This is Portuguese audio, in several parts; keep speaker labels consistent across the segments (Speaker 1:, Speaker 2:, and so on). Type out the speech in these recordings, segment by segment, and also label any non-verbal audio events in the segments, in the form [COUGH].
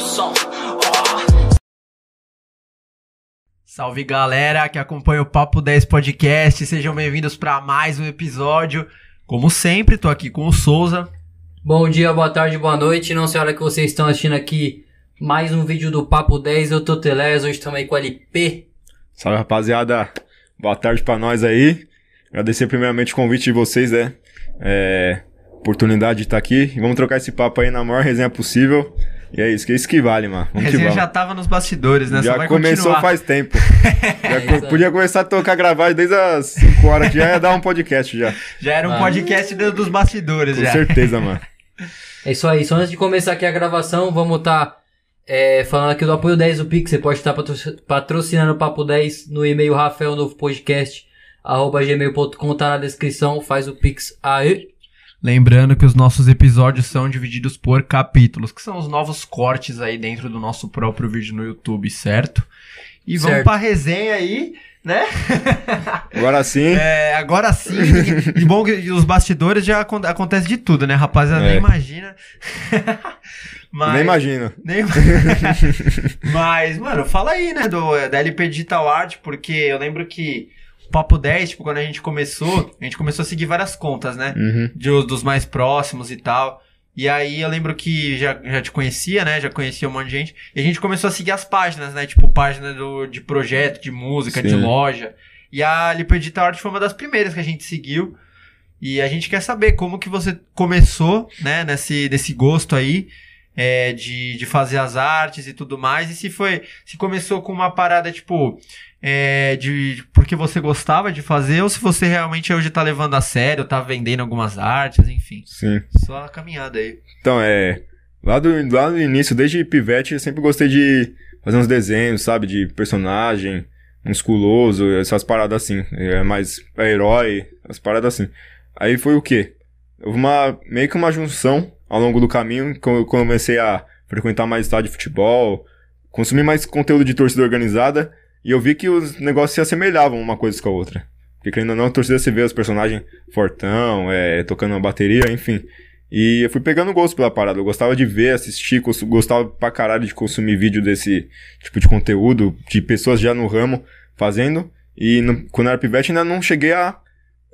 Speaker 1: som. Salve galera que acompanha o Papo 10 Podcast, sejam bem-vindos para mais um episódio. Como sempre, tô aqui com o Souza.
Speaker 2: Bom dia, boa tarde, boa noite. Não sei a hora que vocês estão assistindo aqui mais um vídeo do Papo 10. Eu tô Teles, hoje estamos aí com o LP.
Speaker 3: Salve rapaziada, boa tarde para nós aí. Agradecer primeiramente o convite de vocês, né? É, oportunidade de estar aqui. E vamos trocar esse papo aí na maior resenha possível. E é isso, que é isso que vale, mano.
Speaker 1: Vamos
Speaker 3: que
Speaker 1: resenha já tava nos bastidores, né? Só
Speaker 3: Já
Speaker 1: vai
Speaker 3: começou
Speaker 1: continuar.
Speaker 3: faz
Speaker 1: [LAUGHS]
Speaker 3: tempo. Já co-
Speaker 2: exato.
Speaker 3: podia começar a tocar gravar desde as 5 horas que já ia dar um podcast já.
Speaker 1: [LAUGHS] Já era um
Speaker 2: Ah.
Speaker 1: podcast do- dos bastidores
Speaker 3: Com
Speaker 1: já.
Speaker 3: certeza, mano.
Speaker 2: É isso aí. Só antes de começar aqui a gravação, vamos estar falando aqui do apoio 10 do Pix. Você pode estar patro- patrocinando o Papo 10 no e-mail rafaelnovopodcast.gmail.com. Tá na descrição, faz o Pix aí.
Speaker 1: Lembrando que os nossos episódios são divididos por capítulos, que são os novos cortes aí dentro do nosso próprio vídeo no YouTube, certo? E vamos
Speaker 2: Certo.
Speaker 1: pra resenha aí, né?
Speaker 3: Agora sim,
Speaker 1: É, agora sim. [LAUGHS] E bom que os bastidores já acon- acontece de tudo, né, rapaziada?
Speaker 3: É.
Speaker 1: Nem imagina. [LAUGHS] Mas,
Speaker 3: nem imagino.
Speaker 1: nem- Mas, mano, fala aí, né, do, da LP Digital Art, porque eu lembro que o Papo 10, tipo, quando a gente começou, a gente começou a seguir várias contas, né?
Speaker 3: Uhum.
Speaker 1: de os- dos mais próximos e tal. E aí eu lembro que já, já te conhecia, né? Já conhecia um monte de gente. E a gente começou a seguir as páginas, né? Tipo, página do, de projeto, de música, de
Speaker 3: Sim.
Speaker 1: loja. E a Lipedita Art foi uma das primeiras que a gente seguiu. E a gente quer saber como que você começou, né? Nesse, nesse gosto aí. é, de, de fazer as artes e tudo mais. E se foi. Se começou com uma parada, tipo. é, de porque você gostava de fazer, ou se você realmente hoje tá levando a sério, tá vendendo algumas artes, enfim.
Speaker 3: Sim.
Speaker 1: Só a caminhada aí.
Speaker 3: Então, é. Lá, do, lá no início, desde pivete, eu sempre gostei de fazer uns desenhos, sabe? De personagem, musculoso, essas paradas assim. É mais herói, essas paradas assim. Aí foi o quê? Houve uma, meio que uma junção ao longo do caminho, que eu comecei a frequentar mais estádio de futebol, consumir mais conteúdo de torcida organizada, e eu vi que os negócios se assemelhavam uma coisa com a outra. Porque querendo ou não, a torcida se vê os personagens fortão, é, tocando uma bateria, enfim. E eu fui pegando gosto pela parada. Eu gostava de ver, assistir, cons- gostava pra caralho de consumir vídeo desse tipo de conteúdo, de pessoas já no ramo fazendo. E no- quando eu era pivete ainda não cheguei a,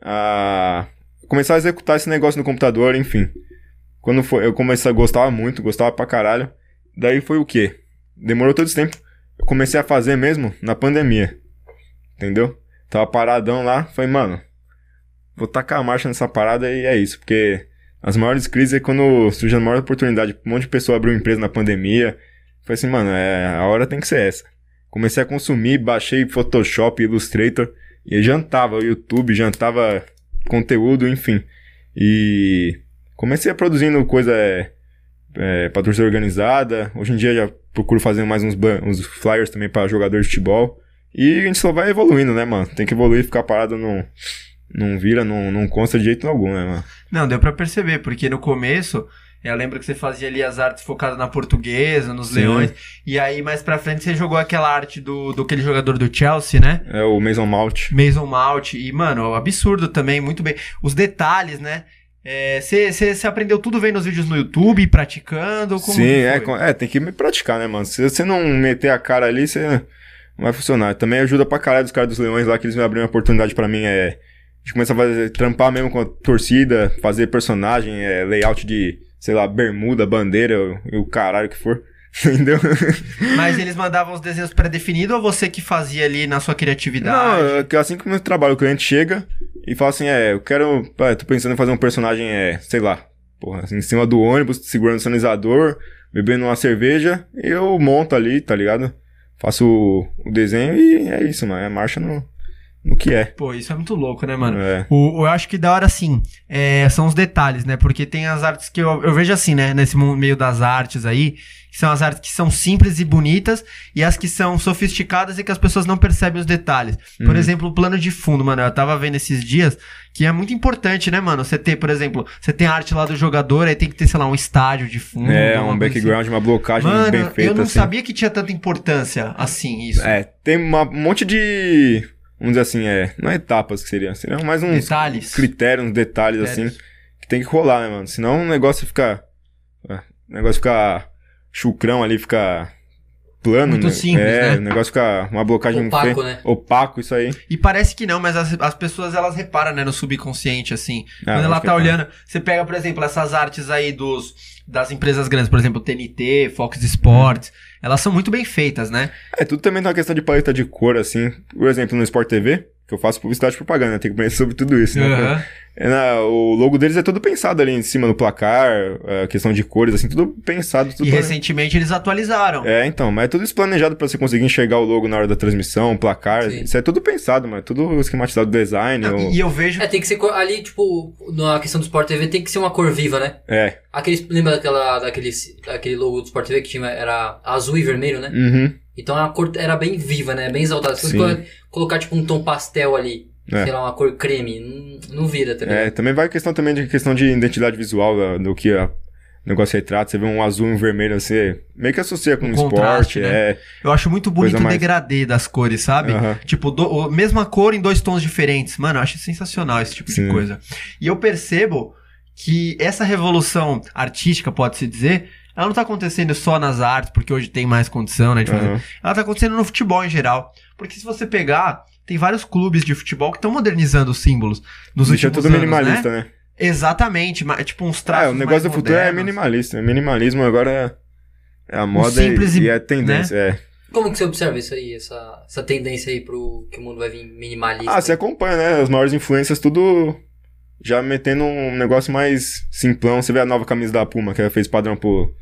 Speaker 3: a começar a executar esse negócio no computador, enfim. Quando foi, eu comecei a gostar muito, gostava pra caralho. Daí foi o quê? Demorou todo esse tempo. Eu comecei a fazer mesmo na pandemia. Entendeu? Tava paradão lá, falei, mano, vou tacar a marcha nessa parada e é isso, porque as maiores crises é quando surge a maior oportunidade. Um monte de pessoa abriu empresa na pandemia. Falei assim, mano, é, a hora tem que ser essa. Comecei a consumir, baixei Photoshop, Illustrator. E aí jantava YouTube, jantava conteúdo, enfim. E comecei a produzindo coisa é, é, pra torcida organizada. Hoje em dia já procuro fazer mais uns, ban- uns flyers também pra jogador de futebol. E a gente só vai evoluindo, né, mano? Tem que evoluir, ficar parado não, não vira, não, não consta de jeito algum, né, mano?
Speaker 1: Não, deu pra perceber, porque no começo, é, eu lembro que você fazia ali as artes focadas na portuguesa, nos
Speaker 3: Sim.
Speaker 1: leões. E aí, mais pra frente, você jogou aquela arte do, do aquele jogador do Chelsea, né?
Speaker 3: É o Mason Mount.
Speaker 1: Mason Mount. E, mano, é um absurdo também, muito bem. Os detalhes, né? É, Você você aprendeu tudo vendo os vídeos no YouTube, praticando? Como
Speaker 3: Sim,
Speaker 1: que
Speaker 3: é,
Speaker 1: foi?
Speaker 3: co- é, tem que me praticar, né, mano? Se você não meter a cara ali, você não vai funcionar. Também ajuda pra caralho os caras dos Leões lá, que eles me abriram uma oportunidade pra mim, é... De começar a fazer, trampar mesmo com a torcida, fazer personagem, é, layout de, sei lá, bermuda, bandeira, o, o caralho que for. [LAUGHS] Entendeu?
Speaker 1: Mas eles mandavam os desenhos pré-definidos ou você que fazia ali na sua criatividade?
Speaker 3: Não, é que assim que o meu trabalho, o cliente chega e fala assim, é, eu quero, é, tô pensando em fazer um personagem, é, sei lá, porra, assim, em cima do ônibus, segurando o sinalizador, bebendo uma cerveja, e eu monto ali, tá ligado? Faço o, o desenho e é isso, mano, é marcha no, no que é.
Speaker 1: Pô, isso é muito louco, né, mano?
Speaker 3: É,
Speaker 1: O, eu acho que da hora, assim, é, são os detalhes, né? Porque tem as artes que eu, eu vejo assim, né? Nesse mu- meio das artes aí, que são as artes que são simples e bonitas e as que são sofisticadas e que as pessoas não percebem os detalhes. Por
Speaker 3: Uhum.
Speaker 1: exemplo, o plano de fundo, mano. Eu tava vendo esses dias que é muito importante, né, mano? Você ter, por exemplo, você tem a arte lá do jogador, aí tem que ter, sei lá, um estádio de fundo.
Speaker 3: é
Speaker 1: alguma
Speaker 3: um
Speaker 1: coisa assim.
Speaker 3: background, uma blocagem
Speaker 1: Mano,
Speaker 3: bem feita,
Speaker 1: eu não
Speaker 3: assim.
Speaker 1: sabia que tinha tanta importância assim, isso.
Speaker 3: É, tem uma- um monte de, vamos dizer assim, é, não é etapas que seria, seria mais um uns
Speaker 1: Detalhes.
Speaker 3: critérios, uns detalhes, assim,
Speaker 1: Detalhes.
Speaker 3: que tem que rolar, né, mano? Senão o negócio fica. é, O negócio fica chucrão ali fica plano.
Speaker 1: Muito
Speaker 3: né?
Speaker 1: simples,
Speaker 3: é,
Speaker 1: né?
Speaker 3: o negócio fica uma blocagem
Speaker 2: Opaco,
Speaker 3: feia.
Speaker 2: né?
Speaker 3: Opaco, isso aí.
Speaker 1: E parece que não, mas as, as pessoas elas reparam, né, no subconsciente, assim.
Speaker 3: Ah,
Speaker 1: Quando
Speaker 3: acho
Speaker 1: ela
Speaker 3: que
Speaker 1: tá
Speaker 3: é plano.
Speaker 1: olhando, você pega, por exemplo, essas artes aí dos das empresas grandes, por exemplo, TNT, Fox Sports, elas são muito bem feitas, né?
Speaker 3: É, tudo também tem uma questão de paleta de cor, assim. Por exemplo, no Sport TV, que eu faço publicidade e propaganda, tem que aprender sobre tudo isso, né?
Speaker 1: Aham.
Speaker 3: É, na- o logo deles é todo pensado ali em cima no placar, a questão de cores, assim, tudo pensado, tudo
Speaker 1: E
Speaker 3: plane-
Speaker 1: recentemente eles atualizaram.
Speaker 3: É, então, mas é tudo isso planejado pra você conseguir enxergar o logo na hora da transmissão, o placar.
Speaker 2: Sim.
Speaker 3: Isso é tudo pensado, mano. é Tudo esquematizado do design.
Speaker 1: Não,
Speaker 3: o-
Speaker 1: E eu vejo
Speaker 2: É, tem que ser cor- ali, tipo, na questão do Sport TV, tem que ser uma cor viva, né?
Speaker 3: É.
Speaker 2: Aqueles, lembra daquela, daqueles, daquele logo do Sport TV que tinha, era azul e vermelho, né?
Speaker 3: Uhum.
Speaker 2: Então a cor era bem viva, né? Bem exaltada. Se você
Speaker 3: Sim.
Speaker 2: colo- colocar, tipo, um tom pastel ali,
Speaker 3: É.
Speaker 2: sei lá, uma cor creme, não, não vira, tá ligado?
Speaker 3: É, também vai questão também de questão de identidade visual da- do que a- o negócio retrata. Você vê um azul e um vermelho, você meio que associa com
Speaker 1: Um
Speaker 3: um
Speaker 1: contraste,
Speaker 3: esporte.
Speaker 1: né?
Speaker 3: É.
Speaker 1: Eu acho muito bonito
Speaker 3: Coisa
Speaker 1: o
Speaker 3: mais-
Speaker 1: degradê das cores, sabe?
Speaker 3: Aham.
Speaker 1: Tipo, do, o- mesma cor em dois tons diferentes. Mano, eu acho sensacional esse tipo
Speaker 3: Sim.
Speaker 1: de coisa. E eu percebo que essa revolução artística, pode-se dizer, ela não tá acontecendo só nas artes, porque hoje tem mais condição, né, de fazer.
Speaker 3: aham.
Speaker 1: Ela tá acontecendo no futebol em geral. Porque se você pegar, tem vários clubes de futebol que estão modernizando os símbolos nos
Speaker 3: Isso é
Speaker 1: últimos
Speaker 3: tudo
Speaker 1: anos, né?
Speaker 3: minimalista, né?
Speaker 1: Exatamente, mas, tipo uns traços
Speaker 3: É, o negócio do
Speaker 1: mais
Speaker 3: futuro é
Speaker 1: modernos.
Speaker 3: minimalista. Minimalismo agora é a moda e-
Speaker 1: simples e- né?
Speaker 3: e, é tendência. É.
Speaker 2: Como que você observa isso aí, essa, essa tendência aí pro que o mundo vai vir minimalista?
Speaker 3: Ah, você acompanha, né? As maiores influências, tudo já metendo um negócio mais simplão. Você vê a nova camisa da Puma, que ela fez padrão pro,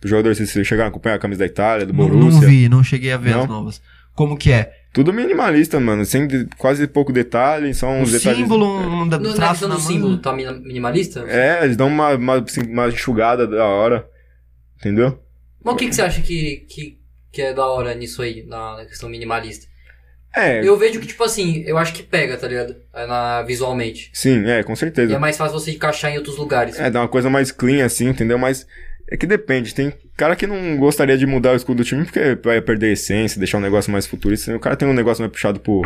Speaker 3: pro jogador. Vocês vocês chegaram a acompanhar a camisa da Itália, do
Speaker 1: Não, não
Speaker 3: Borussia.
Speaker 1: vi, não cheguei a ver
Speaker 3: Não?
Speaker 1: as novas. Como que é?
Speaker 3: Tudo minimalista, mano. Sem de- quase pouco detalhe, só
Speaker 1: Um
Speaker 3: uns detalhes.
Speaker 1: símbolo, um, um
Speaker 2: No- na
Speaker 1: traço
Speaker 2: questão
Speaker 1: na mão?
Speaker 2: do é
Speaker 1: né?
Speaker 2: símbolo, tá mina- minimalista?
Speaker 3: É, eles dão uma, uma, assim, uma enxugada da hora. Entendeu?
Speaker 2: Mas o que, que você acha que, que, que é da hora nisso aí, na, na questão minimalista?
Speaker 3: É,
Speaker 2: Eu vejo que, tipo assim, eu acho que pega, tá ligado? É Na, visualmente.
Speaker 3: sim, é, com
Speaker 2: E
Speaker 3: certeza.
Speaker 2: é mais fácil você encaixar em outros lugares.
Speaker 3: É, dá uma coisa mais clean, assim, entendeu? Mas é que depende. Tem cara que não gostaria de mudar o escudo do time porque vai perder a essência, deixar um negócio mais futurista. O cara tem um negócio mais puxado pro,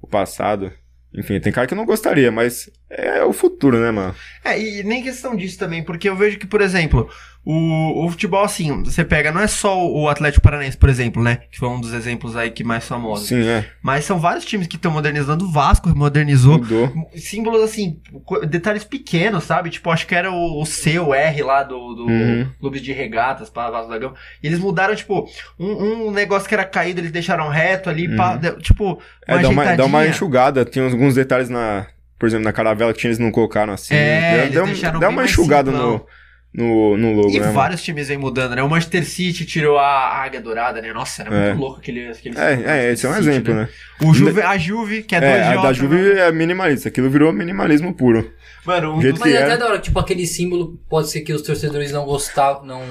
Speaker 3: pro passado. Enfim, tem cara que não gostaria, mas é o futuro, né, mano?
Speaker 1: É, e nem questão disso também, porque eu vejo que, por exemplo, o, o futebol, assim, você pega, não é só o Atlético Paranaense, por exemplo, né? Que foi um dos exemplos aí que mais famosos.
Speaker 3: Sim, é.
Speaker 1: Mas são vários times que estão modernizando. O Vasco modernizou.
Speaker 3: Mudou.
Speaker 1: Símbolos, assim, co- detalhes pequenos, sabe? Tipo, acho que era o, o C, o R lá do, do
Speaker 3: Uhum.
Speaker 1: Clube de Regatas, para Vasco da Gama. E eles mudaram, tipo, um, um negócio que era caído, eles deixaram reto ali, pá,
Speaker 3: Uhum.
Speaker 1: de- tipo, uma
Speaker 3: É, dá uma, dá uma
Speaker 1: ajeitadinha.
Speaker 3: enxugada. Tem uns- alguns detalhes na. Por exemplo, na caravela que tinha, eles não colocaram assim.
Speaker 1: É,
Speaker 3: entendeu?
Speaker 1: eles
Speaker 3: dá um-
Speaker 1: deixaram
Speaker 3: dá
Speaker 1: bem
Speaker 3: uma
Speaker 1: mais
Speaker 3: enxugada no,
Speaker 1: simplão.
Speaker 3: no, no logo,
Speaker 1: E
Speaker 3: né? mano?
Speaker 1: vários times vêm mudando, né? O Manchester City tirou a águia dourada, né? Nossa, era
Speaker 3: É.
Speaker 1: muito louco aquele. aquele
Speaker 3: É, é, esse é um
Speaker 1: City,
Speaker 3: exemplo, né?
Speaker 1: O Juve, a Juve, que é,
Speaker 3: É,
Speaker 1: dois
Speaker 3: a
Speaker 1: J,
Speaker 3: da Juve é minimalista. Aquilo virou minimalismo puro.
Speaker 1: Mano, um
Speaker 3: jeito
Speaker 1: dos-
Speaker 2: Mas é
Speaker 3: que
Speaker 2: até
Speaker 3: é.
Speaker 2: da hora, tipo, aquele símbolo pode ser que os torcedores não gostaram, não,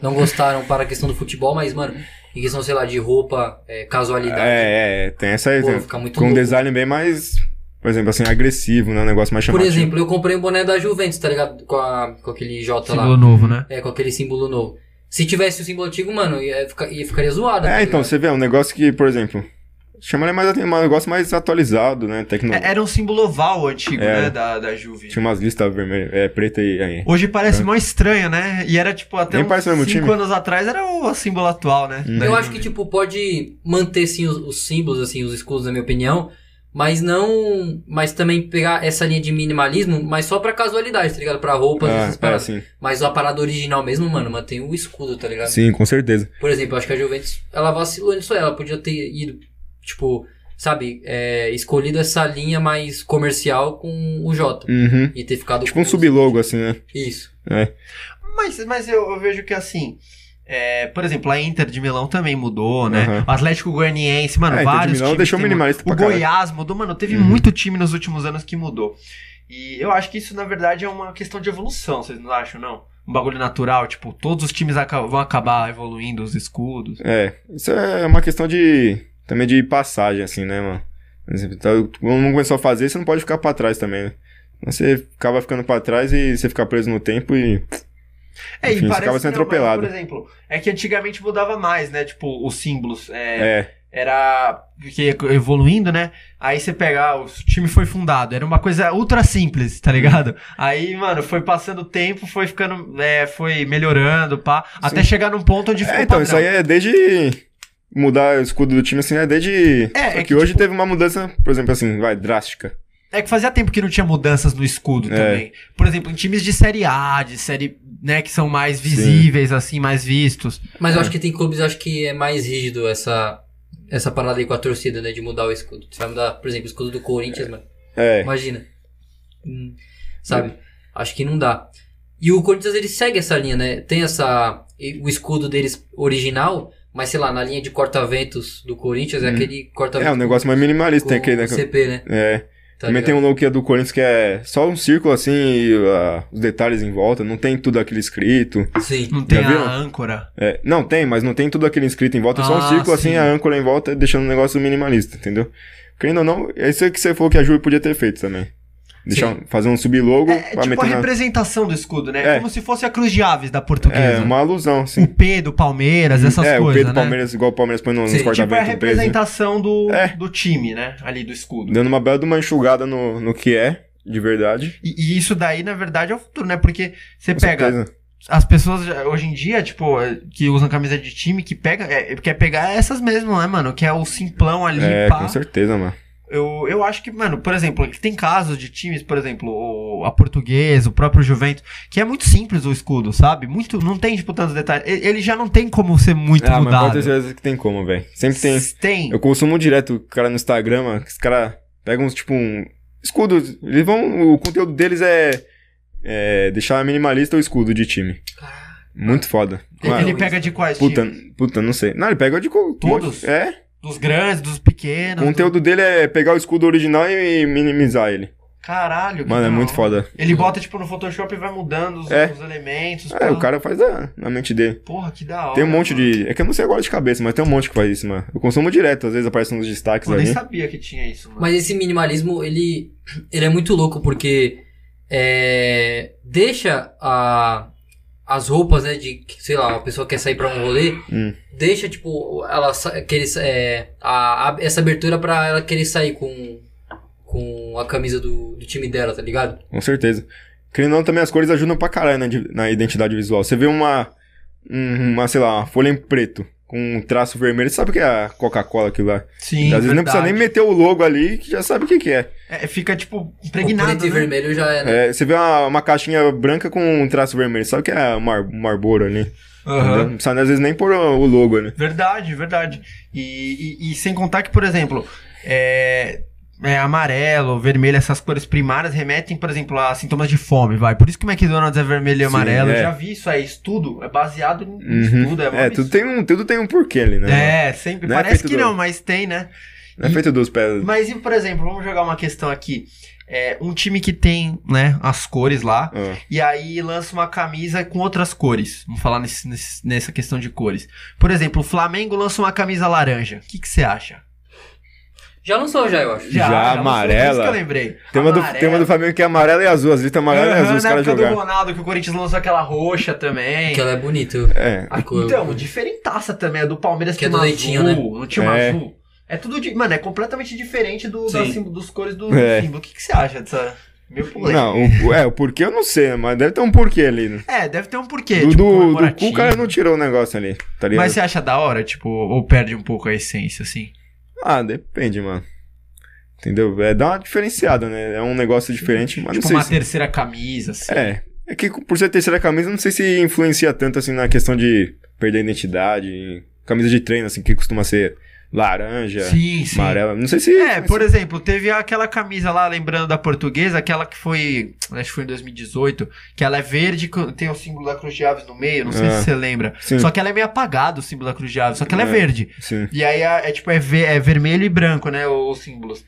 Speaker 2: não gostaram para a questão do futebol, mas, mano, em questão, sei lá, de roupa, é, casualidade.
Speaker 3: É, é, é, tem essa aí.
Speaker 2: Pô,
Speaker 3: tem-
Speaker 2: fica muito
Speaker 3: com um
Speaker 2: louco.
Speaker 3: design bem mais, por exemplo, assim, agressivo, né? Um negócio mais
Speaker 2: Por
Speaker 3: chamativo.
Speaker 2: exemplo, eu comprei um boné da Juventus, tá ligado? Com, a- com aquele J lá.
Speaker 1: símbolo novo, né?
Speaker 2: É, com aquele símbolo novo. Se tivesse o símbolo antigo, mano, ia, ficar- ia ficaria zoado. tá
Speaker 1: né?
Speaker 3: É, então,
Speaker 2: ligado?
Speaker 3: você vê, um negócio que, por exemplo, chamaria mais atenção, um negócio mais atualizado, né? Tecno...
Speaker 1: É, Era um símbolo oval antigo,
Speaker 3: É.
Speaker 1: né? Da, da Juve.
Speaker 3: Tinha umas listas vermelhas, é, preta e... aí.
Speaker 1: Hoje parece mó estranho, né? E era tipo até
Speaker 3: É. Nem
Speaker 1: uns
Speaker 3: parece o mesmo
Speaker 1: 5
Speaker 3: time.
Speaker 1: anos atrás era o símbolo atual, né?
Speaker 3: Hum.
Speaker 1: Da
Speaker 2: Eu acho
Speaker 1: Juve.
Speaker 2: que, tipo, pode manter, sim, os, os símbolos, assim, os escudos, na minha opinião. Mas não... Mas também pegar essa linha de minimalismo, mas só pra casualidade, tá ligado? Pra roupas, essas
Speaker 3: Ah, é,
Speaker 2: paradas.
Speaker 3: sim.
Speaker 2: Mas a parada original mesmo, mano, mantém o escudo, tá ligado?
Speaker 3: Sim, com certeza.
Speaker 2: Por exemplo, eu acho que a Juventus, ela vacilou nisso aí. Ela podia ter ido, tipo, sabe? é, escolhido essa linha mais comercial com o Jota.
Speaker 3: Uhum.
Speaker 2: E ter ficado
Speaker 3: Tipo um
Speaker 2: com os-
Speaker 3: sublogo, assim, né?
Speaker 2: Isso.
Speaker 1: Mas, mas eu, eu vejo que assim. é, por exemplo, a Inter de Milão também mudou, né?
Speaker 3: Aham.
Speaker 1: O Atlético Goianiense, mano,
Speaker 3: É, Uhum. Inter de
Speaker 1: vários
Speaker 3: Milão
Speaker 1: times
Speaker 3: deixou
Speaker 1: têm
Speaker 3: minimalista
Speaker 1: O
Speaker 3: pra caralho.
Speaker 1: Goiás mudou, mano, teve
Speaker 3: Uhum.
Speaker 1: muito time nos últimos anos que mudou. E eu acho que isso, na verdade, é uma questão de evolução, vocês não acham, não? Um bagulho natural, tipo, todos os times aca- vão acabar evoluindo os escudos.
Speaker 3: É, isso é uma questão de... Também de passagem, assim, né, mano? Por exemplo, tá- Quando não começou a fazer, você não pode ficar pra trás também, né? Você acaba ficando pra trás e você fica preso no tempo e...
Speaker 1: É,
Speaker 3: Enfim,
Speaker 1: e
Speaker 3: você
Speaker 1: parece
Speaker 3: acaba sendo
Speaker 1: que não, mas,
Speaker 3: atropelado.
Speaker 1: por exemplo, é que antigamente mudava mais, né? Tipo, os símbolos. é,
Speaker 3: É,
Speaker 1: era que evoluindo, né? Aí você pega, ah, o time foi fundado, era uma coisa ultra simples, tá ligado? Aí, mano, foi passando o tempo, foi ficando, é, foi melhorando, pá, até chegar num ponto onde ficou
Speaker 3: É, então,
Speaker 1: padrão.
Speaker 3: isso aí é desde mudar o escudo do time, assim, é desde...
Speaker 1: É,
Speaker 3: Só
Speaker 1: é
Speaker 3: que,
Speaker 1: que,
Speaker 3: hoje teve uma mudança, por exemplo, assim, vai, drástica.
Speaker 1: É que fazia tempo que não tinha mudanças no escudo
Speaker 3: É.
Speaker 1: também. Por exemplo, em times de série A, de série, né, que são mais visíveis assim, mais vistos.
Speaker 2: Mas
Speaker 3: É.
Speaker 2: eu acho que tem clubes, acho que é mais rígido essa, essa parada aí com a torcida, né? De mudar o escudo. Você vai mudar, por exemplo, o escudo do Corinthians, mano.
Speaker 3: É,
Speaker 2: Imagina. Hum, Sabe? Acho que não dá. E o Corinthians, ele segue essa linha, né? Tem essa... e- O escudo deles original, mas sei lá, na linha de corta-ventos do Corinthians, é aquele
Speaker 3: é
Speaker 2: corta-ventos
Speaker 3: um negócio mais minimalista, tem aquele...
Speaker 2: com
Speaker 3: né,
Speaker 2: CP, né?
Speaker 3: É,
Speaker 2: Tá
Speaker 3: Também tem um logo que é do Corinthians que é só um círculo assim e ah, os detalhes em volta, não tem tudo aquilo escrito.
Speaker 2: ligado? Sim.
Speaker 1: Não tem
Speaker 3: Já
Speaker 1: a
Speaker 3: viu?
Speaker 1: âncora.
Speaker 3: É, não, tem, mas não tem tudo aquilo escrito em volta, é só um
Speaker 1: Ah,
Speaker 3: círculo
Speaker 1: sim.
Speaker 3: assim, a âncora em volta, deixando um negócio minimalista, entendeu? Querendo ou não, é isso que você falou que a Júlia podia ter feito também. Deixar, um- fazer um sublogo
Speaker 1: É
Speaker 3: pra
Speaker 1: tipo a
Speaker 3: meter na...
Speaker 1: representação do escudo, né?
Speaker 3: É.
Speaker 1: Como se fosse a cruz de aves da portuguesa.
Speaker 3: É, uma alusão, assim.
Speaker 1: O P do Palmeiras, essas
Speaker 3: é, o
Speaker 1: coisas,
Speaker 3: Pedro
Speaker 1: né?
Speaker 3: Palmeiras, igual o Palmeiras põe no- nos
Speaker 2: Sim, tipo,
Speaker 1: Tipo, é a
Speaker 3: corta-vento preso, né?
Speaker 1: representação do,
Speaker 3: É.
Speaker 1: do time, né? Ali, do escudo.
Speaker 3: Dando uma bela de uma enxugada no, no que é, de verdade.
Speaker 1: E, e isso daí, na verdade, é o futuro, né? Porque você
Speaker 3: Com
Speaker 1: pega
Speaker 3: certeza.
Speaker 1: as pessoas já- hoje em dia, tipo, é, que usam camisa de time, que pega, é, quer pegar essas mesmo, né, mano? Que é o simplão ali,
Speaker 3: É,
Speaker 1: pá.
Speaker 3: com certeza, mano.
Speaker 1: Eu, eu acho que, mano, por exemplo, que tem casos de times, por exemplo, o- a Portuguesa, o próprio Juventus, que é muito simples o escudo, sabe? Muito, não tem, tipo, tantos detalhes. E- Ele já não tem como ser muito
Speaker 3: ah, mas
Speaker 1: mudado.
Speaker 3: pode ter certeza que tem como, velho. Sempre tem.
Speaker 1: Tem.
Speaker 3: Eu consumo direto o cara no Instagram, mano, que os caras pegam, tipo, um escudo. Eles vão. O conteúdo deles é, é deixar minimalista o escudo de time. Muito foda.
Speaker 1: Ele-
Speaker 3: Mano,
Speaker 1: ele pega de quais
Speaker 3: puta,
Speaker 1: times?
Speaker 3: puta, não sei. Não, ele pega de. co-
Speaker 1: Todos?
Speaker 3: É.
Speaker 1: Dos grandes, dos
Speaker 3: O
Speaker 1: pequenos.
Speaker 3: conteúdo dele é pegar o escudo original e minimizar ele.
Speaker 1: do- Caralho, que
Speaker 3: Mano, é
Speaker 1: da
Speaker 3: muito
Speaker 1: hora.
Speaker 3: foda.
Speaker 1: Ele bota, tipo, no Photoshop e vai mudando os,
Speaker 3: É.
Speaker 1: os elementos.
Speaker 3: É,
Speaker 1: pá.
Speaker 3: o cara faz na, na mente dele.
Speaker 1: Porra, que da hora.
Speaker 3: Tem um monte
Speaker 1: mano.
Speaker 3: de. É que eu não sei agora de cabeça, mas tem um monte que faz isso, mano. Eu consumo direto, às vezes aparecem nos destaques
Speaker 1: Eu
Speaker 3: ali.
Speaker 1: nem sabia que tinha isso, mano.
Speaker 2: Mas esse minimalismo, ele, ele é muito louco, porque é, deixa a, as roupas, né, de, que, sei lá, a pessoa quer sair pra um rolê,
Speaker 3: Hum.
Speaker 2: deixa, tipo, ela, sa- querer, sa- é, a, a- essa abertura pra ela querer sair com, com a camisa do, do time dela, tá ligado?
Speaker 3: Com certeza. Querendo ou não, também as cores ajudam pra caralho na, di- na identidade visual. Você vê uma, um- uma, sei lá, uma folha em preto com um traço vermelho, você sabe o que é a Coca-Cola aquilo lá.
Speaker 1: Sim,
Speaker 3: Às vezes não precisa nem
Speaker 1: verdade.
Speaker 3: meter o logo ali, que já sabe o que, que é.
Speaker 1: É, fica, tipo,
Speaker 2: o
Speaker 1: impregnado,
Speaker 2: preto e
Speaker 1: né?
Speaker 2: vermelho já é, né?
Speaker 3: É, Você vê uma, uma caixinha branca com um traço vermelho, sabe o que é um mar, um Marlboro ali.
Speaker 1: Aham.
Speaker 3: entendeu? Não precisa, às vezes, nem pôr o, o logo né? ali.
Speaker 1: Verdade, verdade. E, e- e sem contar que, por exemplo, é, é, amarelo, vermelho, essas cores primárias remetem, por exemplo, a sintomas de fome, vai. Por isso que o McDonald's é vermelho e
Speaker 3: Sim,
Speaker 1: amarelo.
Speaker 3: é.
Speaker 1: Eu já vi isso aí, estudo, é baseado em
Speaker 3: Uhum.
Speaker 1: estudo. É, uma
Speaker 3: É, tudo
Speaker 1: absurda.
Speaker 3: tem, um, tudo tem um porquê ali, né?
Speaker 1: É, sempre.
Speaker 3: Não é
Speaker 1: Parece
Speaker 3: feito
Speaker 1: que
Speaker 3: do-
Speaker 1: não, mas tem, né?
Speaker 3: Não é feito dos pés.
Speaker 1: Mas e, por exemplo, vamos jogar uma questão aqui. É, um time que tem, né, as cores lá,
Speaker 3: Ah,
Speaker 1: e aí lança uma camisa com outras cores. Vamos falar nesse- nesse- nessa questão de cores. Por exemplo, o Flamengo lança uma camisa laranja. O que que você acha?
Speaker 2: Já lançou já, eu acho.
Speaker 3: Já,
Speaker 1: lançou,
Speaker 3: amarela.
Speaker 1: por isso que eu lembrei.
Speaker 3: Tema, do,
Speaker 1: Amarela.
Speaker 3: tema do Flamengo que é amarelo e azul, as listas amarelas e
Speaker 1: Aham, né?
Speaker 3: azul, os
Speaker 1: na
Speaker 3: caras
Speaker 1: época do
Speaker 3: jogaram.
Speaker 1: Ronaldo, que o Corinthians lançou aquela roxa também.
Speaker 2: Que ela é bonita.
Speaker 3: É,
Speaker 1: Ah,
Speaker 2: cor-
Speaker 1: Então, diferentaça também. A do Palmeiras
Speaker 2: Que é
Speaker 1: tinha
Speaker 2: do
Speaker 1: uma
Speaker 2: leitinho,
Speaker 1: azul, não tinha uma
Speaker 3: É.
Speaker 1: azul. É tudo, de, mano, é completamente diferente do, da
Speaker 2: Sim.
Speaker 1: sim- dos cores do, do
Speaker 3: É.
Speaker 1: símbolo. O que que você acha dessa... Meu polêmico.
Speaker 3: Não, o, é, o porquê eu não sei, né, mas deve ter um porquê ali. Né?
Speaker 1: É, deve ter um porquê.
Speaker 3: do,
Speaker 1: tipo,
Speaker 3: do, do cu,
Speaker 1: comemorativo.
Speaker 3: o cara não tirou o negócio ali, tá ligado?
Speaker 1: Mas você acha da hora, tipo, ou perde um pouco a essência, assim?
Speaker 3: Ah, depende, mano. Entendeu? É, dá uma diferenciada, né? É um negócio diferente, mas
Speaker 1: tipo
Speaker 3: não
Speaker 1: uma
Speaker 3: sei
Speaker 1: terceira camisa, assim.
Speaker 3: se... É, é que por ser terceira camisa, não sei se influencia tanto, assim, na questão de perder a identidade. Camisa de treino, assim, que costuma ser laranja,
Speaker 1: Sim, sim.
Speaker 3: amarela. Não sei se...
Speaker 1: É, por exemplo, teve aquela camisa lá, lembrando da portuguesa, aquela que foi, acho que foi em 2018, que ela é verde, com- tem o símbolo da Cruz de Aves no meio, não sei
Speaker 3: É.
Speaker 1: se você lembra.
Speaker 3: Sim.
Speaker 1: Só que ela é meio apagada, o símbolo da Cruz de Aves, só que ela é,
Speaker 3: É.
Speaker 1: verde.
Speaker 3: Sim.
Speaker 1: E aí é, é tipo, é, ve- é vermelho e branco, né, os símbolos.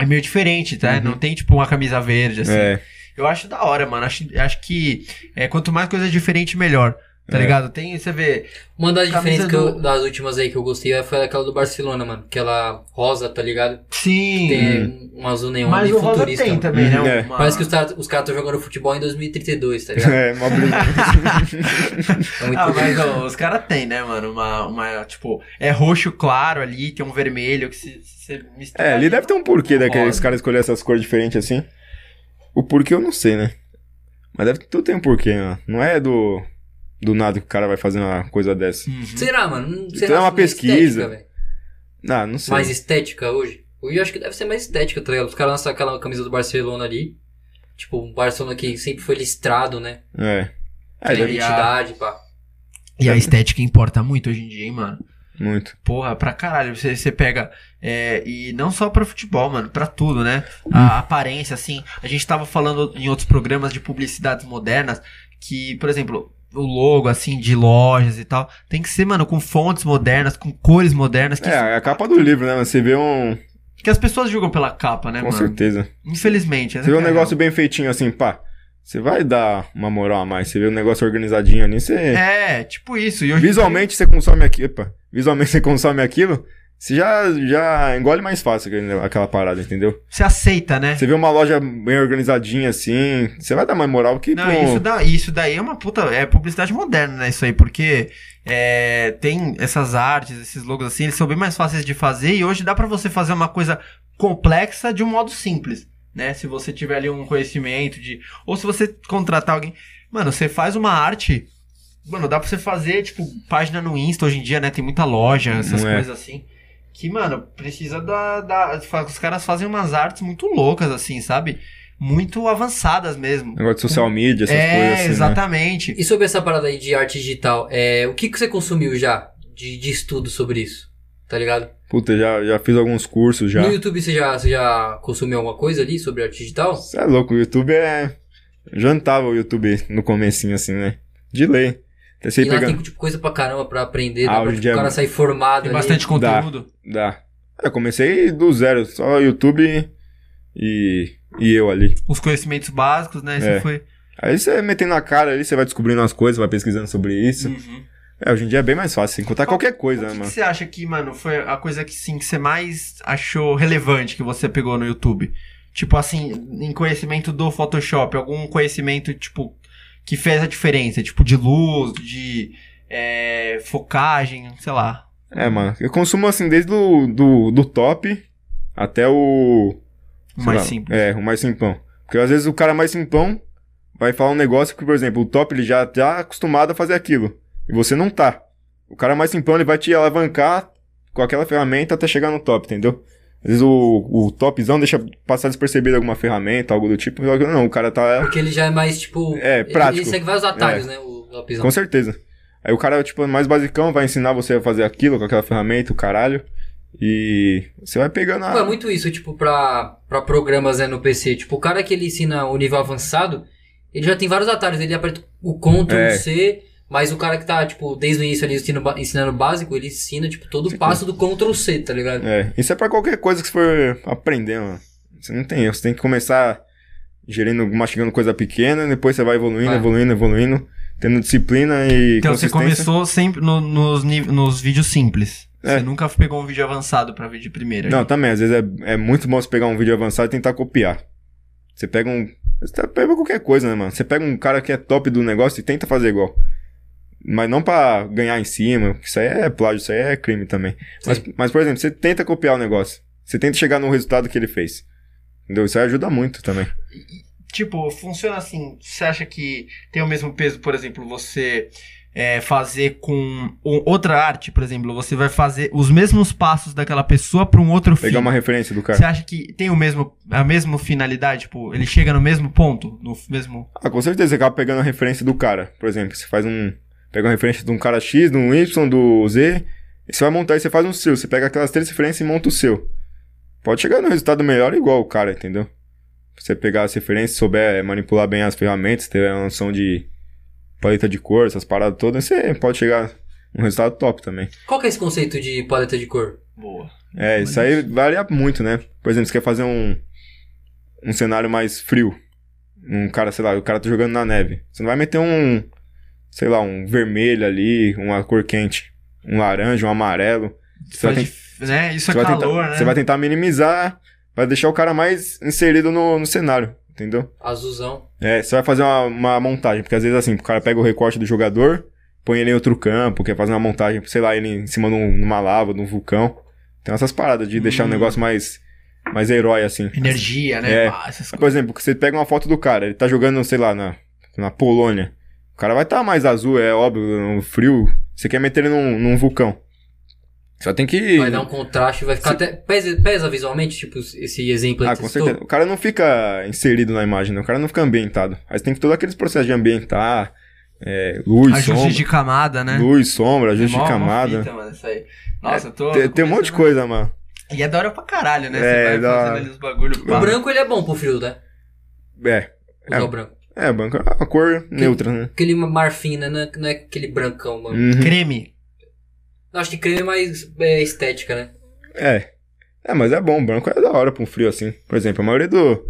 Speaker 1: É meio diferente, tá?
Speaker 3: Uhum.
Speaker 1: Não tem, tipo, uma camisa verde, assim.
Speaker 3: É, [LAUGHS]
Speaker 1: Eu acho da hora, mano. Acho, acho que é, quanto mais coisa diferente, melhor. Tá ligado? Tem, você vê.
Speaker 2: Uma das
Speaker 1: Camisa
Speaker 2: diferenças que eu-
Speaker 1: do-
Speaker 2: das últimas aí que eu gostei foi aquela do Barcelona, mano. Aquela rosa, tá ligado?
Speaker 1: Sim.
Speaker 2: Tem um azul neon
Speaker 1: mas
Speaker 2: e
Speaker 1: o Rosa
Speaker 2: futurista.
Speaker 1: tem
Speaker 2: mano.
Speaker 1: também,
Speaker 3: Uhum,
Speaker 1: né?
Speaker 3: é.
Speaker 1: Uma-
Speaker 2: Parece que os caras os caras estão jogando futebol em 2032, tá ligado?
Speaker 3: É, uma brisa.
Speaker 1: [LAUGHS]
Speaker 2: É muito
Speaker 1: Ah,
Speaker 2: doido. [LAUGHS]
Speaker 1: mas ó, os caras tem, né, mano? Uma, uma, tipo, é roxo claro ali, tem um vermelho que se, se mistura.
Speaker 3: É, ali deve ter um porquê daqueles
Speaker 1: Rosa.
Speaker 3: caras escolher essas cores diferentes assim. O porquê eu não sei, né? Mas deve tudo tem um porquê, né? Não é do, do nada que o cara vai fazer uma coisa dessa.
Speaker 1: Uhum.
Speaker 2: Será, mano? Não-
Speaker 3: Então
Speaker 2: será
Speaker 3: é uma
Speaker 2: que não
Speaker 3: pesquisa.
Speaker 2: estética, velho?
Speaker 3: Ah, não sei.
Speaker 2: mais estética hoje? Hoje eu acho que deve ser mais estética, tá ligado? Os caras lançam aquela camisa do Barcelona ali. Tipo, um Barcelona que sempre foi listrado, né?
Speaker 3: É. É,
Speaker 2: Tem
Speaker 1: Ele-
Speaker 3: deve...
Speaker 2: identidade, pá.
Speaker 1: E a estética importa muito hoje em dia, hein, mano?
Speaker 3: muito.
Speaker 1: Porra, pra caralho. Você, você pega. é, e não só pra futebol, mano, pra tudo, né? A aparência, assim. A gente tava falando em outros programas de publicidades modernas que, por exemplo. O logo, assim, de lojas e tal. Tem que ser, mano, com fontes modernas, com cores modernas, que,
Speaker 3: É, a capa do livro, né? mano? Você vê um.
Speaker 1: que as pessoas julgam pela capa, né,
Speaker 3: Com
Speaker 1: mano?
Speaker 3: certeza.
Speaker 1: Infelizmente. essa
Speaker 3: Você vê
Speaker 1: que
Speaker 3: um
Speaker 1: é a
Speaker 3: negócio bem feitinho assim, pá. Você vai dar uma moral a mais. Você vê um negócio organizadinho ali, você.
Speaker 1: É, tipo isso. E hoje
Speaker 3: Visualmente você consome aquilo, pá. Visualmente você consome aquilo, você já, já engole mais fácil aquele- aquela parada, entendeu?
Speaker 1: Você aceita, né?
Speaker 3: Você vê uma loja bem organizadinha assim, você vai dar mais moral que um
Speaker 1: Não,
Speaker 3: pô,
Speaker 1: isso, da, isso daí é uma puta. É publicidade moderna, né? Isso aí, porque é, tem essas artes, esses logos assim, eles são bem mais fáceis de fazer e hoje dá pra você fazer uma coisa complexa de um modo simples, né? Se você tiver ali um conhecimento de. Ou se você contratar alguém. Mano, você faz uma arte. Mano, dá pra você fazer, tipo, página no Insta hoje em dia, né? Tem muita loja, essas
Speaker 3: Não é.
Speaker 1: coisas assim. Que, mano, precisa da, da. fa- Os caras fazem umas artes muito loucas, assim, sabe? Muito avançadas mesmo
Speaker 3: negócio de social media, essas
Speaker 1: é,
Speaker 3: coisas assim. Né?
Speaker 1: exatamente.
Speaker 2: E sobre essa parada aí de arte digital, é, o que, que você consumiu já de, de estudo sobre isso? Tá ligado?
Speaker 3: Puta, já, já fiz alguns cursos já.
Speaker 2: No YouTube você já, você já consumiu alguma coisa ali sobre arte digital?
Speaker 3: Você é louco, o YouTube é. Jantava o YouTube no comecinho, assim, né? De lei. Até você
Speaker 2: E
Speaker 3: ir
Speaker 2: lá
Speaker 3: pegando.
Speaker 2: tem tipo, coisa pra caramba pra aprender,
Speaker 3: Ah,
Speaker 2: dá pra
Speaker 3: hoje em
Speaker 2: tipo,
Speaker 3: dia
Speaker 2: o cara
Speaker 3: é-
Speaker 2: sair formado ali.
Speaker 3: conteúdo. Dá. Eu comecei do zero, só YouTube e, e eu ali.
Speaker 1: Os conhecimentos básicos, né? Isso
Speaker 3: É.
Speaker 1: foi.
Speaker 3: Aí você metendo a cara ali, você vai descobrindo as coisas, vai pesquisando sobre isso. É, hoje em dia é bem mais fácil, encontrar
Speaker 1: Uhum. Qual-
Speaker 3: qualquer
Speaker 1: o
Speaker 3: coisa,
Speaker 1: que,
Speaker 3: né,
Speaker 1: que
Speaker 3: mano.
Speaker 1: você acha que, mano, foi a coisa que sim que você mais achou relevante que você pegou no YouTube? Tipo assim, em conhecimento do Photoshop, algum conhecimento, tipo, que fez a diferença, tipo, de luz, de é, focagem, sei lá.
Speaker 3: É, mano. Eu consumo assim desde do, do, do top até o. sei
Speaker 1: Mais
Speaker 3: lá,
Speaker 1: simples.
Speaker 3: É, o mais simpão. Porque às vezes o cara mais simpão vai falar um negócio que, por exemplo, o top ele já tá acostumado a fazer aquilo. E você não tá. O cara mais simpão ele vai te alavancar com aquela ferramenta até chegar no top, entendeu? Às vezes o, o topzão deixa passar despercebido alguma ferramenta, algo do tipo. só que Não, o cara tá.
Speaker 2: Porque ele já é mais, tipo.
Speaker 3: É,
Speaker 2: ele-
Speaker 3: prático.
Speaker 2: Ele segue vários atalhos, né? O Lopezão.
Speaker 3: Com certeza. Aí o cara, tipo, mais basicão, vai ensinar você a fazer aquilo com aquela ferramenta, o caralho. E você vai pegando a.
Speaker 2: Pô, é muito isso, tipo, pra, pra programas né, no PC. Tipo, o cara que ele ensina o nível avançado, ele já tem vários atalhos. Ele aperta o Ctrl,
Speaker 3: É.
Speaker 2: o C, mas o cara que tá, tipo, desde o início ali ensino ba- ensinando o básico, ele ensina, tipo, todo o passo do Ctrl C, tá ligado?
Speaker 3: É, isso é pra qualquer coisa que você for aprender, mano. Você não tem erro, você tem que começar gerindo, mastigando coisa pequena, depois você vai evoluindo,
Speaker 2: Vai.
Speaker 3: evoluindo, evoluindo, tendo disciplina É, e
Speaker 1: Então você
Speaker 3: consistência.
Speaker 1: começou sempre no- nos, ni- nos vídeos simples.
Speaker 3: É.
Speaker 1: Você nunca pegou um vídeo avançado pra ver de primeira.
Speaker 3: Não, também, às vezes é, é muito bom você pegar um vídeo avançado e tentar copiar. Você pega um... Você tá- pega qualquer coisa, né, mano? Você pega um cara que é top do negócio e tenta fazer igual. Mas não pra ganhar em cima, porque isso aí é plágio, isso aí é crime também. Mas, mas, por exemplo, você tenta copiar o negócio. Você tenta chegar no resultado que ele fez. Entendeu? Isso aí ajuda muito também.
Speaker 1: Tipo, funciona assim. Você acha que tem o mesmo peso, por exemplo, você é, fazer com o- outra arte, por exemplo, você vai fazer os mesmos passos daquela pessoa para um outro fim.
Speaker 3: Pegar uma referência do cara.
Speaker 1: Você acha que tem o mesmo, a mesma finalidade? Tipo, ele chega no mesmo ponto, no mesmo.
Speaker 3: Ah, com certeza você acaba pegando a referência do cara. Por exemplo, você faz um. Pega uma referência de um cara X, de um Y, do Z. E você vai montar e você faz um seu. Você pega aquelas três referências e monta o seu. Pode chegar no resultado melhor igual o cara, entendeu? Se Você pegar as referências, souber manipular bem as ferramentas, ter uma noção de paleta de cor, essas paradas todas, você pode chegar num resultado top também.
Speaker 2: Qual que é esse conceito de paleta de cor?
Speaker 1: Boa.
Speaker 3: É, isso aí varia muito, né? Por exemplo, você quer fazer um, um cenário mais frio. Um cara, sei lá, o cara tá jogando na neve. Você não vai meter um, sei lá, um vermelho ali, uma cor quente, um laranja, um amarelo. Você
Speaker 1: Faz
Speaker 3: vai, ten-
Speaker 1: dif- né? Isso é
Speaker 3: você vai tentar,
Speaker 1: calor, né?
Speaker 3: você vai tentar minimizar, vai deixar o cara mais inserido no, no cenário, entendeu?
Speaker 2: Azulzão.
Speaker 3: É, você vai fazer uma, uma montagem, porque às vezes assim, o cara pega o recorte do jogador, põe ele em outro campo, quer fazer uma montagem, sei lá, ele em cima de um- numa lava, de um vulcão. Tem essas paradas de deixar o
Speaker 1: Hum.
Speaker 3: negócio mais, mais herói, assim.
Speaker 1: Energia, né?
Speaker 3: É.
Speaker 1: Pá, essas
Speaker 3: Por exemplo, você pega uma foto do cara, ele tá jogando, sei lá, na, na Polônia. O cara vai estar mais azul, é óbvio, no frio. Você quer meter ele num, num vulcão. Só tem que.
Speaker 2: Vai dar um contraste, vai ficar até. Pesa, pesa visualmente, tipo, esse exemplo aí
Speaker 3: Ah,
Speaker 2: que
Speaker 3: com
Speaker 2: você citou.
Speaker 3: certeza. O cara não fica inserido na imagem, né? O cara não fica ambientado. Aí você tem que todo aqueles processos de ambientar, é, luz, sombra,
Speaker 1: Ajustes de camada, né?
Speaker 3: luz, sombra, ajuste
Speaker 1: É mó-
Speaker 3: de
Speaker 1: mó
Speaker 3: camada.
Speaker 1: fita, né? mano, isso aí. Nossa, eu tô.
Speaker 3: Tem,
Speaker 1: tô
Speaker 3: tem um monte de coisa, mano.
Speaker 1: começando- E é da hora pra caralho, né?
Speaker 3: É,
Speaker 1: Você vai
Speaker 3: da
Speaker 1: fazendo
Speaker 3: hora. Uhum.
Speaker 1: ali os bagulho.
Speaker 2: O
Speaker 1: pá.
Speaker 2: branco ele é bom pro frio, né?
Speaker 3: É,
Speaker 2: Usar
Speaker 3: É.
Speaker 2: o branco.
Speaker 3: é, banco é uma cor neutra, né?
Speaker 2: Aquele marfim, né? Não é, não é aquele brancão, mano.
Speaker 3: Uhum.
Speaker 1: Creme.
Speaker 2: Eu Acho que creme é mais é, estética, né?
Speaker 3: É. É, mas é bom, o branco é da hora pra um frio assim. Por exemplo, a maioria do.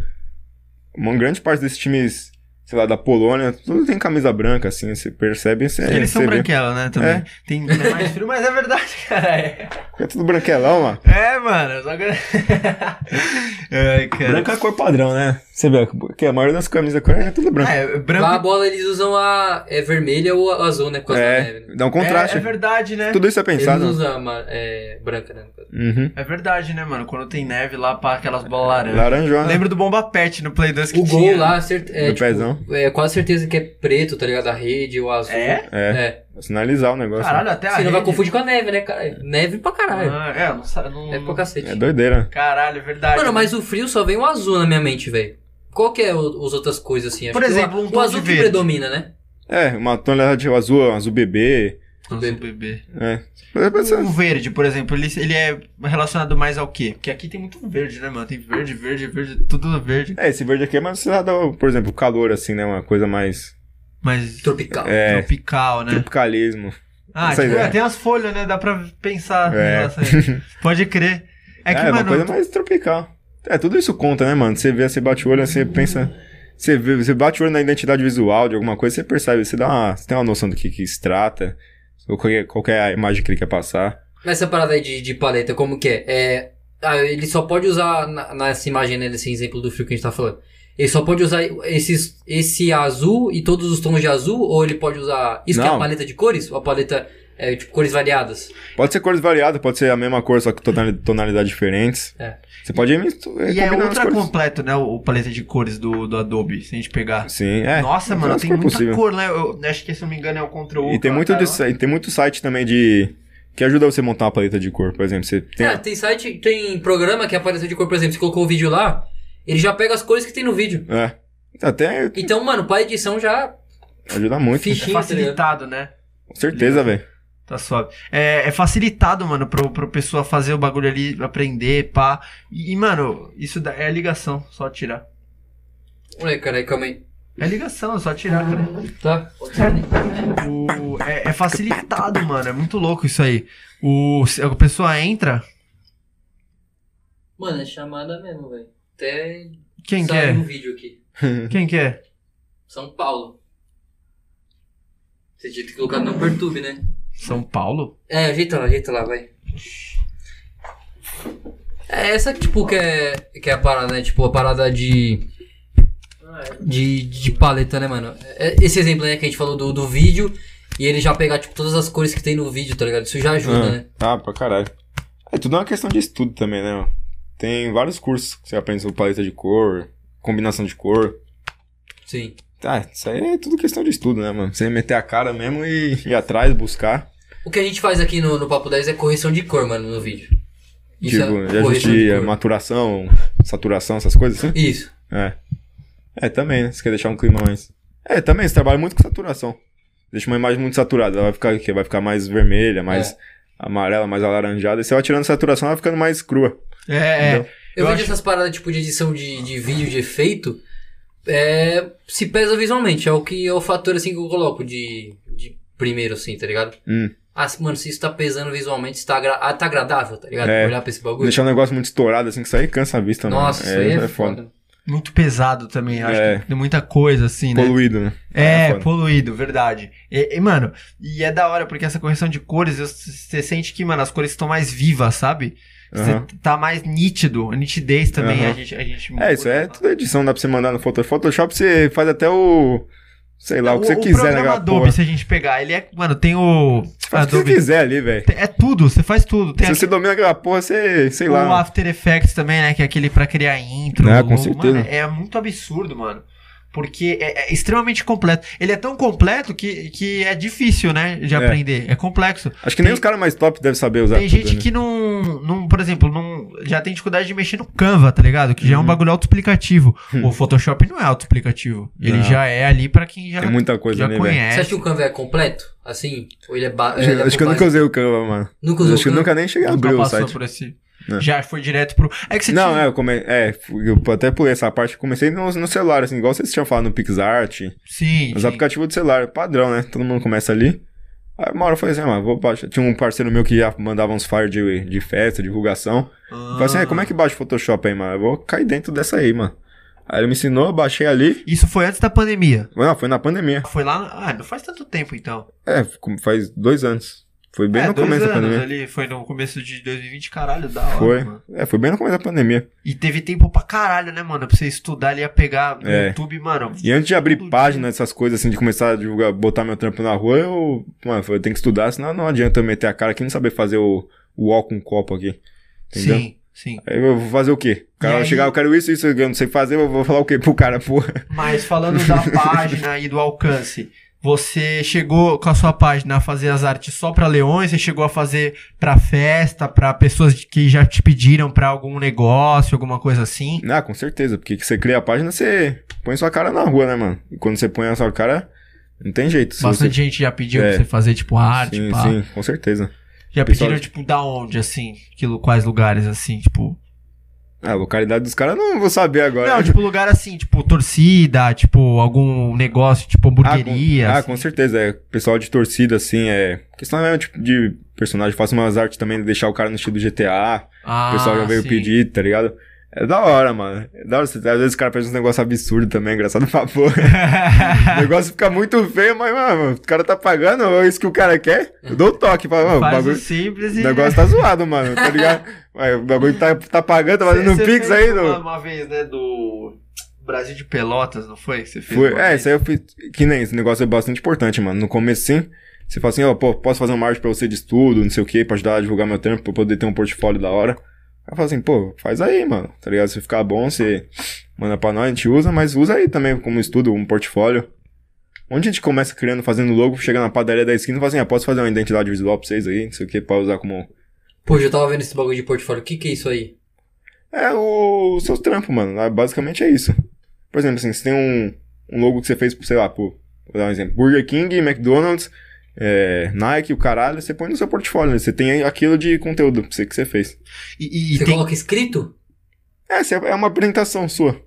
Speaker 3: Uma grande parte desses times, sei lá, da Polônia, tudo tem camisa branca, assim, você percebe, você,
Speaker 1: Eles são
Speaker 3: você vê.
Speaker 1: branquela, né? Também.
Speaker 3: É.
Speaker 1: Tem é mais frio, mas é verdade, [LAUGHS] cara. É,
Speaker 3: É tudo branquelão, mano.
Speaker 1: é mano. Só que... [LAUGHS] Ai, cara.
Speaker 3: Branco é a cor padrão, né? Você vê, que a maioria das camisas cor é tudo branco.
Speaker 1: É,
Speaker 2: Lá a
Speaker 1: branco.
Speaker 2: bola eles usam a é vermelha ou a azul, né? Por causa da neve.
Speaker 3: É,
Speaker 2: Né?
Speaker 3: dá um
Speaker 1: É,
Speaker 3: contraste.
Speaker 1: é verdade, né?
Speaker 3: Tudo isso é
Speaker 2: Eles não
Speaker 3: pensado.
Speaker 2: usam a ma- é, branca, né?
Speaker 3: Uhum.
Speaker 1: É verdade, né, mano? Quando tem neve lá, pá, aquelas bolas laranja.
Speaker 3: Laranjona.
Speaker 1: Lembro do Bomba Pet no Play 2 que
Speaker 2: O gol
Speaker 1: tinha.
Speaker 2: lá, cert... é,
Speaker 3: Do
Speaker 2: tipo,
Speaker 3: pezão.
Speaker 2: é quase certeza que é preto, tá ligado? A rede ou azul.
Speaker 1: É?
Speaker 3: É,
Speaker 2: É.
Speaker 3: pra sinalizar o negócio. né?
Speaker 1: Caralho, até a
Speaker 2: Você não vai
Speaker 1: rede.
Speaker 2: confundir com a neve, né, cara? Neve pra caralho.
Speaker 1: Ah, é, não sabe. Não...
Speaker 2: É pra cacete.
Speaker 3: É doideira.
Speaker 1: Caralho, é verdade.
Speaker 2: Mano,
Speaker 1: né?
Speaker 2: mas o frio só vem o azul na minha mente, velho. Qual que é o- as outras coisas assim? Acho
Speaker 1: Por
Speaker 2: que o-
Speaker 1: exemplo, um tom
Speaker 2: o azul
Speaker 1: de
Speaker 2: que
Speaker 1: verde.
Speaker 2: predomina, né?
Speaker 3: É, uma tonalidade azul, azul bebê.
Speaker 1: Nossa, o bebê.
Speaker 3: É. Mas você-
Speaker 1: O verde, por exemplo, ele, ele é relacionado mais ao quê? Porque aqui tem muito verde, né, mano? Tem verde, verde, verde, tudo verde.
Speaker 3: É, esse verde aqui é mais, sei lá, por exemplo, calor, assim, né? Uma coisa mais.
Speaker 1: Mas
Speaker 2: Tropical.
Speaker 3: É,
Speaker 1: tropical, né?
Speaker 3: tropicalismo.
Speaker 1: Ah,
Speaker 3: Essa
Speaker 1: tipo,
Speaker 3: ideia.
Speaker 1: é, tem as folhas, né? Dá pra pensar.
Speaker 3: É.
Speaker 1: É.
Speaker 3: [LAUGHS]
Speaker 1: Pode crer. É
Speaker 3: É,
Speaker 1: que,
Speaker 3: uma
Speaker 1: mano,
Speaker 3: coisa mais tropical. É, tudo isso conta, né, mano? Você vê, você bate o olho, você pensa. Você, vê, você bate o olho na identidade visual de alguma coisa, você percebe, você, dá uma, você tem uma noção do que, que se trata, ou qualquer, qual que é a imagem que ele quer passar.
Speaker 2: Nessa parada aí de, de paleta, como que é? é ah, ele só pode usar, na- nessa imagem, né, nesse exemplo do frio que a gente tá falando, ele só pode usar esses, esse azul e todos os tons de azul, ou ele pode usar, isso que é a
Speaker 3: Não.
Speaker 2: paleta de cores? Ou a paleta, é, tipo, cores variadas?
Speaker 3: Pode ser cores variadas, pode ser a mesma cor, só que tonali- tonalidades diferentes.
Speaker 2: É.
Speaker 3: Você pode mistu-
Speaker 1: e é
Speaker 3: combinar as
Speaker 1: ultra
Speaker 3: cores.
Speaker 1: completo, né? O o paleta de cores do, do Adobe, se a gente pegar.
Speaker 3: Sim, é.
Speaker 1: Nossa,
Speaker 3: Todas
Speaker 1: mano,
Speaker 3: as
Speaker 1: tem
Speaker 3: cores
Speaker 1: muita
Speaker 3: possível.
Speaker 1: cor, né? Eu acho que, se eu não me engano, é o Ctrl.
Speaker 3: E tem, muito é de, sa- e tem muito site também de. que ajuda você a montar uma paleta de cor, por exemplo. Você tem.
Speaker 2: Ah, tem site, tem programa que apareceu de cor, por exemplo, você colocou o vídeo lá, ele já pega as cores que tem no vídeo.
Speaker 3: É. Até
Speaker 2: Então, mano, pra edição já
Speaker 3: ajuda muito.
Speaker 1: É
Speaker 2: fichinha, tá ligado?
Speaker 1: facilitado, né?
Speaker 3: Com certeza, velho.
Speaker 1: Tá suave. É, é facilitado, mano, pro, pro pessoa fazer o bagulho ali, aprender, pá. E, mano, isso dá- é a ligação, só tirar.
Speaker 2: Olha, cara, aí, calma aí.
Speaker 1: É ligação, é só tirar, cara.
Speaker 2: Tá?
Speaker 1: O- é, é facilitado, mano. É muito louco isso aí. O, se a pessoa entra.
Speaker 2: Mano, é chamada mesmo, velho. Até
Speaker 1: Quem que
Speaker 2: saiu um
Speaker 1: é?
Speaker 2: vídeo aqui.
Speaker 1: Quem que é?
Speaker 2: São Paulo. Você tinha que colocar não perturbe, né?
Speaker 1: São Paulo?
Speaker 2: É, ajeita lá, ajeita lá, vai. É essa que, tipo, que é, que é a parada, né? Tipo, a parada de. De, de paleta, né, mano? É Esse exemplo, né, que a gente falou do, do vídeo e ele já pegar, tipo, todas as cores que tem no vídeo, tá ligado? Isso já ajuda,
Speaker 3: Ah,
Speaker 2: né?
Speaker 3: Ah, pra caralho. É, tudo é uma questão de estudo também, né? mano? Tem vários cursos que você aprende sobre paleta de cor, combinação de cor.
Speaker 2: Sim.
Speaker 3: Tá, isso aí é tudo questão de estudo, né, mano? Você meter a cara mesmo e ir atrás, buscar.
Speaker 2: O que a gente faz aqui no, no Papo 10 é correção de cor, mano, no vídeo. é
Speaker 3: tipo, de
Speaker 2: correção de
Speaker 3: ajuste,
Speaker 2: cor.
Speaker 3: maturação, saturação, essas coisas assim.
Speaker 2: Isso.
Speaker 3: É. É, também, né? Você quer deixar um clima mais. É, também, você trabalha muito com saturação. Deixa uma imagem muito saturada, ela vai ficar o quê? Vai ficar mais vermelha, mais
Speaker 1: É.
Speaker 3: amarela, mais alaranjada. E você vai tirando saturação, ela vai ficando mais crua.
Speaker 1: É, é.
Speaker 3: entendeu?
Speaker 1: Eu
Speaker 2: Eu, vejo
Speaker 1: acho-
Speaker 2: essas paradas tipo de edição de, de vídeo, de efeito, é, se pesa visualmente. É o que é o fator assim que eu coloco de, de primeiro, assim, tá ligado?
Speaker 3: Hum.
Speaker 2: Ah, se- mano, se isso tá pesando visualmente, se tá, agra- ah, tá agradável, tá ligado?
Speaker 3: É.
Speaker 2: Olhar pra esse bagulho.
Speaker 3: Deixar um negócio muito estourado, assim, que isso aí cansa a vista, mano.
Speaker 2: Nossa, isso aí é, foda.
Speaker 1: muito pesado também. Acho
Speaker 3: É.
Speaker 1: que tem muita coisa, assim, né?
Speaker 3: Poluído, né?
Speaker 1: É,
Speaker 3: É, foda.
Speaker 1: poluído, verdade. E, e, mano, e é da hora, porque essa correção de cores, você você sente que, mano, as cores estão mais vivas, sabe? Você
Speaker 3: Aham.
Speaker 1: tá mais nítido, a nitidez também,
Speaker 3: Aham.
Speaker 1: a gente... A gente
Speaker 3: É, isso é tudo edição, dá pra você mandar no Photoshop. Photoshop você faz até o. Sei lá, o, que você
Speaker 1: É, o
Speaker 3: quiser
Speaker 1: programa
Speaker 3: naquela
Speaker 1: Adobe,
Speaker 3: porra.
Speaker 1: se a gente pegar, ele é... Mano, tem o...
Speaker 3: Você faz o que você quiser ali, velho.
Speaker 1: É tudo, você faz tudo.
Speaker 3: Se
Speaker 1: Ah, Tem
Speaker 3: você domina aquela porra, você. Sei
Speaker 1: o
Speaker 3: lá.
Speaker 1: After Effects também, né? Que é aquele pra criar intro.
Speaker 3: Ah, com
Speaker 1: logo.
Speaker 3: certeza.
Speaker 1: Mano, é muito absurdo, mano. Porque é, é extremamente completo. Ele é tão completo que, que é difícil, né? De
Speaker 3: É.
Speaker 1: aprender. É complexo.
Speaker 3: Acho que nem
Speaker 1: Tem-
Speaker 3: os caras mais top devem saber usar.
Speaker 1: tem
Speaker 3: tudo,
Speaker 1: gente
Speaker 3: né?
Speaker 1: que não, não, por exemplo, não, já tem dificuldade de mexer no Canva, tá ligado? Que já é um
Speaker 3: Uhum. Hum.
Speaker 1: bagulho autoexplicativo. o Photoshop não é autoexplicativo. Ele
Speaker 3: Não.
Speaker 1: já é ali pra quem já,
Speaker 3: Tem muita coisa né,
Speaker 1: já
Speaker 3: ali, velho.
Speaker 2: Você
Speaker 1: conhece.
Speaker 2: acha que o Canva é completo? Assim? Ou ele é... Ba...
Speaker 3: Acho,
Speaker 2: ele é
Speaker 3: acho que eu
Speaker 2: por
Speaker 3: nunca
Speaker 2: base?
Speaker 3: usei o Canva, mano.
Speaker 2: Nunca usou
Speaker 3: Acho que eu
Speaker 2: o Canva?
Speaker 3: nunca nem cheguei a
Speaker 1: Nunca
Speaker 3: abrir o
Speaker 1: passou
Speaker 3: site.
Speaker 1: por esse.
Speaker 3: É.
Speaker 1: Já foi direto pro. É que você
Speaker 3: Não,
Speaker 1: tinha-
Speaker 3: é, eu come... é, fui- eu até pulei essa parte. eu Comecei no, no celular, assim, igual vocês tinham falado no PixArt.
Speaker 1: Sim.
Speaker 3: Os
Speaker 1: sim.
Speaker 3: aplicativos do celular, padrão, né? Todo mundo começa ali. Aí uma hora eu falei assim, ah, mano, vou baixar. Tinha um parceiro meu que já mandava uns flyers de, de festa, divulgação. Eu falei assim,
Speaker 1: Ah.
Speaker 3: "Ah, como é que baixa o Photoshop aí, mano? Eu vou cair dentro dessa aí, mano. Aí ele me ensinou, eu baixei ali.
Speaker 1: Ah. Isso foi antes da pandemia.
Speaker 3: Não, foi na pandemia.
Speaker 1: Foi lá. Ah, não faz tanto tempo então.
Speaker 3: É, como faz dois anos. Foi bem
Speaker 1: é,
Speaker 3: no
Speaker 1: dois
Speaker 3: começo da
Speaker 1: anos
Speaker 3: pandemia.
Speaker 1: ali. Foi no começo de 2020, caralho, da hora.
Speaker 3: Foi.
Speaker 1: Mano.
Speaker 3: É, foi bem no começo da pandemia.
Speaker 1: E teve tempo pra caralho, né, mano? Pra você estudar ali, ia pegar no
Speaker 3: É.
Speaker 1: YouTube, mano.
Speaker 3: E antes de abrir
Speaker 1: Todo
Speaker 3: página, essas coisas assim, de começar a divulgar, botar meu trampo na rua, eu, mano, eu falei, eu tenho que estudar, senão não adianta eu meter a cara aqui e não saber fazer o, o wall com copo aqui. Entendeu?
Speaker 1: Sim, sim.
Speaker 3: Aí eu vou fazer o quê? O cara
Speaker 1: E
Speaker 3: vai
Speaker 1: aí-
Speaker 3: chegar, eu quero isso, isso, eu não sei fazer, eu vou falar o quê pro cara, [LAUGHS] porra?
Speaker 1: Mas falando
Speaker 3: [LAUGHS]
Speaker 1: da página e do alcance, você chegou com a sua página a fazer as artes só pra leões? Você chegou a fazer pra festa, pra pessoas de- que já te pediram pra algum negócio, alguma coisa assim?
Speaker 3: Ah, com certeza, porque que você cria a página, você põe sua cara na rua, né, mano? E quando você põe a sua cara, não tem jeito. Se
Speaker 1: Bastante gente já pediu
Speaker 3: É.
Speaker 1: pra você fazer, tipo,
Speaker 3: Você...
Speaker 1: arte,
Speaker 3: Sim,
Speaker 1: pá.
Speaker 3: sim, com certeza.
Speaker 1: Já
Speaker 3: Pessoal-
Speaker 1: pediram, tipo, da onde, assim? Que, lu- quais lugares, assim, tipo...
Speaker 3: Ah, A localidade dos caras eu não vou saber agora.
Speaker 1: Não, tipo, lugar assim, tipo, torcida, tipo, algum negócio, tipo, hamburgueria.
Speaker 3: Ah, com, ah,
Speaker 1: assim.
Speaker 3: com certeza. É, pessoal de torcida, assim, é. Questão mesmo tipo, de personagem. Faço umas artes também de deixar o cara no estilo GTA.
Speaker 1: Ah,
Speaker 3: o pessoal já veio
Speaker 1: sim.
Speaker 3: pedir, tá ligado? É da hora, mano. É da hora. Às vezes o cara faz uns negócios absurdos também, engraçado
Speaker 1: [LAUGHS]
Speaker 3: pra porra. o negócio fica muito feio, mas, mano, o cara tá pagando, é isso que o cara quer. Eu dou o toque, falo, mano, o
Speaker 1: Faz o né?"
Speaker 3: bagulho.
Speaker 1: simples
Speaker 3: O
Speaker 1: e...
Speaker 3: negócio tá zoado, mano, tá ligado? Mas o bagulho tá, tá pagando, tá fazendo um
Speaker 1: Cê- cê
Speaker 3: pix
Speaker 1: fez
Speaker 3: aí,
Speaker 1: Uma,
Speaker 3: não.
Speaker 1: uma vez, né, do Brasil de Pelotas, não foi? Você fez
Speaker 3: Foi,
Speaker 1: uma
Speaker 3: é,
Speaker 1: vez.
Speaker 3: isso aí eu fiz. Que nem, esse negócio é bastante importante, mano. No começo, sim. Você fala assim, ó, pô, posso fazer uma arte pra você de estudo, não sei o quê, pra ajudar a divulgar meu trampo, pra poder ter um portfólio da hora. Aí fala assim, pô, faz aí, mano, tá ligado? Se ficar bom, você manda pra nós, a gente usa, mas usa aí também como estudo, um portfólio. Onde a gente começa criando, fazendo logo, chega na padaria da esquina e fala assim, ah, posso fazer uma identidade visual pra vocês aí, não sei o quê, pra usar como...
Speaker 2: Pô, eu tava vendo esse bagulho de portfólio. O que que é isso aí?
Speaker 3: É o, o seu trampo, mano, Ah, basicamente é isso. Por exemplo, assim, você tem um, um logo que você fez, sei lá, por, vou dar um exemplo, Burger King, McDonald's, é, Nike, o caralho, você põe no seu portfólio, né? você tem aquilo de conteúdo pra você que você fez.
Speaker 1: E, e- e
Speaker 2: Você
Speaker 1: tem,
Speaker 2: coloca escrito?
Speaker 3: É, você- é uma apresentação sua.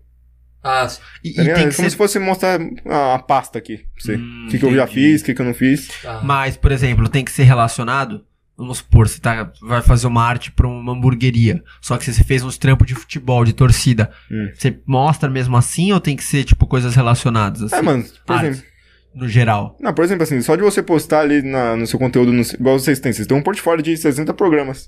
Speaker 2: Ah,
Speaker 1: e- e
Speaker 3: Tá ligado?
Speaker 1: tem
Speaker 3: É
Speaker 1: que
Speaker 3: como
Speaker 1: ser...
Speaker 3: se fosse mostrar a a pasta aqui pra você. O
Speaker 1: Hum,
Speaker 3: que, que eu já
Speaker 1: entendi.
Speaker 3: fiz, o que, que eu não fiz. É,
Speaker 2: tá.
Speaker 1: Mas, por exemplo, tem que ser relacionado... Vamos supor, você tá, vai fazer uma arte pra uma hamburgueria. Só que você fez uns trampos de futebol, de torcida.
Speaker 3: Hum.
Speaker 1: Você mostra mesmo assim ou tem que ser, tipo, coisas relacionadas, assim,
Speaker 3: É, mano, por
Speaker 1: Artes.
Speaker 3: exemplo.
Speaker 1: no geral?
Speaker 3: Não, por exemplo, assim, só de você postar ali na- no seu conteúdo, no, igual vocês têm, vocês têm um portfólio de 60 programas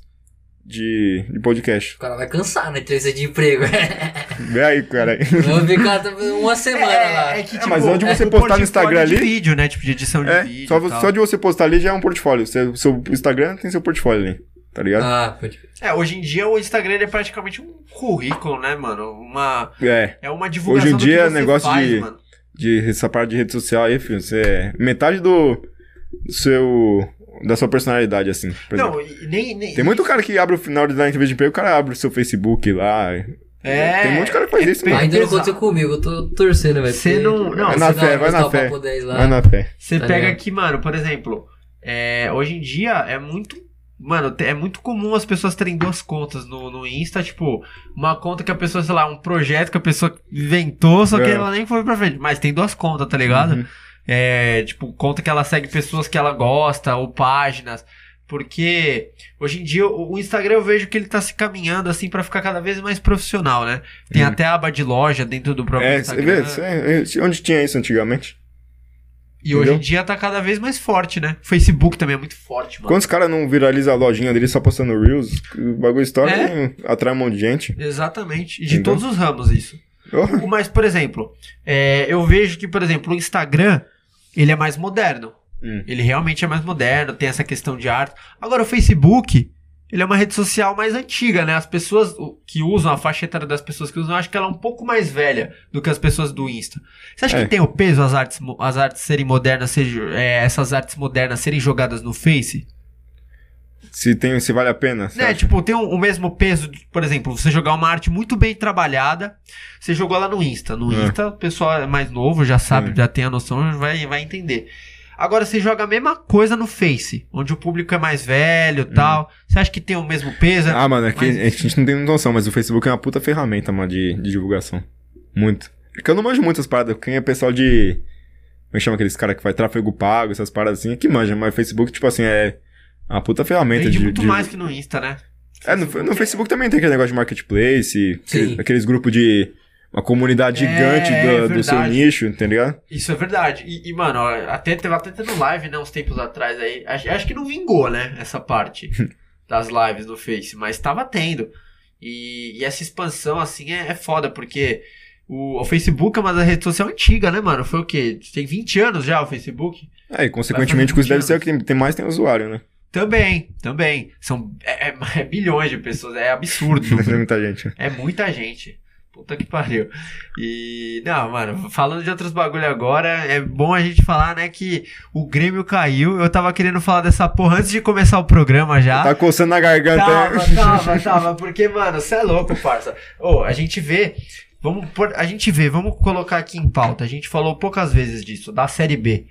Speaker 3: de, de podcast.
Speaker 2: O cara vai cansar, né? Três dias de emprego. [LAUGHS]
Speaker 3: Vê aí, cara.
Speaker 2: Vou ficar uma semana lá.
Speaker 1: é, que,
Speaker 3: É, mas onde você
Speaker 1: o
Speaker 3: postar no Instagram
Speaker 1: portfólio de
Speaker 3: ali-
Speaker 1: vídeo, né? Tipo, de edição de
Speaker 3: É,
Speaker 1: vídeo
Speaker 3: só,
Speaker 1: e
Speaker 3: vo-
Speaker 1: tal.
Speaker 3: só de você postar ali já é um portfólio. Seu, seu Instagram tem seu portfólio ali, tá ligado?
Speaker 2: Ah, pode crer.
Speaker 1: É, hoje em dia o Instagram ele é praticamente um currículo, né, mano? Uma...
Speaker 3: É,
Speaker 1: É uma divulgação
Speaker 3: Hoje em
Speaker 1: do
Speaker 3: dia
Speaker 1: que
Speaker 3: é
Speaker 1: você
Speaker 3: negócio
Speaker 1: faz,
Speaker 3: de-
Speaker 1: mano.
Speaker 3: de essa parte de rede social aí, filho, você é metade do do seu. da sua personalidade, assim. Por exemplo.
Speaker 1: Não, e nem, nem...
Speaker 3: Tem muito cara que abre o final da entrevista de emprego, o cara abre o seu Facebook lá.
Speaker 1: É.
Speaker 3: Tem um monte de cara que faz isso,
Speaker 1: É
Speaker 3: mano.
Speaker 2: Ainda não
Speaker 1: pesado.
Speaker 2: aconteceu comigo, eu tô torcendo, velho.
Speaker 1: Você
Speaker 2: porque-
Speaker 1: não- não,
Speaker 2: Você
Speaker 3: na
Speaker 2: dá
Speaker 3: fé,
Speaker 2: um
Speaker 3: vai na
Speaker 2: papo
Speaker 3: fé.
Speaker 2: pro 10 lá.
Speaker 3: Vai na fé.
Speaker 1: Você
Speaker 2: Tá
Speaker 1: pega
Speaker 2: ligado?
Speaker 1: aqui, mano, por exemplo, é, hoje em dia é muito. Mano, te- é muito comum as pessoas terem duas contas no, no Insta, tipo, uma conta que a pessoa, sei lá, um projeto que a pessoa inventou, só que
Speaker 3: É.
Speaker 1: ela nem foi pra frente. Mas tem duas contas, tá ligado?
Speaker 3: Uhum.
Speaker 1: É, tipo, conta que ela segue pessoas que ela gosta, ou páginas. Porque hoje em dia o o Instagram eu vejo que ele tá se caminhando assim pra ficar cada vez mais profissional, né? Tem
Speaker 3: Hum.
Speaker 1: até a aba de loja dentro do próprio
Speaker 3: É, você
Speaker 1: Instagram.
Speaker 3: vê, cê- onde tinha isso antigamente?
Speaker 1: e hoje em
Speaker 3: entendeu?
Speaker 1: dia tá cada vez mais forte, né? O Facebook também é muito forte, mano.
Speaker 3: Quantos caras não viralizam a lojinha dele só postando Reels? O bagulho história
Speaker 1: É.
Speaker 3: atrai um monte de gente.
Speaker 1: Exatamente. E de
Speaker 3: Entendeu?
Speaker 1: todos os ramos isso.
Speaker 3: Oh,
Speaker 1: O- Mas, por exemplo, é, eu vejo que, por exemplo, o Instagram, ele é mais moderno.
Speaker 3: Hum.
Speaker 1: Ele realmente é mais moderno, tem essa questão de arte. Agora, o Facebook, ele é uma rede social mais antiga, né? As pessoas o- que usam, a faixa etária das pessoas que usam, eu acho que ela é um pouco mais velha do que as pessoas do Insta. Você acha
Speaker 3: É.
Speaker 1: que tem o peso as artes, mo- as artes serem modernas, ser, é, essas artes modernas serem jogadas no Face?
Speaker 3: se, tem, se vale a pena. cê
Speaker 1: Né,
Speaker 3: acha?
Speaker 1: tipo, tem o o mesmo peso, de, por exemplo, você jogar uma arte muito bem trabalhada, você jogou ela no Insta. No
Speaker 3: É.
Speaker 1: Insta, o pessoal é mais novo, já sabe,
Speaker 3: Sim.
Speaker 1: já tem a noção, vai, vai entender. Agora, você joga a mesma coisa no Face, onde o público é mais velho e tal. Você acha que tem o mesmo peso?
Speaker 3: Hum. Ah, mano, é que
Speaker 1: Mas-
Speaker 3: a gente não tem noção, mas o Facebook é uma puta ferramenta, mano, de, de divulgação. Muito. É que eu não manjo muito essas paradas. Quem é pessoal de. Como é que chama aqueles caras que faz tráfego pago, essas paradas assim, é que manja, mas o Facebook, tipo assim, é uma puta ferramenta
Speaker 1: Vende
Speaker 3: de.
Speaker 1: muito
Speaker 3: de-
Speaker 1: mais que no Insta, né?
Speaker 3: É, no, no Facebook também tem aquele negócio de marketplace,
Speaker 2: Sim.
Speaker 3: aqueles, aqueles grupos de. Uma comunidade
Speaker 1: É,
Speaker 3: gigante do, do seu
Speaker 1: verdade.
Speaker 3: nicho, tá ligado?
Speaker 1: Isso é verdade. E, e, mano, ó, até teve até tendo live, né, uns tempos atrás aí. Acho, acho que não vingou, né, essa parte das lives no Face, mas tava tendo. E, e essa expansão, assim, é, é foda, porque o, o Facebook é uma da rede social antiga, né, mano? Foi o quê? Tem 20 anos já o Facebook?
Speaker 3: É, e consequentemente o
Speaker 1: Vai fazer
Speaker 3: custo deve
Speaker 1: 20
Speaker 3: ser é o que tem, tem mais tem
Speaker 1: [LAUGHS]
Speaker 3: usuário, né?
Speaker 1: Também, também. São é, [LAUGHS] é- é bilhões de pessoas, é absurdo.
Speaker 3: [LAUGHS] Tem muita gente.
Speaker 1: É muita gente. Puta que pariu. E, não, mano, falando de outros bagulho agora, é bom a gente falar, né, que o Grêmio caiu. Eu tava querendo falar dessa porra antes de começar o programa já.
Speaker 3: Tá coçando na garganta. né? [LAUGHS]
Speaker 1: Tava, tava, tava, porque, mano, você é louco, parça. Ô, a gente vê, vamos pôr, a gente vê, vamos colocar aqui em pauta. A gente falou poucas vezes disso, da Série B.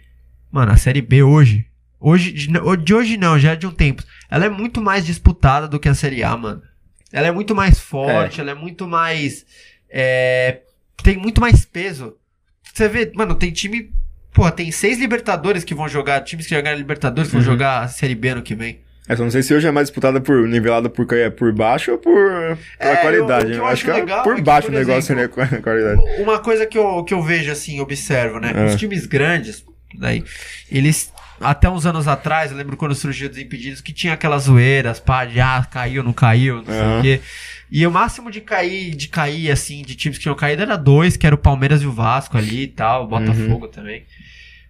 Speaker 1: Mano, a Série B hoje, hoje, de de hoje não, já é de um tempo, ela é muito mais disputada do que a Série A, mano. Ela é muito mais forte, ela é muito mais, é, tem muito mais peso. Você vê, mano, tem time, porra, tem seis Libertadores que vão jogar, times que jogaram Libertadores que
Speaker 3: Uhum.
Speaker 1: vão jogar a Série B ano que vem.
Speaker 3: É, só não sei se hoje é mais disputada por nivelada por, ca- por baixo ou por pela
Speaker 1: É, eu- o
Speaker 3: qualidade.
Speaker 1: que
Speaker 3: né?
Speaker 1: eu acho
Speaker 3: acho que
Speaker 1: legal
Speaker 3: é
Speaker 1: é
Speaker 3: por
Speaker 1: que,
Speaker 3: baixo
Speaker 1: por
Speaker 3: o negócio, [LAUGHS]
Speaker 1: exemplo,
Speaker 3: né? A qualidade.
Speaker 1: Uma coisa que eu, que eu vejo, assim, observo, né?
Speaker 3: Ah.
Speaker 1: Os times grandes, daí, eles. Até uns anos atrás, eu lembro quando surgiu o Desimpedidos, que tinha aquelas zoeiras, pá, de ah, caiu, não caiu, não sei
Speaker 3: Aham.
Speaker 1: o quê. E o máximo de cair, de cair, assim, de times que tinham caído era dois, que era o Palmeiras e o Vasco ali e tal, o Botafogo também.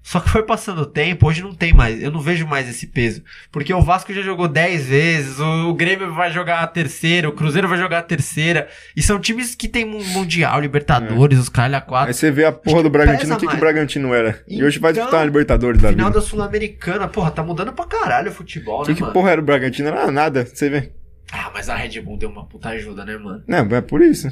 Speaker 1: Só que foi passando o tempo, hoje não tem mais, eu não vejo mais esse peso. Porque o Vasco já jogou 10 vezes, o, o Grêmio vai jogar a terceira, o Cruzeiro vai jogar a terceira. E são times que tem mu- Mundial,
Speaker 2: É.
Speaker 1: Libertadores, os caralho a quatro.
Speaker 3: Aí você vê a porra do Bragantino,
Speaker 1: pesa
Speaker 3: o que, que o
Speaker 1: mais.
Speaker 3: Bragantino era. e hoje vai
Speaker 1: Então,
Speaker 3: disputar a Libertadores da
Speaker 1: Final
Speaker 3: vida.
Speaker 1: da Sul-Americana, porra, tá mudando pra caralho o futebol,
Speaker 3: O
Speaker 1: né,
Speaker 3: que, que
Speaker 1: mano?
Speaker 3: porra era o Bragantino? Era nada, você vê.
Speaker 1: Ah, mas a Red Bull deu uma puta ajuda, né, mano?
Speaker 3: Não, é por isso.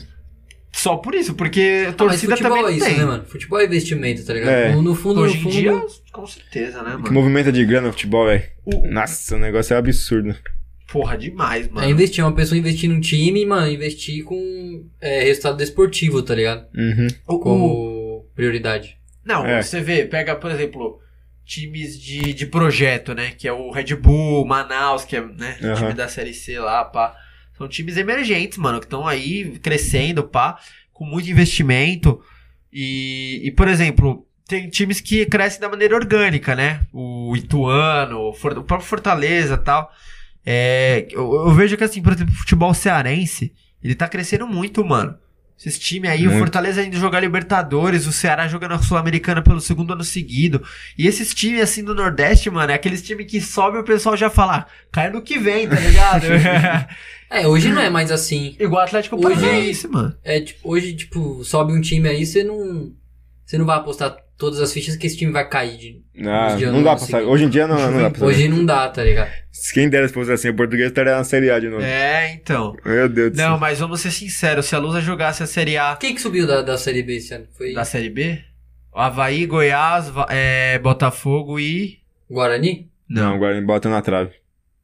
Speaker 1: Só por isso, porque a torcida
Speaker 2: mas futebol
Speaker 1: também não
Speaker 2: é isso,
Speaker 1: tem.
Speaker 2: né, mano? Futebol é investimento, tá ligado?
Speaker 3: É.
Speaker 2: No, no fundo,
Speaker 1: Hoje
Speaker 2: no
Speaker 1: em
Speaker 2: fundo. é
Speaker 1: dia, com certeza, né,
Speaker 3: Que
Speaker 1: mano?
Speaker 3: movimento de grana no futebol, velho.
Speaker 1: O-
Speaker 3: Nossa, o negócio é absurdo.
Speaker 1: Porra, demais, mano.
Speaker 2: É investir, uma pessoa investir num time, mano, investir com é, resultado desportivo, tá ligado?
Speaker 3: Uhum.
Speaker 1: O- o-
Speaker 2: Como prioridade.
Speaker 1: Não,
Speaker 3: É.
Speaker 1: você vê, pega, por exemplo, times de, de projeto, né? Que é o Red Bull, Manaus, que é né,
Speaker 3: Aham.
Speaker 1: time da Série C lá, pá. São times emergentes, mano, que estão aí crescendo, pá, com muito investimento. E, e, por exemplo, tem times que crescem da maneira orgânica, né? O Ituano, o, For- o próprio Fortaleza tal. É, eu, eu vejo que, assim, por exemplo, o futebol cearense, ele tá crescendo muito, mano. Esses times aí, o
Speaker 3: Muito.
Speaker 1: Fortaleza indo jogar Libertadores, o Ceará jogando a Sul-Americana pelo segundo ano seguido. E esses times, assim, do Nordeste, mano, é aqueles times que sobe o pessoal já fala, "Ah, cai no que vem, tá ligado?
Speaker 2: É, hoje não é mais assim.
Speaker 1: Igual o Atlético
Speaker 2: Hoje-
Speaker 1: Paranaense, mano.
Speaker 2: É, tipo, hoje, tipo, sobe um time aí, você não. Você não vai apostar todas as fichas que esse time vai cair. de-
Speaker 1: tipo,
Speaker 3: Ah,
Speaker 2: Os dias
Speaker 3: não
Speaker 2: não
Speaker 3: dá pra
Speaker 2: conseguem.
Speaker 3: saber. Hoje em dia não, não dá pra saber.
Speaker 2: Hoje não dá, tá ligado?
Speaker 3: Se Quem dera se fosse assim, o português estaria na Série A de novo.
Speaker 1: É, então.
Speaker 3: Meu Deus do
Speaker 1: Não,
Speaker 3: céu.
Speaker 1: mas vamos ser sinceros, se a Lusa jogasse a Série A
Speaker 2: Quem que subiu da, da Série B esse ano? Foi
Speaker 1: da Série B, Havaí, Goiás, Va- é, Botafogo e...
Speaker 2: Guarani?
Speaker 3: Não, agora ele bota na trave.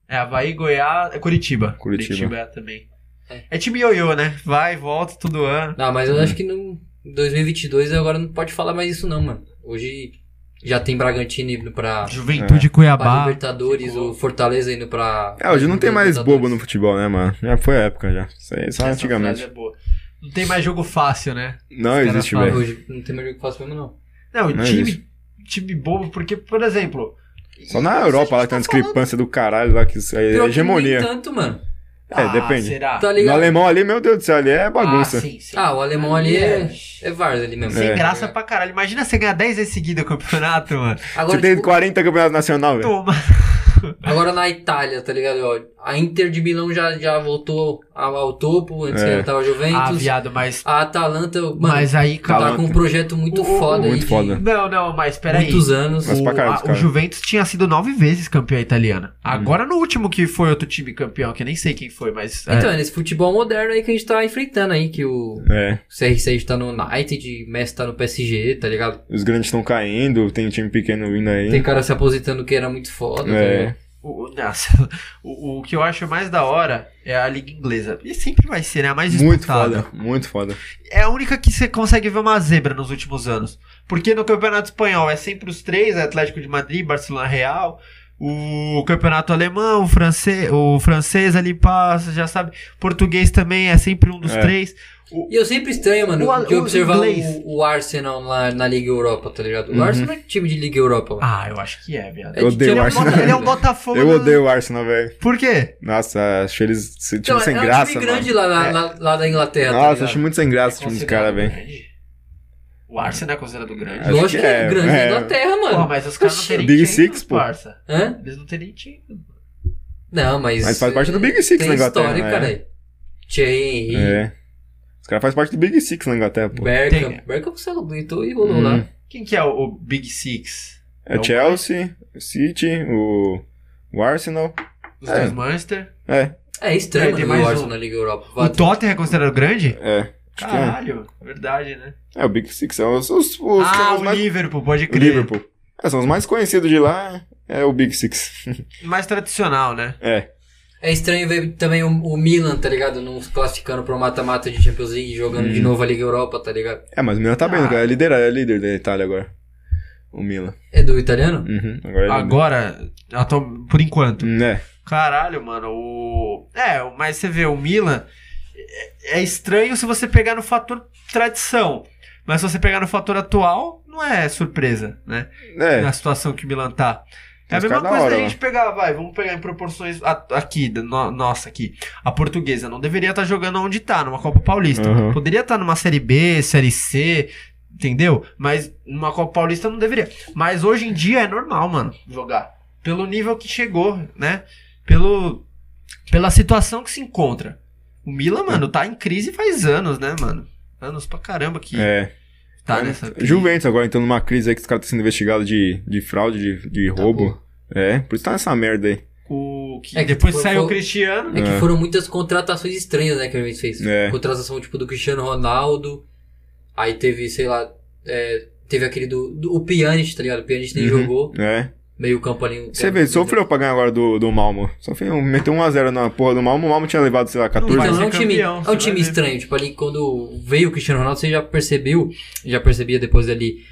Speaker 1: É Havaí, Goiás, é Curitiba.
Speaker 3: Curitiba.
Speaker 1: Curitiba é também.
Speaker 2: É.
Speaker 1: É time ioiô, né? Vai, volta, todo ano.
Speaker 2: Ah,
Speaker 1: Hum.
Speaker 2: Não, mas eu acho que no 2022 agora não pode falar mais isso não, mano. Hoje Já tem Bragantino indo pra,
Speaker 1: Juventude
Speaker 2: pra
Speaker 1: Cuiabá.
Speaker 2: Libertadores, o Fortaleza indo pra.
Speaker 3: É, hoje não tem mais
Speaker 2: Libertadores.
Speaker 3: bobo no futebol, né, mano? Já foi a época já. Isso aí, só
Speaker 1: Essa
Speaker 3: antigamente.
Speaker 1: frase é boa. Não tem mais jogo fácil, né?
Speaker 3: Não
Speaker 1: Os caras
Speaker 3: existe,
Speaker 1: falam
Speaker 2: Ah,
Speaker 3: velho.
Speaker 2: hoje não tem mais jogo fácil mesmo, não.
Speaker 1: Não,
Speaker 3: Não é
Speaker 1: time, time bobo, porque, por exemplo.
Speaker 3: Só na
Speaker 1: se a gente
Speaker 3: Europa lá que tem uma
Speaker 1: tá falando-
Speaker 3: discrepância do caralho lá, que isso aí
Speaker 2: Pior
Speaker 3: é
Speaker 2: que
Speaker 3: hegemonia.
Speaker 2: nem tanto, mano.
Speaker 3: É,
Speaker 1: Ah,
Speaker 3: depende.
Speaker 1: Será?
Speaker 2: Tá
Speaker 3: No
Speaker 2: ligado?
Speaker 3: alemão ali, meu Deus do céu, ali é bagunça.
Speaker 1: Ah, sim, sim.
Speaker 2: Ah, o alemão ali é. É Vars ali mesmo.
Speaker 1: Sem
Speaker 3: É.
Speaker 1: graça pra caralho. Imagina você ganhar 10 vezes seguida o campeonato, mano.
Speaker 2: Agora,
Speaker 3: Você tem
Speaker 2: tipo,
Speaker 3: 40 campeonatos nacional, velho.
Speaker 1: Toma.
Speaker 2: agora na Itália, tá ligado? Ó, a Inter de Milão já, já voltou ao, ao topo, antes
Speaker 3: É.
Speaker 2: que ela tava a
Speaker 1: Ah,
Speaker 2: Juventus.
Speaker 1: viado, mas.
Speaker 2: a Atalanta, mano,
Speaker 1: mas aí,
Speaker 2: tá
Speaker 1: cara.
Speaker 2: com um projeto muito
Speaker 1: O- o-
Speaker 2: foda aí.
Speaker 3: Uh, muito
Speaker 2: de
Speaker 3: foda.
Speaker 1: Não, não, mas peraí.
Speaker 2: Muitos anos.
Speaker 3: Mas pra
Speaker 1: O-
Speaker 3: caralho,
Speaker 1: a- o,
Speaker 3: cara. Uhum.
Speaker 1: Juventus tinha sido nove vezes campeã italiana. Agora no último que foi outro time campeão, que eu nem sei quem foi, mas. é.
Speaker 2: Então, é nesse futebol moderno aí que a gente tá enfrentando aí, que o
Speaker 3: É,
Speaker 2: CR6 tá no United, o Messi tá no PSG, tá ligado?
Speaker 3: os grandes estão caindo, tem time pequeno vindo aí.
Speaker 2: Tem cara se aposentando que era muito foda, tá
Speaker 3: É.
Speaker 2: ligado?
Speaker 1: O, o- nossa, [LAUGHS] o, o que eu acho mais da hora é a Liga Inglesa. E sempre vai ser, né? A mais
Speaker 3: Muito
Speaker 1: disputada.
Speaker 3: foda, muito foda.
Speaker 1: É a única que você consegue ver uma zebra nos últimos anos. Porque no Campeonato Espanhol é sempre os três: Atlético de Madrid, Barcelona Real. O campeonato alemão, o francês, o francês ali passa, já sabe. Português também é sempre um dos
Speaker 3: É.
Speaker 1: três.
Speaker 2: E eu sempre estranho, mano,
Speaker 1: O al-
Speaker 2: de
Speaker 1: o
Speaker 2: observar
Speaker 1: inglês.
Speaker 2: o, o Arsenal lá na Liga Europa, tá ligado? O
Speaker 3: Uhum.
Speaker 2: Arsenal é time de Liga Europa, mano.
Speaker 1: Ah, eu acho que é, viado.
Speaker 2: É de
Speaker 3: Eu odeio
Speaker 2: tirar
Speaker 3: o
Speaker 1: Ele é, um
Speaker 2: uma
Speaker 3: Arsenal.
Speaker 1: Bota- [LAUGHS] ele é um
Speaker 2: grana.
Speaker 1: Botafogo.
Speaker 3: Eu
Speaker 1: do-
Speaker 3: odeio o Arsenal, velho.
Speaker 1: Por quê?
Speaker 3: Nossa, achei eles esse time
Speaker 2: Então,
Speaker 3: sem
Speaker 2: é um
Speaker 3: graça,
Speaker 2: time
Speaker 3: mano. É.
Speaker 2: grande lá, na- lá, lá da Inglaterra, tá
Speaker 3: Nossa,
Speaker 2: ligado?
Speaker 3: achei muito sem graça esse time dos caras, velho.
Speaker 1: grande? O Arsenal é considerado grande.
Speaker 3: acho
Speaker 2: Lógico
Speaker 3: que
Speaker 2: que é,
Speaker 3: é,
Speaker 2: grande
Speaker 3: é.
Speaker 2: da Inglaterra, mano.
Speaker 1: Porra, mas os caras não terem
Speaker 3: Big
Speaker 1: time,
Speaker 3: Six, pô.
Speaker 1: parça.
Speaker 2: Hã?
Speaker 1: Eles não terem time.
Speaker 2: Não, mas...
Speaker 3: Mas faz parte do Big Six
Speaker 2: Tem
Speaker 3: na Inglaterra,
Speaker 2: história,
Speaker 3: né?
Speaker 2: cara. Thierry Henry,
Speaker 3: É. Os caras fazem parte do Big Six na Inglaterra, pô.
Speaker 2: Bergkamp.
Speaker 1: Tem.
Speaker 2: Bergkamp se aguentou e rolou
Speaker 3: Hum.
Speaker 2: lá.
Speaker 1: Quem que é o, o Big Six?
Speaker 3: É
Speaker 1: É o-
Speaker 3: o Chelsea, o City, o, o Arsenal.
Speaker 1: Os
Speaker 3: É.
Speaker 1: dois Manchester.
Speaker 3: É,
Speaker 2: É estranho,
Speaker 1: É, tem
Speaker 2: mano,
Speaker 1: mais
Speaker 2: o Arsenal
Speaker 1: um.
Speaker 2: na Liga Europa.
Speaker 1: O Tottenham é considerado grande?
Speaker 3: é. Acho que é.
Speaker 1: Caralho, verdade, né?
Speaker 3: É, o Big Six. São os, os, os,
Speaker 1: ah,
Speaker 3: os
Speaker 1: o
Speaker 3: mais.
Speaker 1: Liverpool, pode
Speaker 3: o
Speaker 1: crer.
Speaker 3: Liverpool. É, são os mais conhecidos de lá. É o Big Six. [LAUGHS]
Speaker 1: Mais tradicional, né?
Speaker 3: É.
Speaker 2: É estranho ver também o, o Milan, tá ligado? Não se classificando pro mata-mata de Champions League, jogando
Speaker 3: Hum.
Speaker 2: de novo a Liga Europa, tá ligado?
Speaker 3: É, mas o Milan tá bem,
Speaker 1: Ah.
Speaker 3: cara. É líder, é líder da Itália agora. O Milan.
Speaker 2: É do italiano?
Speaker 3: Uhum, agora é líder.
Speaker 1: Agora, atual- por enquanto.
Speaker 3: Hum, É.
Speaker 1: Caralho, mano, o. É, mas você vê, o Milan. é- É estranho se você pegar no fator tradição. Mas se você pegar no fator atual, não é surpresa, né?
Speaker 3: É.
Speaker 1: Na situação que o Milan tá. É a
Speaker 3: Os
Speaker 1: mesma
Speaker 3: caras da
Speaker 1: coisa
Speaker 3: hora, né?
Speaker 1: da gente pegar, vai, vamos pegar em proporções a- aqui, da no- nossa, aqui. A portuguesa não deveria estar jogando onde tá, numa Copa Paulista.
Speaker 3: Uhum.
Speaker 1: Poderia estar numa Série B, Série C, entendeu? Mas numa Copa Paulista não deveria. Mas hoje em dia é normal, mano, jogar. Pelo nível que chegou, né? Pelo, pela situação que se encontra. O Milan, mano, tá em crise faz anos, né, mano? Anos pra caramba que
Speaker 3: É.
Speaker 1: tá nessa crise.
Speaker 3: Juventus agora entrando numa crise aí que os caras estão sendo investigados de, de fraude, de, de
Speaker 1: Tá
Speaker 3: roubo. É, por isso tá nessa merda aí.
Speaker 1: O que
Speaker 2: É que
Speaker 1: depois
Speaker 2: foi-
Speaker 1: saiu o
Speaker 2: foi-
Speaker 1: Cristiano. né?
Speaker 2: É que
Speaker 3: É.
Speaker 2: foram muitas contratações estranhas, né, que a gente fez.
Speaker 3: É.
Speaker 2: Contratação, tipo, do Cristiano Ronaldo. Aí teve, sei lá, é, teve aquele do, do- O Pjanic, tá ligado? O Pjanic nem
Speaker 3: Uhum.
Speaker 2: jogou.
Speaker 3: É.
Speaker 2: Meio campo ali.
Speaker 1: É,
Speaker 3: Você vê, sofreu pra ganhar agora do, do Malmo. Sofreu, meteu 1x0 na porra do Malmo. O Malmo tinha levado, sei lá, 14.
Speaker 1: Não vai
Speaker 2: Então,
Speaker 1: ser
Speaker 2: é um time,
Speaker 1: campeão, você
Speaker 2: é um
Speaker 1: vai
Speaker 2: time
Speaker 1: ver.
Speaker 2: estranho. Tipo, ali quando veio o Cristiano Ronaldo, você já percebeu, já percebia depois ali,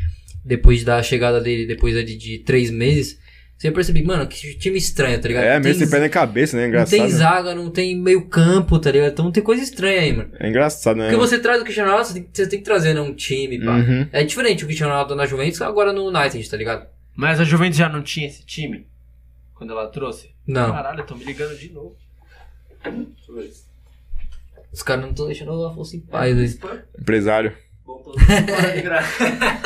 Speaker 2: depois da chegada dele, depois ali de três meses, você percebia, mano, que time estranho, tá ligado?
Speaker 3: É,
Speaker 2: Não
Speaker 3: mesmo
Speaker 2: tem
Speaker 3: sem pé nem cabeça, né?
Speaker 2: Não
Speaker 3: Engraçado.
Speaker 2: tem zaga, não tem meio campo, tá ligado? Então tem coisa estranha aí, mano.
Speaker 3: É engraçado, né?
Speaker 2: Porque você traz o Cristiano Ronaldo, você tem, você tem que trazer, né, um time, pá.
Speaker 3: Uhum.
Speaker 2: É diferente o Cristiano Ronaldo na Juventus agora no United, tá ligado?
Speaker 1: Mas a Juventus já não tinha esse time quando ela trouxe?
Speaker 2: Não,
Speaker 1: Caralho, tão me ligando de novo. Deixa eu ver.
Speaker 2: os caras não estão deixando o Afonso em
Speaker 3: É.
Speaker 2: paz. eles-
Speaker 3: Empresário.
Speaker 1: Para de graça. [LAUGHS]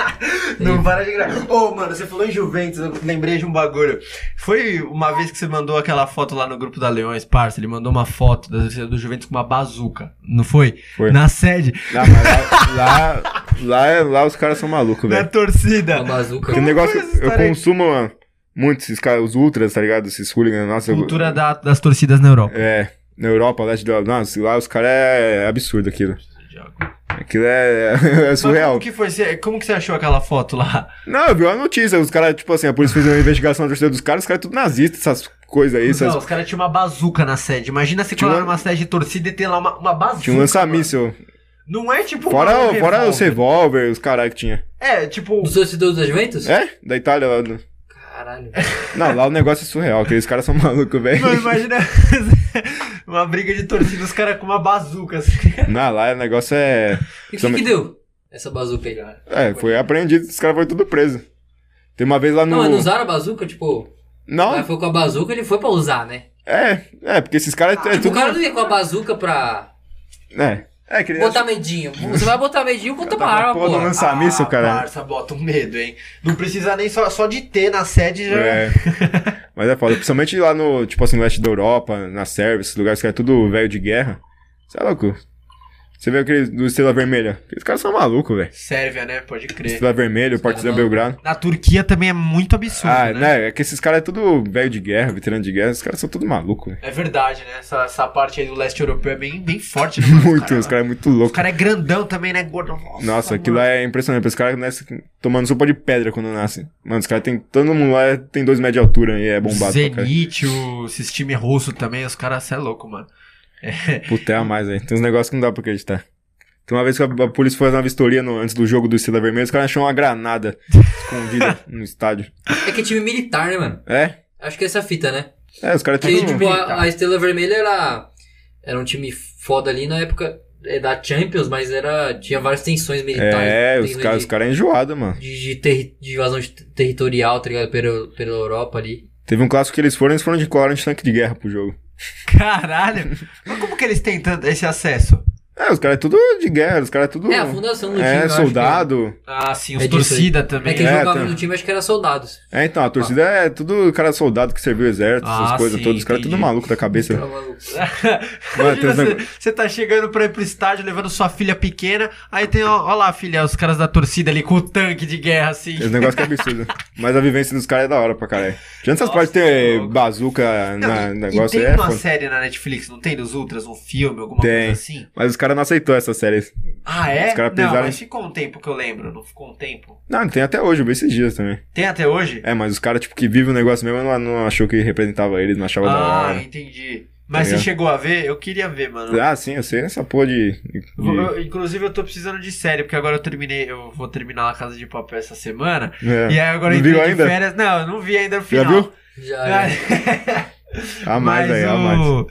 Speaker 1: Não para de graça. Ô, mano, você falou em Juventus, eu lembrei de um bagulho. Foi uma vez que você mandou aquela foto lá no grupo da Leões, parça, ele mandou uma foto da torcida do Juventus com uma bazuca, não foi?
Speaker 3: Foi.
Speaker 1: Na sede,
Speaker 3: Não, mas lá, lá, lá, é- lá os caras são malucos,
Speaker 1: na
Speaker 3: velho.
Speaker 2: Uma
Speaker 1: torcida.
Speaker 2: bazuca.
Speaker 3: Que
Speaker 1: Como
Speaker 3: negócio
Speaker 1: foi essa
Speaker 3: eu
Speaker 1: história aí?
Speaker 3: consumo mano, muito esses caras, os ultras, tá ligado? Esses hooligans, nossa. eu-
Speaker 1: Cultura da- das torcidas na Europa.
Speaker 3: É, na Europa, leste da. Nossa, lá os caras é absurdo aquilo. Aquilo é, [LAUGHS] é
Speaker 1: Mas Como
Speaker 3: surreal.
Speaker 1: que foi? Você- Como que você achou aquela foto lá?
Speaker 3: Não, eu vi uma notícia, os caras, tipo assim, a polícia fez uma investigação na torcida dos caras, os caras é tudo nazista, essas coisas aí, essas.
Speaker 1: Não, os caras tinham uma bazuca na sede. Imagina se
Speaker 3: é Tinha um
Speaker 1: colar
Speaker 3: uma-
Speaker 1: numa sede de torcida e ter lá uma, uma bazuca.
Speaker 3: Tinha um lança-míssil.
Speaker 1: Não é tipo.
Speaker 3: Fora,
Speaker 1: um
Speaker 3: o- fora
Speaker 1: revólver.
Speaker 3: os revólver, os caras que tinha.
Speaker 1: É,
Speaker 3: [LAUGHS]
Speaker 1: tipo.
Speaker 2: Dos torcedores da Juventus?
Speaker 3: É? Da Itália lá. do-
Speaker 2: Caralho.
Speaker 3: Não, lá o negócio é surreal. Aqueles caras são [LAUGHS] malucos, velho.
Speaker 1: Não, imagina [LAUGHS] uma briga de torcida, os caras com uma bazuca. Assim.
Speaker 3: [LAUGHS] Não, lá o negócio é.
Speaker 2: E o que,
Speaker 3: Também-
Speaker 2: que deu? Essa bazuca aí.
Speaker 3: É, foi apreendido, os caras foram tudo preso. Tem uma vez lá no.
Speaker 2: Não, é mas não usaram a bazuca, tipo.
Speaker 3: Não,
Speaker 2: Mas foi com a bazuca, ele foi pra usar, né?
Speaker 3: é, é, porque esses caras. É,
Speaker 2: Tipo, o
Speaker 3: tudo.
Speaker 2: cara não ia com a bazuca pra
Speaker 3: É. É, que
Speaker 2: botar medinho. Você vai botar medinho
Speaker 3: [LAUGHS]
Speaker 2: contra uma arma,
Speaker 3: porra,
Speaker 2: porra.
Speaker 3: lança míssil, cara.
Speaker 1: Barça, Ah, bota um medo, hein? Não precisa nem só, só de ter na sede já.
Speaker 3: É. Mas é foda. Principalmente lá no, tipo assim, leste da Europa, na Sérvia, esses lugares que é tudo velho de guerra. Você é louco? Você vê aquele do Estrela Vermelha. Aqueles caras são malucos, velho.
Speaker 1: Sérvia, né? Pode crer.
Speaker 3: Estrela Vermelha, Partizan
Speaker 2: malucos.
Speaker 3: Belgrado.
Speaker 1: Na Turquia também é muito absurdo,
Speaker 3: Ah,
Speaker 1: né?
Speaker 3: né? É que esses caras é tudo velho de guerra, veterano de guerra. Esses caras são tudo maluco, velho.
Speaker 1: É verdade, né? Essa, essa parte aí do leste europeu é bem, bem forte, né? mano? Os
Speaker 3: [LAUGHS] Muito,
Speaker 1: cara-
Speaker 3: os caras é muito
Speaker 1: O
Speaker 3: louco.
Speaker 1: cara é grandão também, né? Gordo. Nossa,
Speaker 3: Nossa, aquilo
Speaker 1: mano.
Speaker 3: lá é impressionante. Os caras nascem tomando sopa de pedra quando nascem. Mano, os caras tem. Todo mundo lá é, tem dois metros de altura e é bombado pra caralho.
Speaker 1: Zenit, o- esses times russos também, os caras, cê é louco, mano.
Speaker 3: Puta, é a mais, velho. Tem uns negócios que não dá pra acreditar. Tem uma vez que a, a polícia foi fazer uma vistoria no- antes do jogo do Estrela Vermelha, os caras acharam uma granada [LAUGHS] escondida no estádio.
Speaker 2: É que é time militar, né, mano?
Speaker 3: É?
Speaker 2: Acho que é essa fita, né?
Speaker 3: É, os caras um-
Speaker 2: Que,
Speaker 1: Tudo
Speaker 3: tudo...
Speaker 2: tipo,
Speaker 1: militar.
Speaker 2: a, a Estrela Vermelha era, era um time foda ali na época é, da Champions, mas era, tinha várias tensões militares.
Speaker 3: É, os
Speaker 2: tensões
Speaker 3: caras os
Speaker 2: de,
Speaker 3: cara é enjoado, mano.
Speaker 2: de, de, terri- de invasão de- territorial, tá ligado? Pela, pela Europa ali.
Speaker 3: Teve um clássico que eles foram, eles foram de colorante tanque de guerra pro jogo. [LAUGHS]
Speaker 1: Caralho! Mas como que eles têm tanto esse acesso?
Speaker 3: É, os caras é tudo de guerra, os caras é tudo...
Speaker 2: É, a fundação do time.
Speaker 3: É,
Speaker 2: eu acho
Speaker 3: soldado.
Speaker 1: Ah, sim, os
Speaker 2: É disso aí.
Speaker 1: torcida
Speaker 2: Que, é
Speaker 1: também. [LAUGHS]
Speaker 2: que
Speaker 3: É,
Speaker 2: jogava
Speaker 3: tá.
Speaker 2: no time, acho que era soldados.
Speaker 3: É, então, a torcida é tudo cara soldado que serviu o exército,
Speaker 1: Ah,
Speaker 3: essas coisas
Speaker 1: sim,
Speaker 3: todas. Os caras é tudo
Speaker 1: entendi. Então,
Speaker 3: maluco da cabeça.
Speaker 2: Era maluco.
Speaker 3: Mano, tem uns
Speaker 1: Imagina,
Speaker 3: negócios-
Speaker 1: Você tá chegando pra ir pro estádio levando sua filha pequena, aí tem, ó, ó lá, filha, os caras da torcida ali com o tanque de guerra, assim.
Speaker 3: tem uns negócios que é
Speaker 1: [LAUGHS]
Speaker 3: absurdo. Mas a vivência dos caras é da hora pra caralho. Antes essas
Speaker 1: Nossa,
Speaker 3: partes de
Speaker 1: que
Speaker 3: ter
Speaker 1: louco.
Speaker 3: bazuca
Speaker 1: Não,
Speaker 3: na
Speaker 1: e-
Speaker 3: negócio
Speaker 1: e tem
Speaker 3: é
Speaker 1: uma
Speaker 3: foda.
Speaker 1: série na Netflix, não tem dos Ultras? Um filme, alguma
Speaker 3: Tem.
Speaker 1: coisa assim?
Speaker 3: Mas os caras não aceitou essa série.
Speaker 1: Ah, é?
Speaker 3: Os caras
Speaker 1: não,
Speaker 3: pisaram
Speaker 1: mas
Speaker 3: em-
Speaker 1: ficou um tempo que eu lembro, não ficou um tempo.
Speaker 3: Não, tem até hoje, eu vi esses dias também.
Speaker 1: Tem até hoje?
Speaker 3: É, mas os caras, tipo, que vivem o negócio mesmo, não, não achou que representava eles, não achava
Speaker 1: ah,
Speaker 3: da
Speaker 1: entendi. Mas
Speaker 3: Tá ligado?
Speaker 1: você chegou a ver? Eu queria ver, mano.
Speaker 3: hora. Ah, sim, eu sei essa porra de.
Speaker 1: Eu vou- eu- inclusive, eu tô precisando de série, porque agora eu terminei, eu vou terminar a Casa de Papel essa semana.
Speaker 3: de- é.
Speaker 1: E aí agora
Speaker 3: Não
Speaker 1: eu entrei
Speaker 3: viu
Speaker 1: de
Speaker 3: ainda?
Speaker 1: férias. Não, eu não vi ainda no
Speaker 3: Já
Speaker 1: final.
Speaker 3: viu?
Speaker 2: Já
Speaker 1: Ah,
Speaker 2: era.
Speaker 3: A mais, aí, a
Speaker 1: um
Speaker 3: mais.
Speaker 1: o-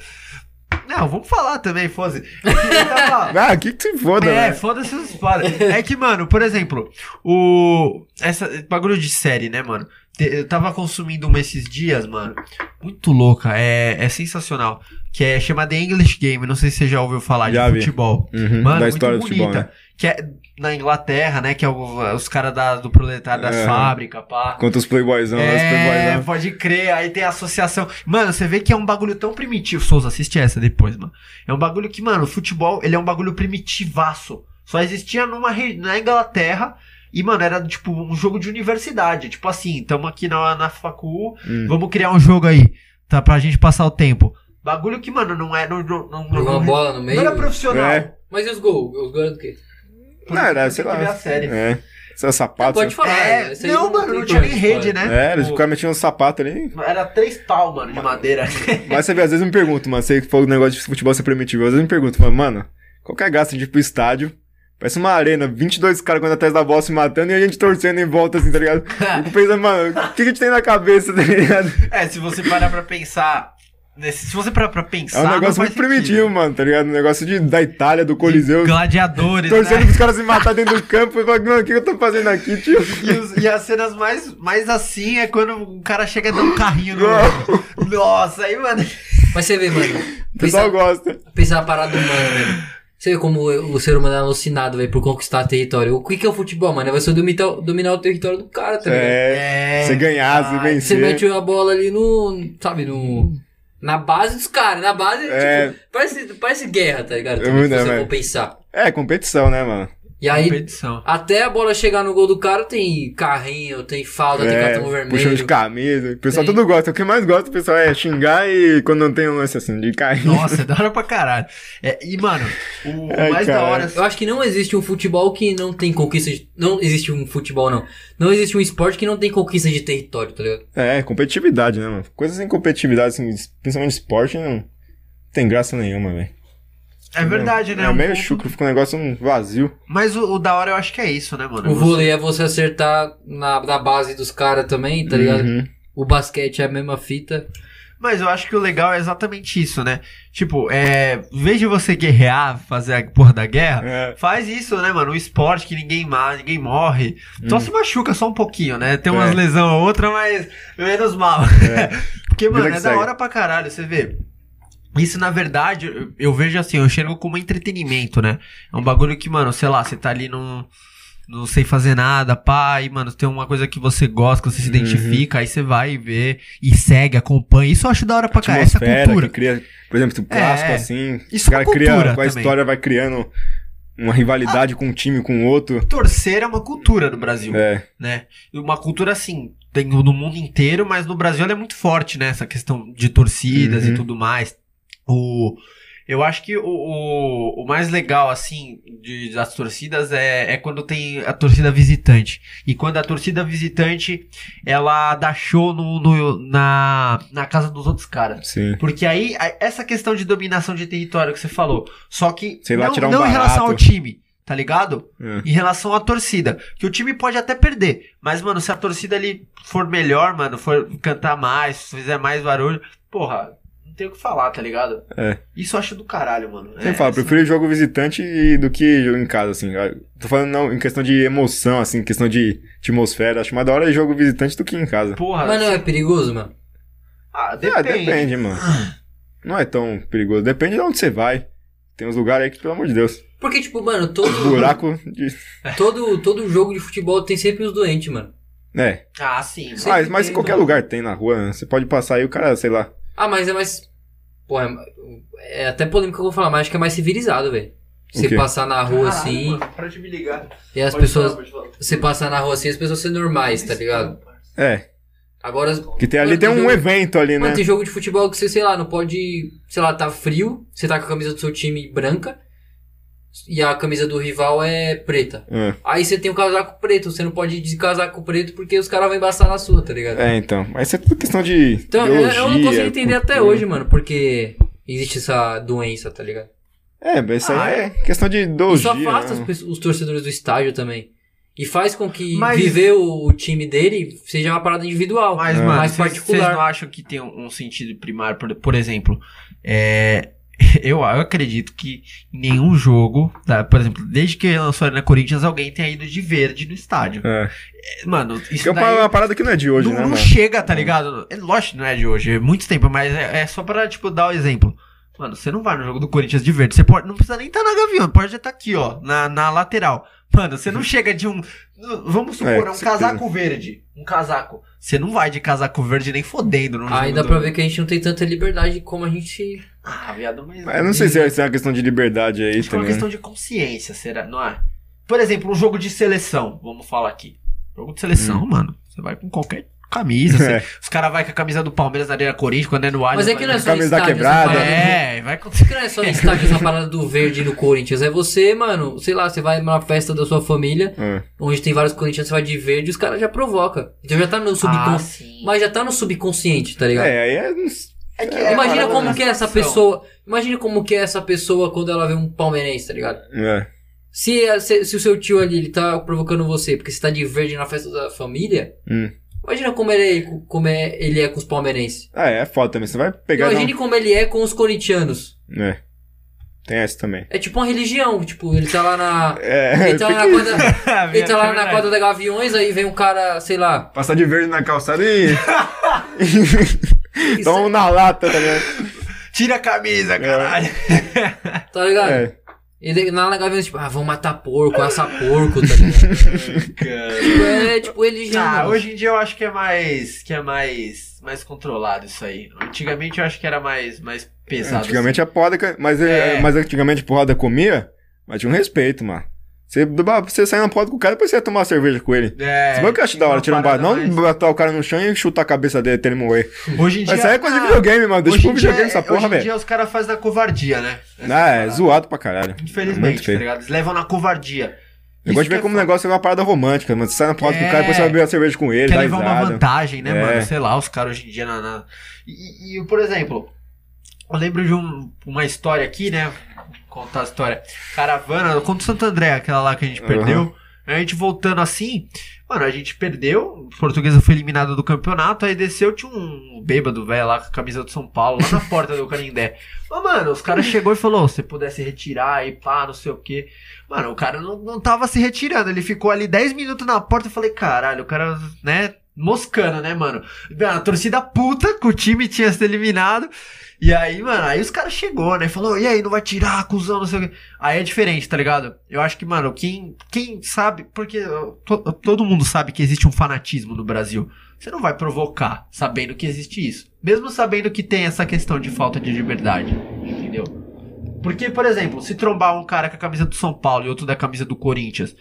Speaker 1: Não, vamos falar também, foda-se. Eu
Speaker 3: [LAUGHS]
Speaker 1: tava-
Speaker 3: Ah, que que se foda,
Speaker 1: É,
Speaker 3: velho.
Speaker 1: foda-se os foda. É que, mano, por exemplo, o. Essa bagulho de série, né, mano? Te- Eu tava consumindo uma esses dias, mano. Muito louca, é, é sensacional. Que é chamada English Game, não sei se você já ouviu falar
Speaker 3: Já
Speaker 1: de
Speaker 3: vi.
Speaker 1: futebol.
Speaker 3: Uhum,
Speaker 1: Mano,
Speaker 3: da
Speaker 1: muito
Speaker 3: história do futebol,
Speaker 1: bonita.
Speaker 3: né?
Speaker 1: Que é na Inglaterra, né? Que é o- os caras do proletário das
Speaker 3: É.
Speaker 1: fábricas, pá.
Speaker 3: Contra os playboyzão, né? os
Speaker 1: É,
Speaker 3: playboyzão.
Speaker 1: pode crer, aí tem a associação. Mano, você vê que é um bagulho tão primitivo. Souza, assiste essa depois, mano. É um bagulho que, mano, o futebol, ele é um bagulho primitivaço. Só existia numa re... na Inglaterra. E, mano, era tipo um jogo de universidade. Tipo assim, tamo aqui na, na facu,
Speaker 3: Hum.
Speaker 1: vamos criar um jogo aí, tá? Pra gente passar o tempo. Bagulho que, mano, não é. Não, não, não,
Speaker 2: Jogou
Speaker 1: não-
Speaker 2: uma bola no
Speaker 1: não
Speaker 2: meio.
Speaker 1: era profissional.
Speaker 3: É.
Speaker 2: Mas e os gols? Os gols eram do quê?
Speaker 1: Por
Speaker 3: Não,
Speaker 1: isso
Speaker 3: era,
Speaker 1: tem
Speaker 3: sei
Speaker 1: que
Speaker 3: lá.
Speaker 1: ver a série.
Speaker 3: É. Essa sapato.
Speaker 2: Pode
Speaker 3: sabe?
Speaker 2: falar.
Speaker 1: É,
Speaker 2: né? Isso aí
Speaker 1: não, mano,
Speaker 2: tem
Speaker 1: não tinha nem
Speaker 2: como história.
Speaker 1: rede, né?
Speaker 3: É, eles
Speaker 1: O-
Speaker 3: ficaram metendo um sapato
Speaker 1: [LAUGHS]
Speaker 3: ali.
Speaker 1: Era três pau, mano, de madeira.
Speaker 3: Mas você vê, às vezes eu me pergunto, mano, você falou do negócio de futebol ser primitivo. Às vezes eu me pergunto, falo, mano, qual que é a graça de ir pro estádio? Parece uma arena, 22 caras correndo atrás da bola se matando e a gente torcendo em volta, assim, tá ligado?
Speaker 1: [LAUGHS]
Speaker 3: Eu fico pensando, mano, o que que a gente tem na cabeça, tá ligado?
Speaker 1: É, se você parar pra pensar. nesse- se você parar pra
Speaker 3: É
Speaker 1: pensar.
Speaker 3: um
Speaker 1: não
Speaker 3: negócio
Speaker 1: faz
Speaker 3: muito primitivo,
Speaker 1: sentido.
Speaker 3: mano, tá ligado? Um negócio de, da Itália, do Coliseu,
Speaker 1: Gladiadores.
Speaker 3: torcendo
Speaker 1: né?
Speaker 3: pros caras se matar dentro do campo. Eu falo, mano, o que que eu tô fazendo aqui, tio?
Speaker 1: E, os- e as cenas mais, mais assim é quando o cara chega e dá um carrinho no. outro. Nossa, aí, mano.
Speaker 2: Mas você vê, mano.
Speaker 3: [LAUGHS] O pessoal
Speaker 2: Pensar,
Speaker 1: é
Speaker 3: gosta.
Speaker 2: pensar a parada humana, velho. Você vê como o o ser humano é alucinado, velho, por conquistar território. O que que é o futebol, mano? É você dominar, dominar o território do cara, tá ligado?
Speaker 3: É,
Speaker 1: É.
Speaker 3: você ganhar, você
Speaker 1: Ah,
Speaker 2: Você
Speaker 3: vencer.
Speaker 2: mete a bola ali no. Sabe, no. Na base dos caras, na base,
Speaker 3: É.
Speaker 2: tipo, parece, parece guerra, tá ligado?
Speaker 3: É
Speaker 2: Também, se
Speaker 3: muito,
Speaker 2: você
Speaker 3: né,
Speaker 2: for pensar.
Speaker 3: É, competição, né, mano?
Speaker 2: E aí,
Speaker 1: Competição.
Speaker 2: até a bola chegar no gol do cara, tem carrinho, tem falta, tem
Speaker 3: É,
Speaker 1: um
Speaker 2: cartão vermelho.
Speaker 3: puxão de camisa. O pessoal
Speaker 2: Tem.
Speaker 3: tudo gosta. O que mais gosta, o pessoal é xingar e quando não tem um lance assim, de cair.
Speaker 1: Nossa, é da hora pra caralho. É, e, mano, o
Speaker 3: Ai,
Speaker 1: mais da
Speaker 3: cara.
Speaker 1: hora.
Speaker 2: Eu acho que não existe um futebol que não tem conquista de. Não existe um futebol, não. Não existe um esporte que não tem conquista de território, tá ligado?
Speaker 3: [LAUGHS] É, competitividade, né, mano? Coisas sem competitividade, assim, principalmente esporte, não tem graça nenhuma, velho.
Speaker 1: É verdade, né?
Speaker 3: É
Speaker 1: Um
Speaker 3: meio
Speaker 1: pouco-
Speaker 3: chucro, fica um negócio um vazio.
Speaker 1: Mas o, o da hora eu acho que é isso, né, mano?
Speaker 2: O
Speaker 1: Você-
Speaker 2: vôlei é você acertar na, na base dos caras também, tá ligado?
Speaker 3: Uhum.
Speaker 2: O basquete é a mesma fita.
Speaker 1: Mas eu acho que o legal é exatamente isso, né? Tipo, é, em vez de você guerrear, fazer a porra da guerra,
Speaker 3: É.
Speaker 1: faz isso, né, mano? Um esporte que ninguém, ma ninguém morre. Só
Speaker 3: Hum.
Speaker 1: se machuca só um pouquinho, né? Tem umas
Speaker 3: É.
Speaker 1: lesão ou outra, mas menos mal. [LAUGHS] Porque, mano,
Speaker 3: Vida que
Speaker 1: é da
Speaker 3: segue.
Speaker 1: hora pra caralho, você vê. Isso, na verdade, eu- eu vejo assim, eu enxergo como entretenimento, né? É um bagulho que, mano, sei lá, você tá ali num. Não sei fazer nada, pá, e, mano, tem uma coisa que você gosta, que você se
Speaker 3: Uhum.
Speaker 1: identifica, aí você vai ver e segue, acompanha. Isso eu acho da hora pra caralho, essa
Speaker 3: Atmosfera,
Speaker 1: cultura.
Speaker 3: que cria, por exemplo, tipo, clássico
Speaker 1: É.
Speaker 3: assim.
Speaker 1: Isso
Speaker 3: o cara
Speaker 1: é uma
Speaker 3: cria,
Speaker 1: cultura
Speaker 3: com a
Speaker 1: também.
Speaker 3: história vai criando uma rivalidade com um time, com o outro.
Speaker 1: Torcer é uma cultura do Brasil.
Speaker 3: É,
Speaker 1: né? E Uma cultura assim, tem no mundo inteiro, mas no Brasil ela é muito forte, né? Essa questão de torcidas
Speaker 3: Uhum.
Speaker 1: e tudo mais. O, eu acho que o, o, o mais legal, assim, de- das torcidas é, é quando tem a torcida visitante. E quando a torcida visitante, ela dá show no, no- na, na casa dos outros caras.
Speaker 3: sim.
Speaker 1: Porque aí, a- essa questão de dominação de território que você falou, só que
Speaker 3: Sei lá,
Speaker 1: não,
Speaker 3: tirar um
Speaker 1: não em relação ao
Speaker 3: barato.
Speaker 1: time, tá ligado?
Speaker 3: É.
Speaker 1: em relação à torcida. Que o time pode até perder. Mas, mano, se a torcida ali for melhor, mano, for cantar mais, fizer mais barulho, porra, não tem o que falar, tá ligado?
Speaker 3: É.
Speaker 1: Isso eu acho do caralho, mano.
Speaker 3: Sem falar,
Speaker 1: assim,
Speaker 3: prefiro jogo visitante e- do que jogo em casa, assim. Tô falando não, em questão de emoção, assim, em questão de atmosfera. Acho mais da hora jogo visitante do que em casa.
Speaker 1: Porra,
Speaker 2: Mas não é perigoso, mano.
Speaker 1: ah,
Speaker 3: Ah,
Speaker 1: depende.
Speaker 3: depende, mano. Não é tão perigoso. Depende de onde você vai. Tem uns lugares aí que, pelo amor de Deus,
Speaker 2: Porque, tipo, mano, todo,
Speaker 3: buraco de...
Speaker 2: todo, todo jogo de futebol tem sempre os doentes, mano.
Speaker 3: É,
Speaker 1: Ah, sim. mano.
Speaker 3: mas, mas
Speaker 2: tem,
Speaker 3: qualquer
Speaker 2: mano.
Speaker 3: lugar tem na rua, né? Você pode passar aí o cara, sei lá.
Speaker 2: Ah, mas é mais. Pô, é, é até polêmico que eu vou falar, mas acho que é mais civilizado, velho.
Speaker 3: O
Speaker 2: Você
Speaker 3: quê?
Speaker 2: passar na
Speaker 1: Caralho,
Speaker 2: rua assim
Speaker 1: mano, para de me ligar.
Speaker 2: e as
Speaker 1: Pode
Speaker 2: pessoas.
Speaker 1: falar, pode falar.
Speaker 2: Você passar na rua assim e as pessoas serem normais, tá ligado?
Speaker 3: É,
Speaker 2: Agora.
Speaker 3: que tem ali
Speaker 2: Mano,
Speaker 3: tem
Speaker 2: tem
Speaker 3: um
Speaker 2: jogo-
Speaker 3: evento ali,
Speaker 2: Mano,
Speaker 3: né?
Speaker 2: tem jogo de futebol que você, sei lá, não pode. Sei lá, tá frio, você tá com a camisa do seu time branca e a camisa do rival é preta.
Speaker 3: É.
Speaker 2: Aí você tem um casaco preto, você não pode ir de casaco preto porque os caras vão embaçar na sua, tá ligado?
Speaker 3: É, então. Mas isso é tudo questão de.
Speaker 2: Então, eu, eu não
Speaker 3: ideologia,
Speaker 2: consigo entender até
Speaker 3: cultura.
Speaker 2: hoje, mano, porque existe essa doença, tá ligado?
Speaker 3: É, mas isso aí
Speaker 1: Ah,
Speaker 3: é questão de
Speaker 2: Isso
Speaker 3: ideologia.
Speaker 2: afasta as
Speaker 3: né?
Speaker 2: pessoas- os torcedores do estádio também. E faz com que
Speaker 1: Mas-
Speaker 2: viver o, o time dele seja uma parada individual,
Speaker 1: Mas,
Speaker 3: É.
Speaker 1: mano,
Speaker 2: mais
Speaker 1: vocês- vocês
Speaker 2: particular.
Speaker 1: não acham que tem um, um sentido primário? Por, por exemplo, é, [LAUGHS] eu, eu acredito que em nenhum jogo, tá? por exemplo, desde que lançou a Arena Corinthians, alguém tenha ido de verde no estádio.
Speaker 3: É.
Speaker 1: É, Mano,
Speaker 3: Que é
Speaker 1: isso
Speaker 3: uma,
Speaker 1: daí
Speaker 3: uma parada que não é de hoje,
Speaker 1: não,
Speaker 3: né,
Speaker 1: não
Speaker 3: mano?
Speaker 1: chega, tá ligado? É lógico que não é de hoje, é muito tempo, mas é, é só pra, tipo, dar o exemplo. Mano, você não vai no jogo do Corinthians de verde, você pode, não precisa nem estar na gavião, pode estar aqui, ó, na, na lateral. Mano, você
Speaker 3: [LAUGHS]
Speaker 1: não chega de um. Vamos supor,
Speaker 3: É,
Speaker 1: é,
Speaker 3: com
Speaker 1: um
Speaker 3: certeza.
Speaker 1: casaco verde. Um casaco. Você não vai de casaco verde nem fodendo. Não
Speaker 2: Aí dá pra ver que a gente não tem tanta liberdade como a gente.
Speaker 1: Ah, viado, mas.
Speaker 3: Eu não sei se é, se é uma questão de liberdade aí
Speaker 1: Uhum. Acho que é uma
Speaker 3: também.
Speaker 1: questão de consciência, será? Não é? Por exemplo, um jogo de seleção, vamos falar aqui. Jogo de seleção,
Speaker 3: Hum.
Speaker 1: mano. Você vai com qualquer camisa. você-
Speaker 3: É. [LAUGHS]
Speaker 1: Os caras vai com a camisa do Palmeiras na Arena Corinthians, quando é no Allianz.
Speaker 2: Mas é que não é
Speaker 1: vai-
Speaker 2: só em
Speaker 3: camisa da
Speaker 2: estádio.
Speaker 3: quebrada.
Speaker 2: essa parada do-
Speaker 1: É, vai com.
Speaker 2: Por que não é só em estádio essa parada do verde no Corinthians. É você, mano, sei lá, você vai numa festa da sua família,
Speaker 3: É.
Speaker 2: onde tem vários corintianos, você vai de verde e os caras já provoca. Então já tá no
Speaker 1: Ah,
Speaker 2: subconsciente.
Speaker 1: sim.
Speaker 2: mas já tá no subconsciente, tá ligado?
Speaker 3: É, aí [LAUGHS] é.
Speaker 1: É que é
Speaker 2: Imagina
Speaker 1: parada
Speaker 2: como
Speaker 1: [LAUGHS] da
Speaker 2: que é essa
Speaker 1: situação.
Speaker 2: pessoa. Imagina como que é essa pessoa quando ela vê um palmeirense, tá ligado?
Speaker 3: é.
Speaker 2: Se, é- se, se o seu tio ali ele tá provocando você porque você tá de verde na festa da família,
Speaker 3: Hum.
Speaker 2: imagina como ele, é- como é, ele é com os palmeirenses.
Speaker 3: Ah, é foda também. Você vai pegar.
Speaker 2: Imagine como ele é com os corintianos.
Speaker 3: Não... É. Tem essa também.
Speaker 2: É tipo uma religião, tipo, ele tá lá na.
Speaker 3: É,
Speaker 1: Então,
Speaker 2: Ele tá
Speaker 3: [LAUGHS]
Speaker 2: lá na
Speaker 3: tem que
Speaker 2: quadra, [LAUGHS] ele tá lá
Speaker 1: É
Speaker 2: na quadra da Gaviões, aí vem um cara, sei lá.
Speaker 3: Passar de verde na
Speaker 1: [LAUGHS]
Speaker 3: calçada e. [LAUGHS]
Speaker 2: isso-
Speaker 3: Toma um na lata, tá ligado?
Speaker 1: Tira a camisa, caralho.
Speaker 2: tá ligado?
Speaker 3: É.
Speaker 2: Ele lá na Gaviões, tipo, ah, vão matar porco, assar porco, tá
Speaker 3: [LAUGHS]
Speaker 2: ligado? Tipo, é tipo religião.
Speaker 1: Ah,
Speaker 2: mano.
Speaker 1: hoje em dia eu acho que é mais. que é mais. mais controlado isso aí. Antigamente eu acho que era mais, mais pesado. assim.
Speaker 3: Antigamente a porrada. Mas, é.
Speaker 1: É.
Speaker 3: mas antigamente porrada comia, mas tinha um respeito, mano. Você, você sair na porrada com o cara, depois você ia tomar uma cerveja com ele.
Speaker 1: assim. É,
Speaker 3: Você viu que eu acho da hora tirar um bar?
Speaker 1: parada
Speaker 3: Não
Speaker 1: mais-
Speaker 3: botar o cara no chão e chutar a cabeça dele até ele morrer. [LAUGHS]
Speaker 1: Hoje em dia.
Speaker 3: Mas isso aí é coisa de
Speaker 1: Ah,
Speaker 3: videogame, mano. [LAUGHS] Deixa
Speaker 1: hoje
Speaker 3: pro
Speaker 1: em dia- é-
Speaker 3: videogame essa porra,
Speaker 1: Hoje em
Speaker 3: velho.
Speaker 1: dia os caras fazem na covardia, né?
Speaker 3: Ah, é zoado pra caralho. É muito
Speaker 1: Infelizmente, tá
Speaker 3: feio.
Speaker 1: ligado? Eles levam na covardia.
Speaker 3: Eu
Speaker 1: Isso
Speaker 3: gosto de ver
Speaker 1: que é
Speaker 3: como o
Speaker 1: foda.
Speaker 3: negócio é uma parada romântica, mano. Você sai na porta com o cara,
Speaker 1: É.
Speaker 3: depois você vai beber uma cerveja com ele,
Speaker 1: Quer
Speaker 3: dá
Speaker 1: levar uma
Speaker 3: risada.
Speaker 1: vantagem, né,
Speaker 3: É.
Speaker 1: mano? Sei lá, os caras hoje em dia na. na- E, e, por exemplo, Eu lembro de um- uma história aqui, né? Vou contar a história. Caravana, contra Santo André, aquela lá que a gente
Speaker 3: Aham.
Speaker 1: perdeu. Aí A gente voltando assim, mano, a gente perdeu. A portuguesa foi eliminada do campeonato. Aí desceu, tinha um bêbado velho lá com a camisa do São Paulo, lá na porta do Canindé. Mas, mano, os caras chegou e falou: se você pudesse retirar e pá, não sei o quê. Mano, o cara não, não tava se retirando. Ele ficou ali 10 minutos na porta. Eu falei: caralho, o cara, né? Moscando, né, mano? A torcida puta que o time tinha sido eliminado. E aí, mano, aí os caras chegou, né? Falou, e aí, não vai tirar, cuzão, não sei o quê. Aí é diferente, tá ligado? Eu acho que, mano, quem, quem sabe, porque ó, to- todo mundo sabe que existe um fanatismo no Brasil. Você não vai provocar sabendo que existe isso. Mesmo sabendo que tem essa questão de falta de liberdade, entendeu? Porque, por exemplo, se trombar um cara com a camisa do São Paulo e outro da camisa do Corinthians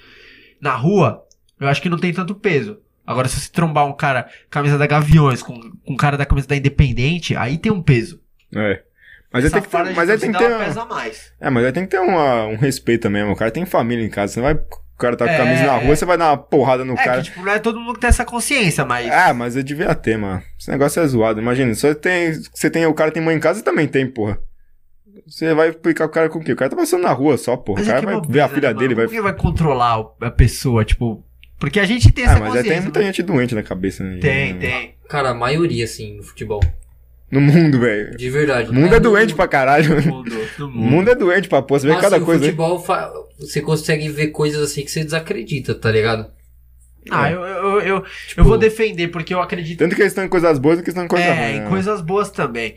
Speaker 1: na rua, eu acho que não tem tanto peso. Agora, se você trombar um cara com a camisa da Gaviões com, com um cara da camisa da Independente, aí tem um peso.
Speaker 3: É. Mas aí tem que ter, mas aí tem que ter, uma-
Speaker 1: pesa mais.
Speaker 3: é, mas aí tem que ter uma- um respeito também, mano. O cara tem família em casa, você não vai, o cara tá com a
Speaker 1: É,
Speaker 3: camisa na rua,
Speaker 1: é.
Speaker 3: você vai dar uma porrada no
Speaker 1: é
Speaker 3: cara.
Speaker 1: que, tipo, é não é todo mundo que tem essa consciência, mas...
Speaker 3: Ah, mas eu devia ter, mano. Esse negócio é zoado. Imagina, só tem, você tem, o cara tem mãe em casa, também tem, porra. Você vai explicar o cara com o quê? O cara tá passando na rua só, porra.
Speaker 1: mas
Speaker 3: O
Speaker 1: é
Speaker 3: cara
Speaker 1: que
Speaker 3: vai
Speaker 1: bobeira,
Speaker 3: ver a
Speaker 1: né,
Speaker 3: filha
Speaker 1: mano?
Speaker 3: dele, vai
Speaker 1: Como que vai controlar o- a pessoa, tipo... Porque a gente tem essa
Speaker 3: Ah, mas aí
Speaker 1: consciência.
Speaker 3: tem muita
Speaker 1: né?
Speaker 3: gente doente na cabeça, né?
Speaker 1: Tem,
Speaker 3: No- [LAUGHS]
Speaker 1: tem.
Speaker 2: Cara, a maioria, assim, no futebol.
Speaker 3: No mundo, velho.
Speaker 2: De verdade.
Speaker 3: O mundo é doente pra caralho.
Speaker 1: No mundo, no
Speaker 3: O
Speaker 1: mundo.
Speaker 3: mundo é doente pra porra. Você vê
Speaker 2: Mas,
Speaker 3: cada
Speaker 2: assim,
Speaker 3: coisa
Speaker 2: o
Speaker 3: aí.
Speaker 2: futebol, fa- você consegue ver coisas assim que você desacredita, tá ligado?
Speaker 3: é.
Speaker 1: Ah, eu, eu, eu, eu
Speaker 2: Tipo,
Speaker 1: vou defender, porque eu acredito...
Speaker 3: Tanto que eles estão em coisas boas, quanto que eles estão em coisas
Speaker 1: é,
Speaker 3: ruins.
Speaker 1: em
Speaker 3: né?
Speaker 1: coisas boas também.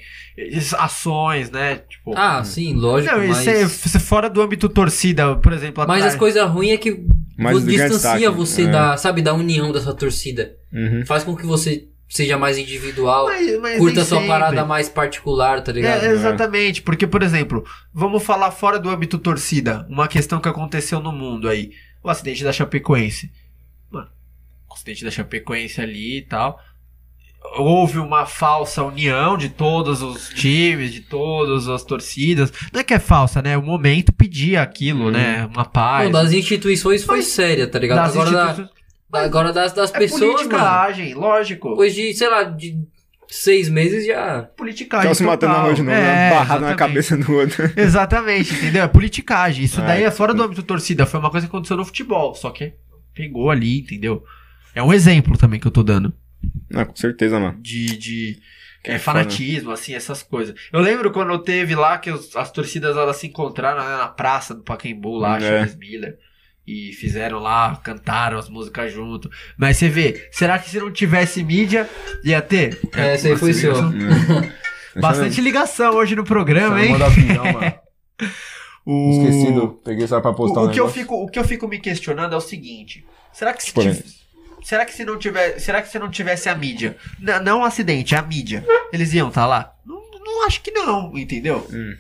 Speaker 1: As Ações, né? Tipo...
Speaker 3: hum.
Speaker 2: Ah, sim, lógico,
Speaker 1: não,
Speaker 2: mas...
Speaker 1: isso é, isso é fora do âmbito torcida, por exemplo,
Speaker 2: Mas
Speaker 1: atrás-
Speaker 2: as coisas ruins é que
Speaker 3: Mas
Speaker 2: vo-
Speaker 3: o grande
Speaker 2: distancia
Speaker 3: destaque,
Speaker 2: você
Speaker 3: é.
Speaker 2: da, sabe, da união dessa torcida.
Speaker 3: Uhum.
Speaker 2: Faz com que você seja mais individual,
Speaker 1: Mas- mas
Speaker 2: curta
Speaker 1: nem
Speaker 2: sua
Speaker 1: sempre.
Speaker 2: parada mais particular, tá ligado?
Speaker 1: É, exatamente, porque, por exemplo, vamos falar fora do âmbito torcida, uma questão que aconteceu no mundo aí, o acidente da Chapecoense. Mano, o acidente da Chapecoense ali e tal. Houve uma falsa união de todos os times, de todas as torcidas. Não é que é falsa, né? O momento pedia aquilo,
Speaker 2: Uhum.
Speaker 1: né? Uma paz.
Speaker 2: Bom, das instituições foi
Speaker 1: Mas-
Speaker 2: séria, tá ligado?
Speaker 1: das
Speaker 2: agora, da-
Speaker 1: instituições-
Speaker 2: da- agora das, das
Speaker 1: É
Speaker 2: pessoas,
Speaker 1: política,
Speaker 2: mano.
Speaker 1: agem, lógico.
Speaker 2: Depois de, sei lá, de seis meses já.
Speaker 1: Politicagem.
Speaker 3: Tava se matando na
Speaker 1: total.
Speaker 3: rua de novo,
Speaker 1: É,
Speaker 3: né? barrado na
Speaker 1: exatamente.
Speaker 3: cabeça do outro.
Speaker 1: Exatamente, entendeu? É politicagem. Isso
Speaker 3: É.
Speaker 1: daí é fora do âmbito torcida. Foi uma coisa que aconteceu no futebol. Só que pegou ali, entendeu? É um exemplo também que eu tô dando.
Speaker 3: Não, com certeza, mano.
Speaker 1: De. de
Speaker 3: Que
Speaker 1: é,
Speaker 3: é
Speaker 1: fanatismo, assim, essas coisas. Eu lembro quando teve lá que os- as torcidas elas se encontraram né, na praça do Pacaembu lá,
Speaker 3: É.
Speaker 1: Charles Miller. E fizeram lá, cantaram as músicas junto. Mas você vê, será que se não tivesse mídia, ia ter?
Speaker 2: É, esse aí foi seu.
Speaker 3: É.
Speaker 1: um [LAUGHS] Bastante ligação hoje no
Speaker 3: Só não- só
Speaker 1: programa,
Speaker 3: não
Speaker 1: hein?
Speaker 3: manda opinião,
Speaker 1: [LAUGHS]
Speaker 3: mano.
Speaker 1: O-
Speaker 3: Peguei só pra
Speaker 1: O, o que eu
Speaker 3: um negócio. Tipo,
Speaker 1: fico, o que eu fico me questionando é o seguinte: será que se
Speaker 3: Porém.
Speaker 1: tiv- será que se não tiver, será que se não tivesse a mídia, N- não o acidente, é a mídia, eles iam estar lá? Não, não acho que não, entendeu?
Speaker 3: Hum.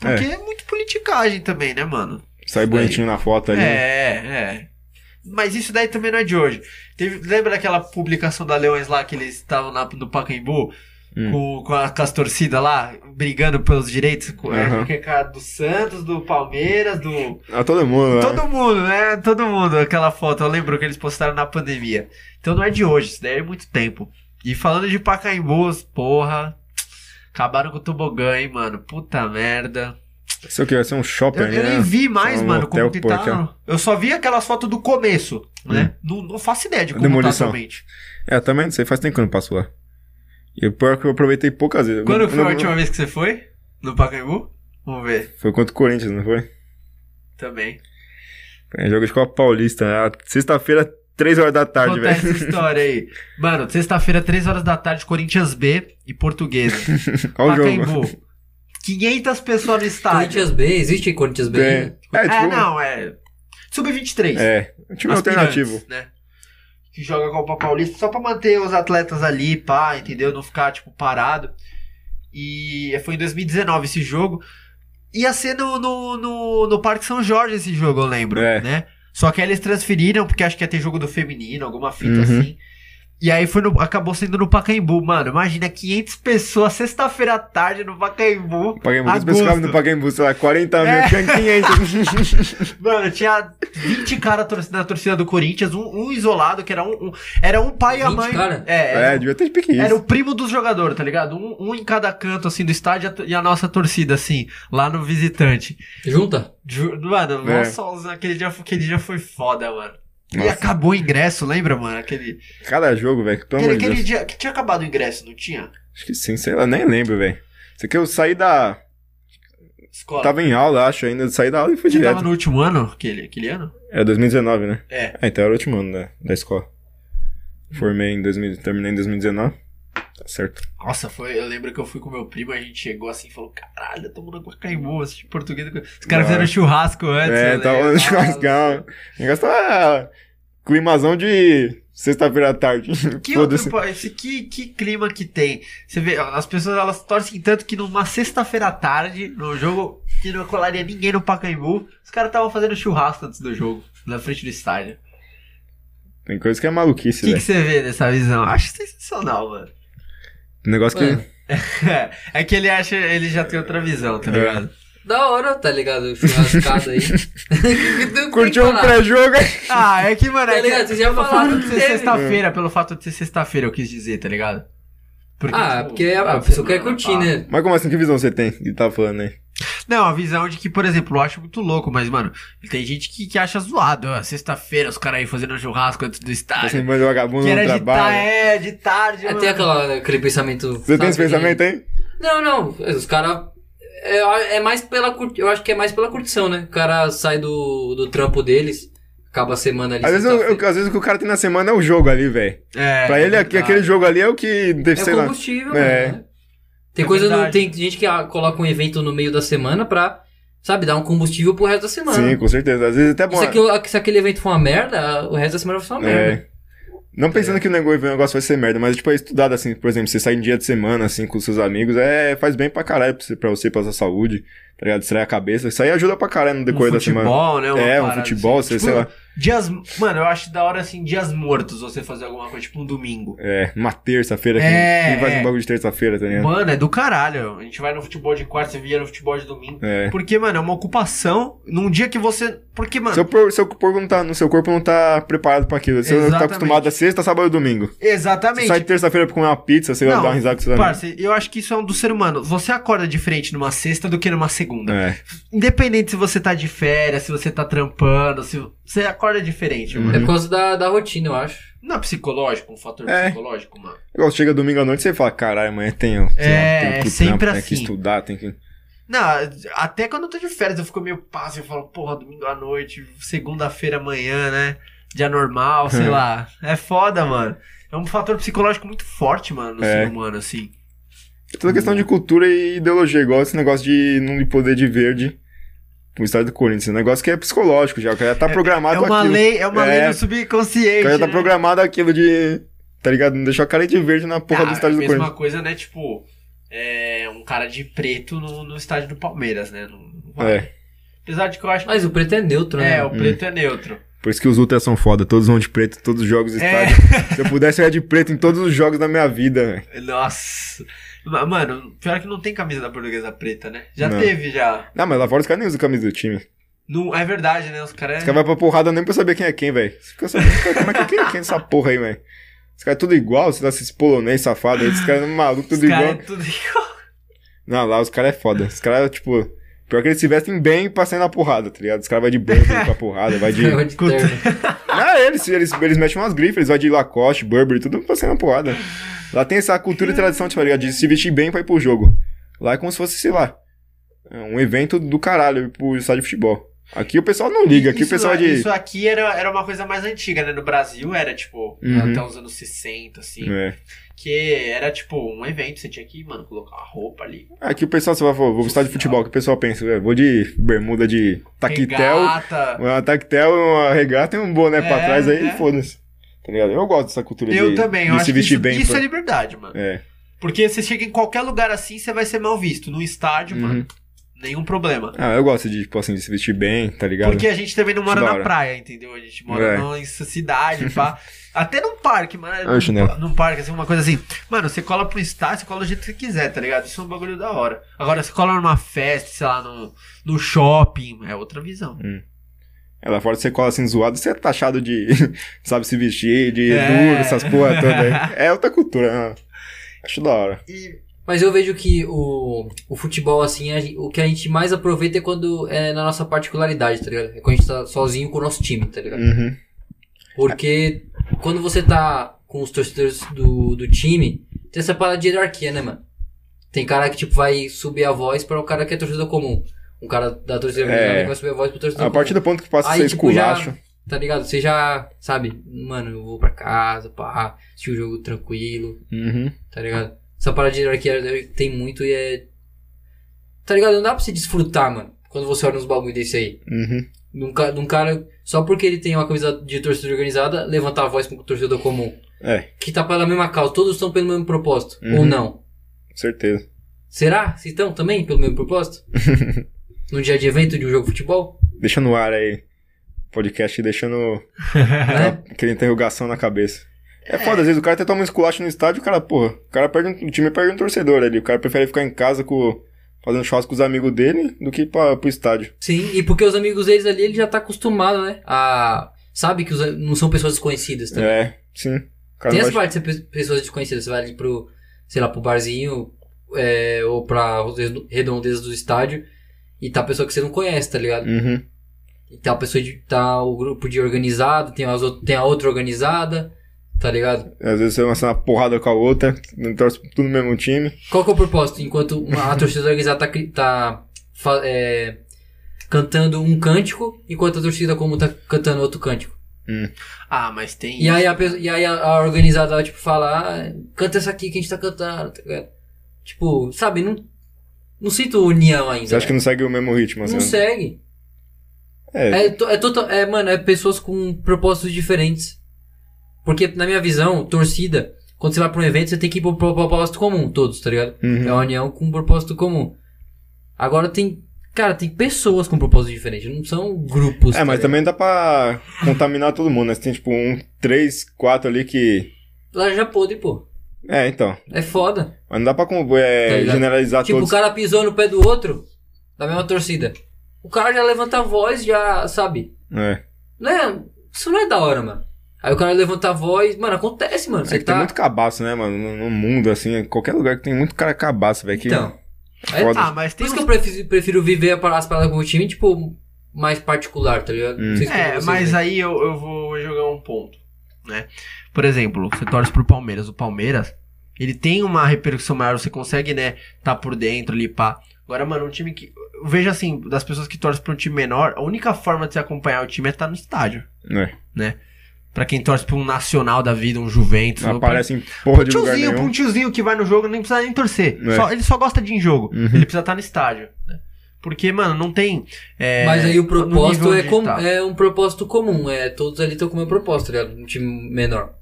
Speaker 1: Porque é. muito politicagem também, né, mano?
Speaker 3: Sai bonitinho na foto ali.
Speaker 1: É, é. Mas isso daí também não é de hoje. Teve- lembra daquela publicação da Leões lá que eles estavam na- no Pacaembu
Speaker 3: Hum.
Speaker 1: com, com, a- com as torcidas lá brigando pelos direitos com, é,
Speaker 3: Aham.
Speaker 1: porque, cara, do Santos, do Palmeiras, do
Speaker 3: A todo mundo, né?
Speaker 1: Todo mundo, né? Todo mundo, aquela foto. Eu lembro que eles postaram na pandemia. Então não é de hoje, isso daí é muito tempo. E falando de Pacaembus, porra. Acabaram com o tobogã, hein, mano? Puta merda.
Speaker 3: Isso aqui vai ser um shopping
Speaker 1: Eu,
Speaker 3: ali,
Speaker 1: eu nem
Speaker 3: né?
Speaker 1: vi mais,
Speaker 3: Só um
Speaker 1: mano, como
Speaker 3: hotel,
Speaker 1: que
Speaker 3: pô, aqui, ó. Hum.
Speaker 1: tá. Eu só vi aquelas fotos do começo, né? Não, não faço ideia de como
Speaker 3: Demolição.
Speaker 1: tá atualmente.
Speaker 3: É, eu também não sei, faz tempo que eu não passo lá. E o pior é que eu aproveitei poucas vezes.
Speaker 1: Quando
Speaker 3: Eu-
Speaker 1: foi a
Speaker 3: eu-
Speaker 1: última vez que você foi? No Pacaembu? Vamos ver.
Speaker 3: Foi contra o Corinthians, não foi?
Speaker 1: Também.
Speaker 3: É, jogo de Copa Paulista, né? Sexta-feira, 3 horas da tarde,
Speaker 1: Conta essa
Speaker 3: velho.
Speaker 1: história aí.
Speaker 3: [LAUGHS]
Speaker 1: Mano, sexta-feira, 3 horas da tarde, Corinthians B e Portuguesa.
Speaker 3: Olha o jogo.
Speaker 1: Pacaembu. né? 500 pessoas no estádio.
Speaker 2: Corinthians B, existe Corinthians B?
Speaker 3: [LAUGHS]
Speaker 2: ainda?
Speaker 3: Tem. É,
Speaker 1: É,
Speaker 3: tipo.
Speaker 1: não, é. Sub-23.
Speaker 3: É, um time
Speaker 1: Aspirantes,
Speaker 3: alternativo.
Speaker 1: Né? Que joga Copa Paulista só pra manter os atletas ali, pá, entendeu? Não ficar, tipo, parado. E foi em 2019 esse jogo. Ia ser no, no, no, no Parque São Jorge esse jogo, eu lembro,
Speaker 3: É.
Speaker 1: né? Só que aí eles transferiram, porque acho que ia ter jogo do feminino, alguma fita
Speaker 3: Uhum.
Speaker 1: assim. E aí foi no- acabou sendo no Pacaembu, mano. Imagina 500 pessoas sexta-feira à tarde no Pacaembu.
Speaker 3: Pacaembu, as pessoas ficavam no Pacaembu, sei lá, 40 mil,
Speaker 1: É.
Speaker 3: tinha
Speaker 1: [LAUGHS]
Speaker 3: 500.
Speaker 1: Mano, tinha 20 caras tor- na torcida do Corinthians, um, um isolado, que era um, um- era um pai e a
Speaker 2: 20
Speaker 1: mãe.
Speaker 2: cara?
Speaker 1: É, era,
Speaker 3: é, devia ter de pequeno.
Speaker 1: era o primo dos jogadores, tá ligado? Um, um em cada canto, assim, do estádio e a to- e a nossa torcida, assim, lá no visitante.
Speaker 2: Junta?
Speaker 1: Ju- Mano,
Speaker 3: É.
Speaker 1: nossa, aquele dia, foi- aquele dia foi foda, mano. E
Speaker 3: Nossa.
Speaker 1: acabou o ingresso, lembra, mano? Aquele,
Speaker 3: Cada jogo, velho, pelo
Speaker 1: aquele,
Speaker 3: amor de Deus.
Speaker 1: aquele dia que tinha acabado o ingresso, não tinha?
Speaker 3: Acho que sim, sei lá, nem lembro, velho. Isso aqui eu saí da...
Speaker 1: Escola.
Speaker 3: Tava em aula, acho, ainda. Saí da aula e fui
Speaker 1: Você
Speaker 3: direto.
Speaker 1: tava no último ano, aquele, aquele ano?
Speaker 3: Era 2019, né?
Speaker 1: É.
Speaker 3: Ah, então era o último ano da, da escola. Formei em 2000, terminei em 2019. Tá certo.
Speaker 1: Nossa, foi, eu lembro que eu fui com meu primo, a gente chegou assim e falou, caralho, todo mundo caimbou, assisti português. Os caras
Speaker 3: Ah.
Speaker 1: fizeram churrasco antes.
Speaker 3: é,
Speaker 1: né?
Speaker 3: tava
Speaker 1: Ah,
Speaker 3: rolando churrascão. O negócio tava climazão de sexta-feira à tarde. [LAUGHS]
Speaker 1: Que,
Speaker 3: Foda-se.
Speaker 1: outro pa- esse- que, que clima que tem. Você vê, ó, as pessoas elas torcem tanto que numa sexta-feira à tarde, no jogo que não colaria ninguém no Pacaembu, os caras estavam fazendo churrasco antes do jogo, na frente do estádio.
Speaker 3: Tem coisa que é
Speaker 1: O
Speaker 3: maluquice,
Speaker 1: que, que
Speaker 3: velho.
Speaker 1: você vê nessa visão? Acho sensacional, mano. [LAUGHS]
Speaker 3: Um Negócio que...
Speaker 2: Ué.
Speaker 1: É que ele acha, ele já tem outra visão, tá
Speaker 3: É.
Speaker 1: ligado?
Speaker 2: Da hora, tá ligado? Churrascado
Speaker 1: [LAUGHS]
Speaker 2: aí. Que tem que
Speaker 3: [LAUGHS] Curtiu um
Speaker 2: falar.
Speaker 3: pré-jogo?
Speaker 1: Ah, é que, mano,
Speaker 2: Tá
Speaker 1: é que
Speaker 2: ligado? Vocês já
Speaker 1: eu tô
Speaker 2: falaram
Speaker 1: falando
Speaker 2: que
Speaker 1: de ser
Speaker 2: teve.
Speaker 1: sexta-feira, pelo fato de ser sexta-feira, eu quis dizer, tá ligado?
Speaker 2: Ah,
Speaker 1: tipo,
Speaker 2: porque é, a, a
Speaker 1: final de
Speaker 2: pessoa quer
Speaker 1: semana,
Speaker 2: curtir,
Speaker 1: pá.
Speaker 2: né?
Speaker 3: Mas como assim? Que visão você tem? Que tá falando aí.
Speaker 1: Não, a visão de que, por exemplo, eu acho muito louco, mas, mano, tem gente que, que acha zoado. ó, Sexta-feira, os caras aí fazendo churrasco antes do
Speaker 3: Tá
Speaker 1: estádio.
Speaker 3: sempre mandando vagabundo
Speaker 1: Que
Speaker 3: no
Speaker 1: era de, ta,
Speaker 3: trabalho.
Speaker 1: é, de tarde,
Speaker 2: É,
Speaker 1: mano.
Speaker 2: tem aquela, aquele pensamento.
Speaker 3: Você tem
Speaker 2: sabe,
Speaker 3: esse pensamento, hein?
Speaker 2: que- Não, não. Os caras. É, é mais pela curti... Eu acho que é mais pela curtição, né? O cara sai do, do trampo deles, acaba a semana ali. tá
Speaker 3: Às vezes, eu- eu-
Speaker 2: sexta-feira.
Speaker 3: às vezes o que o cara tem na semana é o jogo ali, velho.
Speaker 1: É,
Speaker 3: pra ele,
Speaker 1: é
Speaker 3: aqui-
Speaker 1: verdade.
Speaker 3: aquele jogo ali é o que deve
Speaker 2: É
Speaker 3: sei lá.
Speaker 2: combustível,
Speaker 3: É.
Speaker 2: né? Tem
Speaker 1: É
Speaker 2: coisa no-
Speaker 1: verdade.
Speaker 2: Tem gente que ah, coloca um evento no meio da semana pra, sabe, dar um combustível pro resto da semana.
Speaker 3: Sim, com certeza. Às vezes até é bom.
Speaker 2: se, aquilo- se aquele evento for uma merda, o resto da semana vai ser uma merda.
Speaker 3: É. Não pensando que o nego- o negócio vai ser merda, mas tipo, é estudado assim, por exemplo, você sai em dia de semana, assim, com seus amigos, é, faz bem pra caralho pra você, pra, você, pra sua saúde, tá ligado? Distrair a cabeça, isso aí ajuda pra caralho no
Speaker 1: Um
Speaker 3: decorrer da semana.
Speaker 1: futebol, né? uma
Speaker 3: é, um
Speaker 1: parada
Speaker 3: futebol,
Speaker 1: assim.
Speaker 3: você,
Speaker 1: Tipo,
Speaker 3: sei lá.
Speaker 1: Dias, mano, eu acho da hora, assim, dias mortos, você fazer alguma coisa, tipo um domingo.
Speaker 3: É, uma terça-feira, quem,
Speaker 1: É,
Speaker 3: quem faz
Speaker 1: é.
Speaker 3: um bagulho de terça-feira, tá ligado?
Speaker 1: Mano, é do caralho. A gente vai no futebol de quarta, você via no futebol de domingo.
Speaker 3: É.
Speaker 1: Porque, mano, é uma ocupação num dia que você. Porque, mano.
Speaker 3: Seu, por- seu corpo não tá, no seu corpo não tá preparado pra aquilo. Você não tá
Speaker 1: Exatamente.
Speaker 3: acostumado a sexta, sábado e domingo. Você
Speaker 1: Exatamente.
Speaker 3: sai terça-feira pra comer uma pizza, você vai
Speaker 1: Não,
Speaker 3: dar um risada com seus amigos.
Speaker 1: Parce, eu acho que isso é um do ser humano. Você acorda diferente numa sexta do que numa segunda.
Speaker 3: É.
Speaker 1: Independente se você tá de férias, se você tá trampando, se você acorda diferente,
Speaker 3: Uhum.
Speaker 1: mano.
Speaker 2: É por causa da, da rotina, eu acho.
Speaker 1: Não é psicológico, um fator
Speaker 3: É.
Speaker 1: psicológico, mano.
Speaker 3: Igual chega domingo à noite você fala, caralho, amanhã tem, ó, sei
Speaker 1: É,
Speaker 3: lá,
Speaker 1: é
Speaker 3: tem que
Speaker 1: sempre
Speaker 3: trampo, tem que
Speaker 1: assim.
Speaker 3: estudar, tem que.
Speaker 1: Não, até quando eu tô de férias eu fico meio passo, eu falo, porra, domingo à noite, segunda-feira amanhã, né? Dia normal,
Speaker 3: [LAUGHS]
Speaker 1: sei lá. É foda, mano. É um fator psicológico muito forte, mano, no
Speaker 3: É.
Speaker 1: ser humano, assim.
Speaker 3: Toda questão de cultura e ideologia, igual esse negócio de não me poder de verde pro estádio do Corinthians. É um negócio que é psicológico já, o cara já tá programado
Speaker 1: É uma
Speaker 3: aquilo.
Speaker 1: lei, é uma lei
Speaker 3: É.
Speaker 1: do subconsciente.
Speaker 3: o cara já tá
Speaker 1: né?
Speaker 3: programado aquilo de. Tá ligado? Não deixar o cara de verde na porra
Speaker 1: Ah,
Speaker 3: do estádio do
Speaker 1: mesma
Speaker 3: Corinthians.
Speaker 1: coisa, né? Tipo, é, um cara de preto no, no estádio do Palmeiras, né? Não- não vai.
Speaker 3: É. Hum.
Speaker 1: Apesar de que eu acho que
Speaker 2: Mas o preto é neutro, né?
Speaker 1: é, o preto é neutro.
Speaker 3: Por isso que os ultras são foda, todos vão de preto, todos os jogos do
Speaker 1: É. [LAUGHS]
Speaker 3: estádio. Se eu pudesse, eu ia de preto em todos os jogos da minha vida, velho.
Speaker 1: Nossa. Ma- Mano, pior que não tem camisa da portuguesa preta, né? Já
Speaker 3: Não.
Speaker 1: teve, já.
Speaker 3: Não, mas lá fora os caras nem usam camisa do time.
Speaker 1: Não, é verdade, né? Os caras.
Speaker 3: Os caras vão pra porrada nem pra saber quem é quem, velho. Você fica sabendo cara, como é que quem é quem essa porra aí, velho. Os caras é tudo igual, você dá esses polonês safado aí, esses caras malucos,
Speaker 1: os
Speaker 3: tudo
Speaker 1: caras
Speaker 3: igual.
Speaker 1: é
Speaker 3: [LAUGHS]
Speaker 1: tudo igual.
Speaker 3: Não, lá os caras é foda. Os caras, tipo, pior que eles se vestem bem pra sair na porrada, tá ligado? Os caras vai de Burberry pra porrada,
Speaker 2: [LAUGHS]
Speaker 3: vai de.
Speaker 2: [LAUGHS] É, de
Speaker 1: Escuta.
Speaker 2: terno.
Speaker 3: Ah, eles, eles, eles metem umas grifas, eles vai de Lacoste, Burberry, tudo pra sair na porrada. Lá tem essa cultura e tradição, tipo, tá ligado? De se vestir bem pra ir pro jogo. Lá é como se fosse, sei lá, um evento do caralho pro estádio de futebol. Aqui o pessoal não liga, aqui
Speaker 1: isso,
Speaker 3: o pessoal é de.
Speaker 1: isso aqui era, era uma coisa mais antiga, né? No Brasil era, tipo,
Speaker 3: Uhum.
Speaker 1: até os anos 60, assim.
Speaker 3: É.
Speaker 1: Que era, tipo, um evento. Você tinha que, mano, colocar uma roupa ali.
Speaker 3: Aqui o pessoal, você vai falar, vou estar de futebol, que o pessoal pensa, "Ué, vou de bermuda de taquetel,
Speaker 1: Regata.
Speaker 3: uma taquetel, Um uma regata e um boné pra
Speaker 1: É,
Speaker 3: trás, aí
Speaker 1: é.
Speaker 3: foda-se. Tá ligado? Eu gosto dessa cultura
Speaker 1: Eu
Speaker 3: de,
Speaker 1: também, eu
Speaker 3: de
Speaker 1: acho
Speaker 3: se vestir
Speaker 1: que isso,
Speaker 3: bem.
Speaker 1: isso
Speaker 3: pra-
Speaker 1: é liberdade, mano.
Speaker 3: É.
Speaker 1: Porque você chega em qualquer lugar assim, você vai ser mal visto. Num estádio,
Speaker 3: Uhum.
Speaker 1: mano. nenhum problema.
Speaker 3: Ah, eu gosto de, tipo assim, de se vestir bem, tá ligado?
Speaker 1: Porque a gente também não mora
Speaker 3: Da
Speaker 1: na
Speaker 3: hora.
Speaker 1: praia, entendeu? A gente mora
Speaker 3: É.
Speaker 1: numa cidade,
Speaker 3: [LAUGHS]
Speaker 1: pá. Até num parque, mano. é
Speaker 3: Olha o chinelo.
Speaker 1: Num parque, assim, uma coisa assim. Mano, você cola pro estádio, você cola do jeito que você quiser, tá ligado? Isso é um bagulho da hora. Agora, você cola numa festa, sei lá, no, no shopping, é outra visão.
Speaker 3: É, lá fora você cola assim zoado, você é taxado de, [LAUGHS] sabe, se vestir, de
Speaker 1: É.
Speaker 3: duro, essas porra toda aí.
Speaker 1: [LAUGHS]
Speaker 3: É outra cultura, né? Acho da hora.
Speaker 1: E,
Speaker 2: Mas eu vejo que o, o futebol, assim, a gen- o que a gente mais aproveita é quando é na nossa particularidade, tá ligado? É quando a gente tá sozinho com o nosso time, tá ligado?
Speaker 3: Uhum.
Speaker 2: Porque quando você tá com os torcedores do, do time, tem essa parada de hierarquia, né, mano? Tem cara que, tipo, vai subir a voz para o cara que é torcedor comum. Um cara da torcida organizada que vai subir a voz pro torcedor
Speaker 3: É. A
Speaker 2: comum.
Speaker 3: partir do ponto que passa a
Speaker 2: Aí,
Speaker 3: ser
Speaker 2: tipo, já-
Speaker 3: esculacho.
Speaker 2: Tá ligado? Você já, sabe, mano, eu vou pra casa, pá, assistir o jogo tranquilo.
Speaker 3: Uhum.
Speaker 2: Tá ligado? Essa parada de hierarquia tem muito e é. Tá ligado? Não dá pra se desfrutar, mano. Quando você olha uns bagulho desse aí.
Speaker 3: Uhum.
Speaker 2: De um, ca- de um cara. Só porque ele tem uma camisa de torcida organizada, levantar a voz com o torcedor comum.
Speaker 3: É,
Speaker 2: Que tá pela mesma causa. Todos estão pelo mesmo propósito.
Speaker 3: Uhum.
Speaker 2: Ou não?
Speaker 3: com certeza.
Speaker 2: Será? Se estão também pelo mesmo propósito? Num dia de evento de um jogo de futebol?
Speaker 3: Deixa no ar aí. Podcast deixando
Speaker 2: Né?
Speaker 3: aquela interrogação na cabeça. É foda, às vezes o cara até toma um esculacho no estádio, o cara, porra, o cara perde um, o time perde um torcedor ali. O cara prefere ficar em casa com, fazendo churrasco com os amigos dele do que ir pra, pro estádio.
Speaker 2: Sim, e porque os amigos deles ali, ele já tá acostumado, né? A. Sabe que os, não são pessoas desconhecidas, tá
Speaker 3: É, sim. O cara
Speaker 2: Tem
Speaker 3: não
Speaker 2: essa
Speaker 3: vai-
Speaker 2: parte de ser pe- pessoas desconhecidas. Você vai ali pro, sei lá, pro barzinho é, ou pra redo- redondeza do estádio e tá a pessoa que você não conhece, tá ligado?
Speaker 3: Uhum.
Speaker 2: E tá a pessoa de, tá o grupo de organizado, tem, as, out- tem a outra organizada, tá ligado?
Speaker 3: Às vezes você lança uma porrada com a outra, não torce tudo no mesmo time.
Speaker 2: Qual que é o propósito? Enquanto uma- a torcida organizada tá, cri- tá fa- é, cantando um cântico, enquanto a torcida comum tá cantando outro cântico.
Speaker 1: ah, mas tem.
Speaker 2: E aí a, pe- e aí a, a organizada, tipo, fala, ah, canta essa aqui que a gente tá cantando, tá ligado? Tipo, sabe, não, não sinto união ainda.
Speaker 3: Você acha que
Speaker 2: velho.
Speaker 3: não segue o mesmo ritmo, assim?
Speaker 2: É. não segue.
Speaker 3: É,
Speaker 2: É, to- é, total- é, mano, é pessoas com propósitos diferentes. Porque, na minha visão, torcida, quando você vai pra um evento, você tem que ir pro pro- pro propósito comum, todos, tá ligado?
Speaker 3: Uhum.
Speaker 2: É uma união com um propósito comum. Agora tem, cara, tem pessoas com propósitos diferentes, não são grupos.
Speaker 3: é, mas
Speaker 2: tá ligado?
Speaker 3: também dá pra contaminar todo mundo, né? Você tem tipo um, três, quatro ali que.
Speaker 2: Lá já pôde, pô.
Speaker 3: É, então.
Speaker 2: É foda.
Speaker 3: Mas não dá pra com- é,
Speaker 2: Tá ligado?
Speaker 3: generalizar
Speaker 2: Tipo,
Speaker 3: todos.
Speaker 2: o cara pisou no pé do outro, da mesma torcida. O cara já levanta a voz, já, sabe?
Speaker 3: É.
Speaker 2: Não é, isso não é da hora, mano. Aí o cara levanta a voz, mano, acontece, mano.
Speaker 3: É
Speaker 2: Você
Speaker 3: que
Speaker 2: tá.
Speaker 3: tem muito cabaço, né, mano? No, no mundo, assim, em qualquer lugar que tem muito cara cabaço, velho. que-
Speaker 2: Então. É,
Speaker 3: Foda.
Speaker 1: Ah, mas
Speaker 2: por
Speaker 1: tem.
Speaker 2: isso
Speaker 1: uns-
Speaker 2: que eu prefiro, prefiro viver a par- as paradas com o time, tipo, mais particular, tá ligado?
Speaker 3: Hum.
Speaker 2: como
Speaker 1: É,
Speaker 2: vocês
Speaker 1: mas
Speaker 2: veem.
Speaker 1: aí eu, eu vou jogar um ponto, né? Por exemplo, você torce pro Palmeiras. O Palmeiras, ele tem uma repercussão maior, você consegue, né, tá por dentro ali, pá. Agora, mano, um time que... eu Vejo assim, das pessoas que torcem pra um time menor, a única forma de se acompanhar o time é estar no estádio.
Speaker 3: É.
Speaker 1: Pra quem torce pra um Nacional da vida, um Juventus...
Speaker 3: Não
Speaker 1: ou pra-
Speaker 3: aparece em porra
Speaker 1: um
Speaker 3: de lugar
Speaker 1: tiozinho, pra
Speaker 3: nenhum.
Speaker 1: um tiozinho que vai no jogo, nem precisa nem torcer.
Speaker 3: É.
Speaker 1: Só- ele só gosta de ir em jogo.
Speaker 3: Uhum.
Speaker 1: Ele precisa estar no estádio. né? Porque, mano, não tem... é,
Speaker 2: Mas aí o propósito
Speaker 1: no nível
Speaker 2: é,
Speaker 1: onde
Speaker 2: com-
Speaker 1: tá.
Speaker 2: é um propósito comum, é todos ali estão com o meu propósito, tá ligado? Um time menor.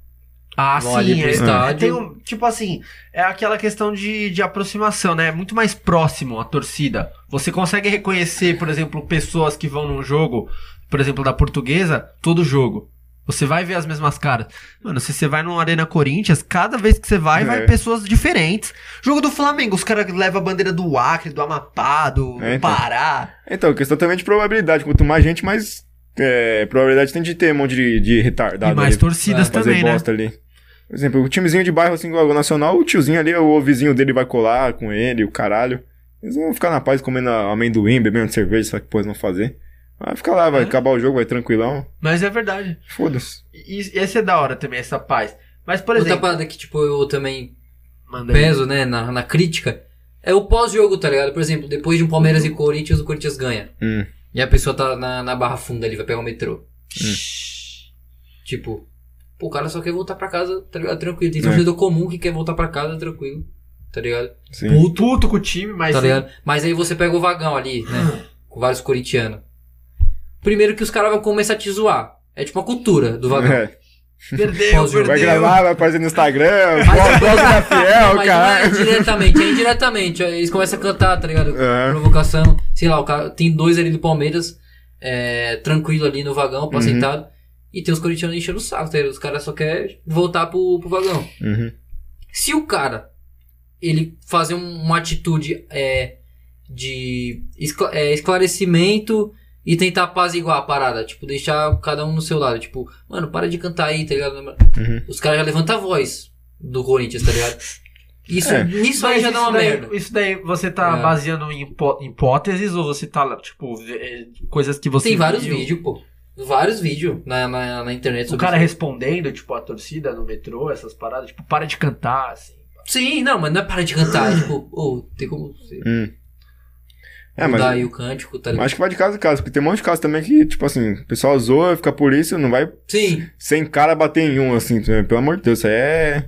Speaker 1: Ah,
Speaker 2: Vão ali
Speaker 1: sim,
Speaker 2: pro
Speaker 1: é,
Speaker 2: estádio.
Speaker 1: é, tem um- tipo assim, é aquela questão de, de aproximação, né? É muito mais próximo a torcida. Você consegue reconhecer, por exemplo, pessoas que vão num jogo, por exemplo, da portuguesa, todo jogo. Você vai ver as mesmas caras. Mano, se você vai numa Arena Corinthians, cada vez que você vai,
Speaker 3: É.
Speaker 1: vai pessoas diferentes. Jogo do Flamengo, os caras levam a bandeira do Acre, do Amapá, do
Speaker 3: É, então.
Speaker 1: Pará.
Speaker 3: Então, questão também de probabilidade. Quanto mais gente, mais é, probabilidade tem de ter um monte de, de retardado
Speaker 1: e mais
Speaker 3: ali.
Speaker 1: torcidas
Speaker 2: É,
Speaker 3: fazer
Speaker 1: também, né?
Speaker 3: bosta ali. Por exemplo, o timezinho de bairro, assim, o Nacional, o tiozinho ali, o vizinho dele vai colar com ele, o caralho. Eles vão ficar na paz comendo amendoim, bebendo cerveja, sabe o que depois vão fazer. Vai ficar lá, vai
Speaker 1: É.
Speaker 3: acabar o jogo, vai tranquilão.
Speaker 1: Mas é verdade.
Speaker 3: Foda-se.
Speaker 1: E, e essa é da hora também, essa paz. Mas, por
Speaker 2: Outra
Speaker 1: exemplo.
Speaker 2: parada que, tipo, eu também
Speaker 1: Manda aí.
Speaker 2: peso, né, na, na crítica, é o pós-jogo, tá ligado? Por exemplo, depois de um Palmeiras e Corinthians, o Corinthians ganha.
Speaker 3: Hum.
Speaker 2: E a pessoa tá na, na barra funda ali, vai pegar o metrô. Tipo, pô, o cara só quer voltar pra casa, tá ligado? Tranquilo. Tem
Speaker 3: É.
Speaker 2: torcedor comum que quer voltar pra casa tranquilo, tá ligado?
Speaker 3: Sim.
Speaker 1: Puto, puto com o time, mas.
Speaker 2: Tá ligado? Mas aí você pega o vagão ali, né? com vários corintianos. Primeiro que os caras vão começar a te zoar. É tipo a cultura do vagão.
Speaker 3: [LAUGHS] É.
Speaker 4: Perdeu, perdeu.
Speaker 2: Pós-jogo.
Speaker 3: Vai gravar, vai aparecer no Instagram,
Speaker 2: [LAUGHS] Mas- é
Speaker 3: foto foto da
Speaker 2: Não,
Speaker 3: Fiel,
Speaker 2: mas não é
Speaker 3: caralho.
Speaker 2: diretamente, é indiretamente. Eles começam a cantar, tá ligado?
Speaker 3: [LAUGHS] É.
Speaker 2: Provocação. Sei lá, o cara tem dois ali do Palmeiras, é, tranquilo ali no vagão, pra
Speaker 3: Uhum.
Speaker 2: sentado. E tem os corintianos enchendo o saco, tá ligado? Os caras só querem voltar pro, pro vagão.
Speaker 3: Uhum.
Speaker 2: Se o cara ele fazer um- uma atitude é, de escla- é, esclarecimento e tentar apaziguar a parada, tipo, deixar cada um no seu lado, tipo, mano, para de cantar aí, tá ligado?
Speaker 3: Uhum.
Speaker 2: Os caras já levantam a voz do Corinthians, tá ligado? Isso,
Speaker 3: É.
Speaker 2: Nisso aí
Speaker 1: Mas
Speaker 2: já dá uma
Speaker 1: daí,
Speaker 2: merda.
Speaker 1: Isso daí você tá
Speaker 2: É.
Speaker 1: baseando em hipó- hipóteses ou você tá, tipo, vê- é, coisas que você.
Speaker 2: Tem vários
Speaker 1: viu?
Speaker 2: vídeos, pô. Vários vídeos na, na, na internet
Speaker 1: O
Speaker 2: sobre
Speaker 1: cara
Speaker 2: isso.
Speaker 1: respondendo, tipo, a torcida no metrô, essas paradas, tipo, para de cantar, assim.
Speaker 2: Sim, não, mas não é para de cantar, é tipo, ô, tem como você
Speaker 3: Hum. É, mas.
Speaker 2: mudar aí o cântico, tá
Speaker 3: mas
Speaker 2: ligado?
Speaker 3: Acho que vai de caso em caso, porque tem um monte de caso também que, tipo assim, o pessoal zoa, fica por isso, não vai
Speaker 2: Sim,
Speaker 3: sem cara bater em um, assim, tá ligado? pelo amor de Deus, isso aí é,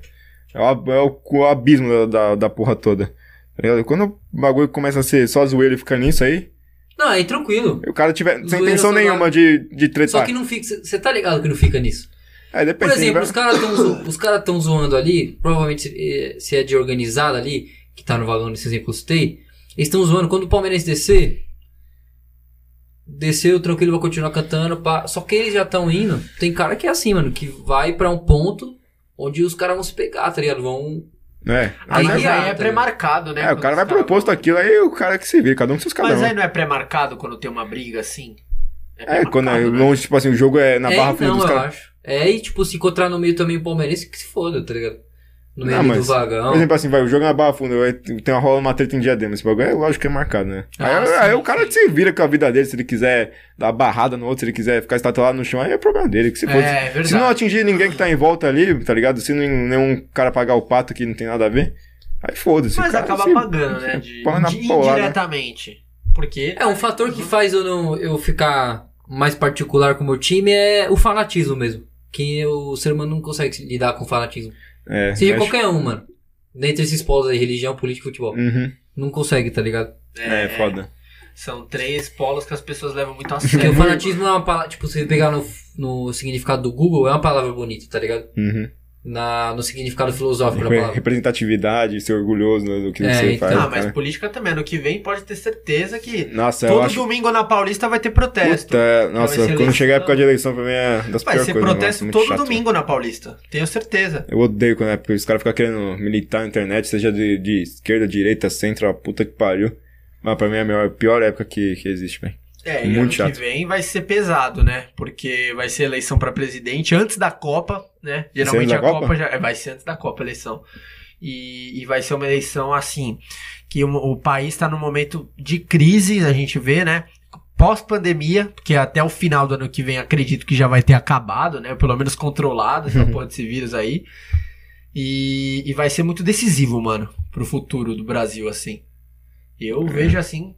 Speaker 3: é, o, ab- é o- o abismo da, da, da porra toda. tá ligado? Quando o bagulho começa a ser só zoeira e fica nisso aí,
Speaker 2: não, aí tranquilo.
Speaker 3: e o cara tiver sem
Speaker 2: Zoeira
Speaker 3: intenção
Speaker 2: só vai-
Speaker 3: nenhuma de, de
Speaker 2: Só
Speaker 3: tretar.
Speaker 2: que não fica. Você tá ligado que não fica nisso.
Speaker 3: É, depende.
Speaker 2: Por
Speaker 3: tem
Speaker 2: exemplo,
Speaker 3: vai-
Speaker 2: os caras tão, zo- os cara tão zoando ali, provavelmente se, eh, se é de organizada ali, que tá no vagão nesse exemplo que eu citei, eles estão zoando. Quando o Palmeirense descer, desceu, tranquilo, vai continuar cantando. pá. Só que eles já estão indo. Tem cara que é assim, mano, que vai pra um ponto onde os caras vão se pegar, tá ligado? Vão.
Speaker 3: É.
Speaker 2: Aí
Speaker 1: Aí,
Speaker 2: que
Speaker 1: aí
Speaker 2: é,
Speaker 1: é pré-marcado, né?
Speaker 3: É, o cara
Speaker 1: quando
Speaker 3: vai
Speaker 1: os caras-
Speaker 3: proposto aquilo, aí o cara que se vira, cada um com seus cada
Speaker 1: Mas aí
Speaker 3: um.
Speaker 1: não é pré-marcado quando tem uma briga assim?
Speaker 3: É, quando é
Speaker 1: pré-marcado, né?
Speaker 3: longe, tipo assim, o jogo é na
Speaker 2: é,
Speaker 3: barra
Speaker 2: e
Speaker 3: funda
Speaker 2: não,
Speaker 3: dos
Speaker 2: eu
Speaker 3: caras.
Speaker 2: acho. É, e tipo, se encontrar no meio também o Palmeirense, que se foda, tá ligado? No meio
Speaker 3: Não,
Speaker 2: ali do
Speaker 3: mas-
Speaker 2: vagão.
Speaker 3: Por exemplo, assim, vai, o jogo é na barra funda, vai- tem uma rola uma treta em diadema, esse bagulho é lógico que é marcado, né? aí
Speaker 2: Ah, sim,
Speaker 3: aí o cara
Speaker 2: sim.
Speaker 3: se vira com a vida dele, se ele quiser dar barrada no outro, se ele quiser ficar estatelado no chão, aí é problema dele, que se fosse.
Speaker 1: É, é
Speaker 3: Se não
Speaker 1: verdade.
Speaker 3: atingir ninguém que tá em volta ali, tá ligado? Se nenhum, nenhum cara pagar o pato que não tem nada a ver, aí foda-se.
Speaker 1: Mas
Speaker 3: cara,
Speaker 1: acaba
Speaker 3: se-
Speaker 1: pagando, né? De,
Speaker 3: põe na
Speaker 1: de-
Speaker 3: porrada.
Speaker 1: indiretamente. Porque.
Speaker 2: É, um fator
Speaker 3: Uhum.
Speaker 2: que faz eu não eu ficar mais particular com o meu time é o fanatismo mesmo. Que o ser humano não consegue se lidar com o fanatismo.
Speaker 3: É,
Speaker 2: Seja
Speaker 3: acho-
Speaker 2: qualquer um, mano. Dentre esses polos aí, religião, política e futebol.
Speaker 3: Uhum.
Speaker 2: Não consegue, tá ligado?
Speaker 3: É, foda.
Speaker 1: São três polos que as pessoas levam muito a
Speaker 2: Porque o
Speaker 1: sério.
Speaker 2: fanatismo é uma palavra. Tipo, se você pegar no, no significado do Google, é uma palavra bonita, tá ligado?
Speaker 3: Uhum.
Speaker 2: Na, no significado filosófico da
Speaker 3: Repre-
Speaker 2: palavra.
Speaker 3: Representatividade, ser orgulhoso né, do do que
Speaker 2: É,
Speaker 3: você
Speaker 2: então.
Speaker 3: faz.
Speaker 1: Ah, mas
Speaker 3: cara.
Speaker 1: política também. Ano que vem pode ter certeza que
Speaker 3: Nossa, eu
Speaker 4: Todo
Speaker 3: acho. é
Speaker 4: domingo na Paulista vai ter protesto.
Speaker 3: Puta,
Speaker 4: ser
Speaker 3: nossa, quando
Speaker 4: eleição.
Speaker 3: chegar a época de eleição, pra mim é das
Speaker 4: Vai
Speaker 3: piores
Speaker 4: ser
Speaker 3: coisas. nossa,
Speaker 4: protesto
Speaker 3: muito
Speaker 4: todo
Speaker 3: chato. né?
Speaker 4: domingo na Paulista. Tenho certeza.
Speaker 3: Eu odeio quando é, porque os caras ficam querendo militar na internet, seja de, de esquerda, direita, centro, a puta que pariu. Mas pra mim é a melhor- a pior época que, que existe, velho.
Speaker 1: é,
Speaker 3: Muito
Speaker 1: e ano
Speaker 3: chato.
Speaker 1: que vem vai ser pesado, né? Porque vai ser eleição pra presidente antes da Copa, né? Geralmente
Speaker 3: da
Speaker 1: a Copa,
Speaker 3: Copa?
Speaker 1: já é, vai ser antes da Copa a eleição. E, e vai ser uma eleição assim, que o, o país está num momento de crise, a gente vê, né? Pós-pandemia, porque até o final do ano que vem acredito que já vai ter acabado, né? Pelo menos controlado então essa porra desse vírus aí. E, e vai ser muito decisivo, mano, pro futuro do Brasil, assim. Eu vejo assim,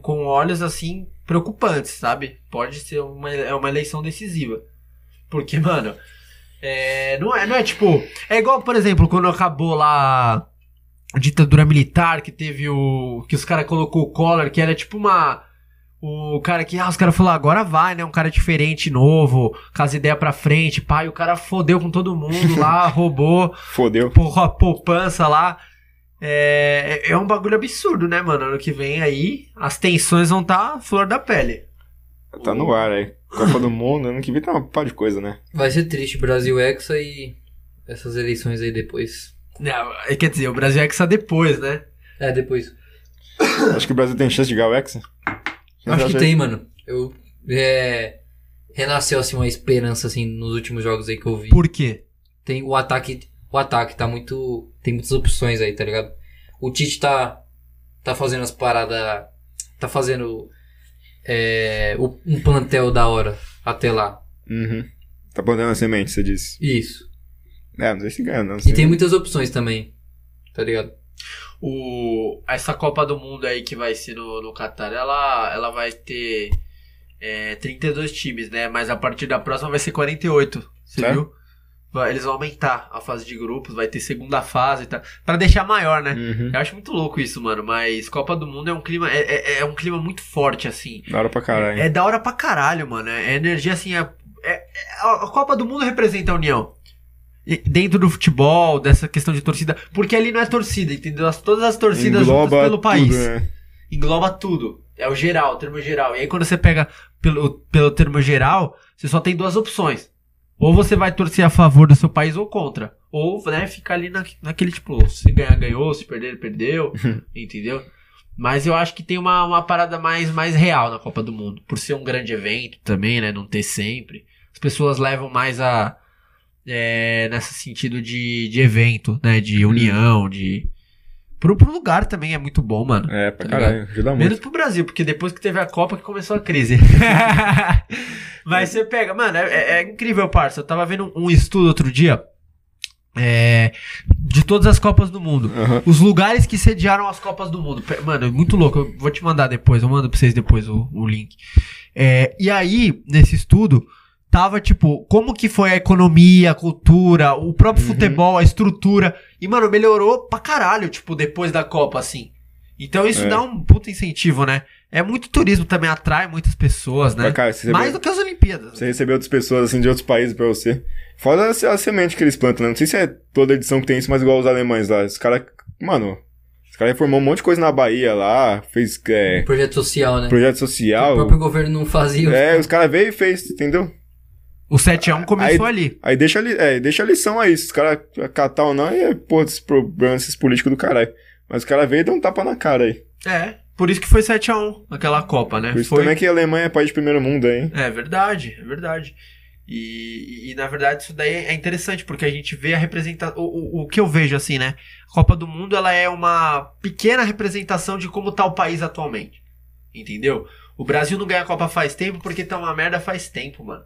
Speaker 1: com olhos assim, preocupantes, sabe? Pode ser uma, é uma eleição decisiva. Porque, mano, é, não, é, não é tipo. É igual, por exemplo, quando acabou lá a ditadura militar, que teve o. que os caras colocou o Collor, que era tipo uma. O cara que, ah, os caras falaram, agora vai, né? Um cara diferente, novo, com as ideias pra frente, pai, o cara fodeu com todo mundo [LAUGHS] lá, roubou
Speaker 3: Fodeu.
Speaker 1: porra, poupança lá. É, é um bagulho absurdo, né, mano? Ano que vem aí, as tensões vão estar tá flor da pele.
Speaker 3: Tá no ar aí. Copa do Mundo, ano que vem tá uma par de coisa, né?
Speaker 2: Vai ser triste, Brasil Hexa e essas eleições aí depois.
Speaker 1: Não, é, quer dizer, o Brasil é que está depois, né?
Speaker 2: É, depois.
Speaker 3: Acho que o Brasil tem chance de ganhar o Hexa. Vocês
Speaker 2: Acho que
Speaker 3: acham?
Speaker 2: tem, mano. Eu. É. Renasceu assim uma esperança assim nos últimos jogos aí que eu vi.
Speaker 1: Por quê?
Speaker 2: Tem o ataque, o ataque tá muito, tem muitas opções aí, tá ligado? O Tite tá tá fazendo as paradas, tá fazendo é, o- um plantel da hora até lá.
Speaker 3: Uhum. Tá plantando a semente, você disse.
Speaker 2: Isso.
Speaker 3: É, não sei se ganha, não.
Speaker 2: E
Speaker 3: sei.
Speaker 2: tem muitas opções também. Tá ligado?
Speaker 1: O, essa Copa do Mundo aí que vai ser no, no Qatar, ela, ela vai ter é, 32 times, né? Mas a partir da próxima vai ser 48, você
Speaker 3: É?
Speaker 1: viu? Vai- eles vão aumentar a fase de grupos, vai ter segunda fase e tal. Pra deixar maior, né?
Speaker 3: Uhum.
Speaker 1: Eu acho muito louco isso, mano. Mas Copa do Mundo é um clima. É, é- é um clima muito forte, assim.
Speaker 3: Da hora pra caralho.
Speaker 1: É da hora pra caralho, mano. É energia, assim, é, é- a a Copa do Mundo representa a união. E Dentro do futebol, dessa questão de torcida. Porque ali não é torcida, entendeu? As- todas as torcidas juntas
Speaker 3: Engloba
Speaker 1: pelo país.
Speaker 3: tudo, né?
Speaker 1: Engloba tudo. É o geral, o termo geral. E aí quando você pega pelo, pelo termo geral, você só tem duas opções. Ou você vai torcer a favor do seu país ou contra. Ou, né, ficar ali na, naquele tipo, se ganhar, ganhou, se perder, perdeu. entendeu? Mas eu acho que tem uma, uma parada mais, mais real na Copa do Mundo. Por ser um grande evento também, né? Não ter sempre. As pessoas levam mais a. É, nesse sentido de, de evento, né? De união, de. Pro, pro lugar também é muito bom, mano.
Speaker 3: É, pra
Speaker 1: Tá
Speaker 3: caralho, ajuda muito.
Speaker 1: Menos pro Brasil, porque depois que teve a Copa que começou a crise. Mas você pega, mano, é, é- é incrível, parça. Eu tava vendo um estudo outro dia é, de todas as Copas do Mundo.
Speaker 3: Aham.
Speaker 1: Os lugares que sediaram as Copas do Mundo. Pe- Mano, é muito louco. Eu vou te mandar depois, eu mando pra vocês depois o, o link. É, e aí, nesse estudo, tava tipo, como que foi a economia, a cultura, o próprio
Speaker 3: Uhum.
Speaker 1: futebol, a estrutura. E, mano, melhorou pra caralho, tipo, depois da Copa, assim. Então isso
Speaker 3: É.
Speaker 1: dá um puta incentivo, né? É muito turismo também, atrai muitas pessoas, né?
Speaker 3: Pra cá, você
Speaker 1: Mais
Speaker 3: recebeu,
Speaker 1: do que as Olimpíadas.
Speaker 3: você recebeu outras pessoas assim de outros países pra você. Fora a, se- a semente que eles plantam, né? Não sei se é toda edição que tem isso, mas igual os alemães lá. Os caras. Mano, os caras reformou um monte de coisa na Bahia lá, fez é,
Speaker 2: Projeto social, né?
Speaker 3: projeto
Speaker 2: O
Speaker 3: social.
Speaker 2: próprio governo não fazia.
Speaker 3: É, os caras veio e fez, entendeu?
Speaker 1: O 7x1 começou ali.
Speaker 3: Aí deixa, a li- é, deixa a lição aí, se os caras catar ou não, aí é, porra, esses problemas, esses políticos do caralho. Mas o cara veio e deu um tapa na cara aí.
Speaker 1: É, por isso que foi 7x1 naquela Copa, né?
Speaker 3: Por isso
Speaker 1: Foi...
Speaker 3: também que a Alemanha é país de primeiro mundo aí, hein?
Speaker 1: É verdade, é verdade. E, e- e, na verdade isso daí é interessante, porque a gente vê a representação. O, o que eu vejo assim, né? A Copa do Mundo ela é uma pequena representação de como tá o país atualmente. Entendeu? O Brasil não ganha a Copa faz tempo porque tá uma merda faz tempo, mano.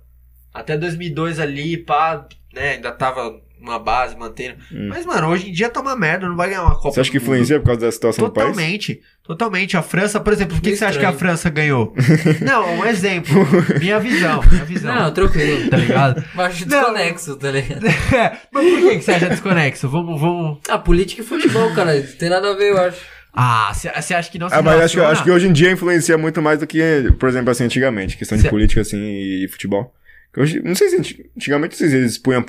Speaker 1: Até 2002 ali, pá, né? Ainda tava uma base mantendo.
Speaker 3: Hum.
Speaker 1: Mas, mano, hoje em dia tá uma merda, não vai ganhar uma Copa.
Speaker 3: Você acha que
Speaker 1: do Mundo.
Speaker 3: influencia por causa da situação do país?
Speaker 1: Totalmente, totalmente. A França, por exemplo, por que,
Speaker 2: Meio
Speaker 1: que você acha que a
Speaker 2: estranho.
Speaker 1: França
Speaker 3: [LAUGHS]
Speaker 1: ganhou? Não, um exemplo. Minha visão, minha visão.
Speaker 2: [LAUGHS] Não, tranquilo.
Speaker 1: Tá ligado? [LAUGHS]
Speaker 2: Baixo
Speaker 1: Não.
Speaker 2: desconexo, tá ligado?
Speaker 1: É, mas por que, que você acha desconexo? Vamos, vamos.
Speaker 2: Ah, política e futebol, cara. Não tem nada a ver, eu acho.
Speaker 1: Ah, você você acha que não se
Speaker 3: Ah, mas acho que,
Speaker 1: relaciona?
Speaker 3: acho que hoje em dia influencia muito mais do que, por exemplo, assim, antigamente. Questão de
Speaker 1: Cê-
Speaker 3: política, assim, e futebol. Que Hoje, não sei se anti- antigamente não sei se eles expunham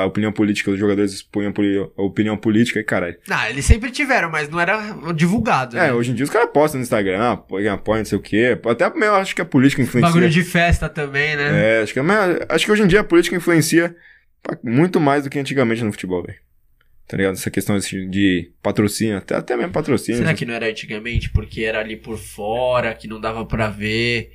Speaker 3: a opinião política, os jogadores expunham poli- a opinião política e caralho.
Speaker 1: Não, eles sempre tiveram, mas não era divulgado.
Speaker 3: É,
Speaker 1: né?
Speaker 3: hoje em dia os caras postam no Instagram, ah, apoia, apoia, não sei o quê. Até mesmo acho que a política influencia.
Speaker 1: Bagulho de festa também, né?
Speaker 3: É, acho que, mas acho que hoje em dia a política influencia pra- muito mais do que antigamente no futebol, velho. Tá ligado? Essa questão assim, de patrocínio, até, até mesmo patrocínio.
Speaker 1: Será
Speaker 3: essas-
Speaker 1: que não era antigamente porque era ali por fora, que não dava pra ver?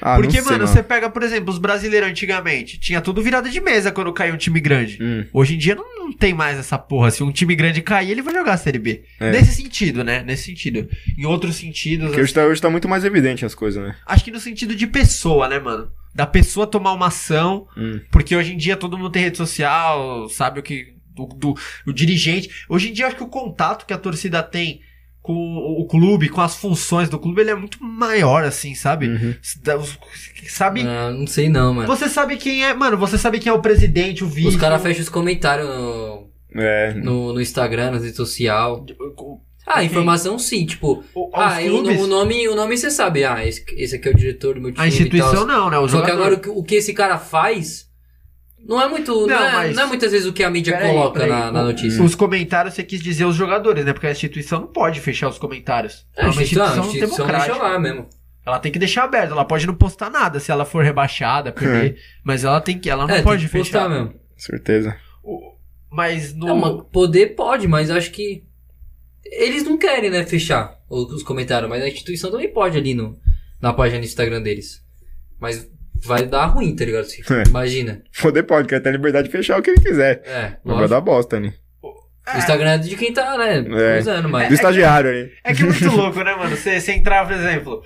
Speaker 3: Ah, não
Speaker 1: porque,
Speaker 3: sei,
Speaker 1: mano, você pega, por exemplo, os brasileiros antigamente, tinha tudo virado de mesa quando caiu um time grande.
Speaker 3: Hum.
Speaker 1: Hoje em dia não, não tem mais essa porra. Se um time grande cair, ele vai jogar a Série B.
Speaker 3: É.
Speaker 1: Nesse sentido, né? Nesse sentido. Em outros sentidos,
Speaker 3: Porque hoje tá, hoje tá muito mais evidente as coisas, né?
Speaker 1: acho que no sentido de pessoa, né, mano? Da pessoa tomar uma ação,
Speaker 3: Hum.
Speaker 1: porque hoje em dia todo mundo tem rede social, sabe o que. Do, do- o dirigente. Hoje em dia, acho que o contato que a torcida tem com o o clube, com as funções do clube, ele é muito maior, assim, sabe?
Speaker 3: Uhum.
Speaker 1: S- da- os- Sabe.
Speaker 2: Ah, Hum. não sei não, mano.
Speaker 1: Você sabe quem é. Mano, você sabe quem é o presidente, o vice.
Speaker 2: Os caras
Speaker 1: o-
Speaker 2: fecham os comentários no,
Speaker 3: É.
Speaker 2: no, no Instagram, nas redes sociais.
Speaker 1: o-
Speaker 2: Ah,
Speaker 1: Ok.
Speaker 2: informação sim, tipo...
Speaker 1: o-
Speaker 2: Ah,
Speaker 1: os
Speaker 2: e o,
Speaker 1: clubes.
Speaker 2: o nome, o nome você sabe. Ah, esse, esse aqui é o diretor do meu time
Speaker 1: A
Speaker 2: e
Speaker 1: instituição
Speaker 2: tal.
Speaker 1: não, né? O
Speaker 2: Só que
Speaker 1: jogador.
Speaker 2: agora o que, o que esse cara faz... Não é muito... Não,
Speaker 1: Não,
Speaker 2: é,
Speaker 1: mas-
Speaker 2: não é muitas vezes o que a mídia
Speaker 1: Peraí,
Speaker 2: coloca
Speaker 1: peraí.
Speaker 2: na, na
Speaker 1: O-
Speaker 2: notícia.
Speaker 1: Os comentários você quis dizer os jogadores, né? Porque a instituição não pode fechar os comentários.
Speaker 2: É, a instituição, a instituição deixa
Speaker 1: democrática.
Speaker 2: lá mesmo.
Speaker 1: Ela tem que deixar aberta, ela pode não postar nada se ela for rebaixada, perder. mas ela tem que. Ela não
Speaker 2: é,
Speaker 1: pode
Speaker 2: tem que
Speaker 1: fechar.
Speaker 2: postar mesmo.
Speaker 3: Certeza.
Speaker 1: O- mas no.
Speaker 3: É
Speaker 2: Não, mas poder pode, mas acho que... Eles não querem, né, fechar o- os comentários. Mas a instituição também pode ali no, na página do Instagram deles. Mas vai dar ruim, tá ligado? Se-
Speaker 3: É.
Speaker 2: Imagina.
Speaker 3: Poder pode, quer ter liberdade de fechar o que ele quiser.
Speaker 2: É,
Speaker 3: Não vai
Speaker 2: lógico.
Speaker 3: dar bosta, né?
Speaker 2: O Instagram é de quem tá, né,
Speaker 3: É.
Speaker 2: usando,
Speaker 3: Do
Speaker 2: mas...
Speaker 3: estagiário aí.
Speaker 1: É que é muito louco, né, mano? Você você entrar, por exemplo.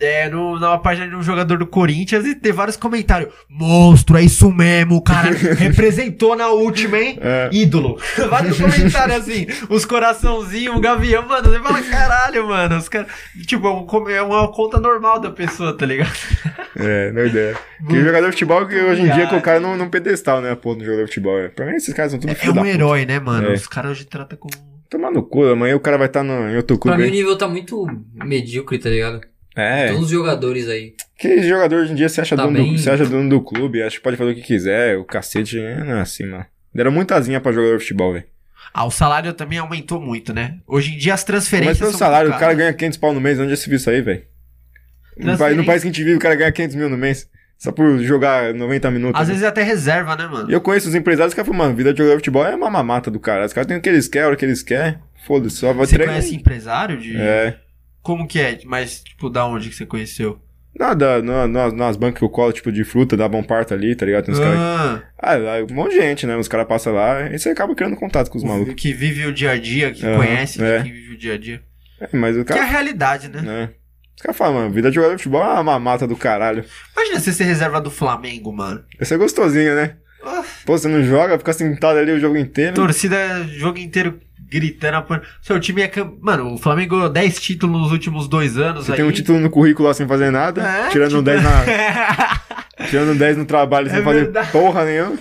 Speaker 1: É, no, numa página de um jogador do Corinthians e ter vários comentários. Monstro, é isso mesmo,
Speaker 2: [LAUGHS]
Speaker 1: cara. Representou na última, hein?
Speaker 3: É.
Speaker 1: [LAUGHS] ídolo. Vários comentários assim, os coraçãozinhos, o gavião, mano, você fala, caralho, mano, os caras. Tipo, é um com- é uma conta normal da pessoa, tá ligado?
Speaker 3: É, doideira. Que jogador de futebol que hoje em dia colocaram num, num pedestal, né? Pô, no jogador de futebol. É. Pra mim, esses caras são tudo
Speaker 1: É
Speaker 3: filho da
Speaker 1: um
Speaker 3: puta.
Speaker 1: herói, né, mano?
Speaker 3: É.
Speaker 1: Os caras hoje tratam como.
Speaker 3: Tomar no cu, amanhã o cara vai estar no, em outro
Speaker 2: Pra
Speaker 3: clube.
Speaker 2: mim o
Speaker 3: hein?
Speaker 2: nível tá muito medíocre, tá ligado?
Speaker 3: É.
Speaker 2: Todos os jogadores aí.
Speaker 3: Que jogador hoje em dia se acha,
Speaker 2: Tá
Speaker 3: dono,
Speaker 2: bem.
Speaker 3: do, se acha dono do clube, acha que pode fazer o que quiser, o cacete é, não é assim, mano. Deram muita asinha pra jogador de futebol, velho.
Speaker 1: Ah, o salário também aumentou muito, né? Hoje em dia as
Speaker 3: Mas
Speaker 1: transferências.
Speaker 3: pelo
Speaker 1: são
Speaker 3: salário, o
Speaker 1: muito
Speaker 3: cara
Speaker 1: caras. né?
Speaker 3: ganha 500 pau no mês, onde já se viu isso aí, velho? No, país- no
Speaker 1: Transferência.
Speaker 3: país que a gente vive, o cara ganha 500 mil no mês, só por jogar 90 minutos.
Speaker 1: Às vezes é até reserva, né, mano?
Speaker 3: E eu conheço os empresários que falam, mano, vida de jogador de futebol é uma mamata do cara. Os caras têm o que eles querem, a hora que eles querem, foda-se, só vai
Speaker 1: Você
Speaker 3: treinar.
Speaker 1: conhece empresário de.
Speaker 3: É.
Speaker 1: Como que é? Mas, tipo, da onde que você conheceu?
Speaker 3: Nada, na- nas, nas bancas que eu colo, tipo, de fruta, dá bom parto ali, tá ligado? Tem uns caras
Speaker 1: Ah,
Speaker 3: Ah, lá, um monte de gente, né? Os caras passam lá e você acaba criando contato com os malucos.
Speaker 1: o que vive o dia a dia, que
Speaker 3: Aham,
Speaker 1: conhece,
Speaker 3: é.
Speaker 1: que vive o dia a dia.
Speaker 3: É, mas o
Speaker 1: Que é a
Speaker 3: cara.
Speaker 1: realidade, né?
Speaker 3: Né? Os caras falam, mano, vida de jogador de futebol é uma mamata do caralho.
Speaker 1: Imagina você ser reserva do Flamengo, mano.
Speaker 3: Isso é gostosinho, né?
Speaker 1: Ah.
Speaker 3: Pô, você não joga, fica sentado ali o jogo inteiro.
Speaker 1: Torcida o jogo inteiro gritando. apoiando. Seu time é. cam- Mano, o Flamengo ganhou 10 títulos nos últimos dois anos.
Speaker 3: Você
Speaker 1: aí.
Speaker 3: tem um título no currículo lá sem fazer nada,
Speaker 1: É,
Speaker 3: [LAUGHS] tirando,
Speaker 1: tipo-
Speaker 3: 10 na, [LAUGHS] tirando 10 no trabalho
Speaker 1: [LAUGHS]
Speaker 3: sem
Speaker 1: É
Speaker 3: fazer
Speaker 1: verdade.
Speaker 3: porra nenhuma.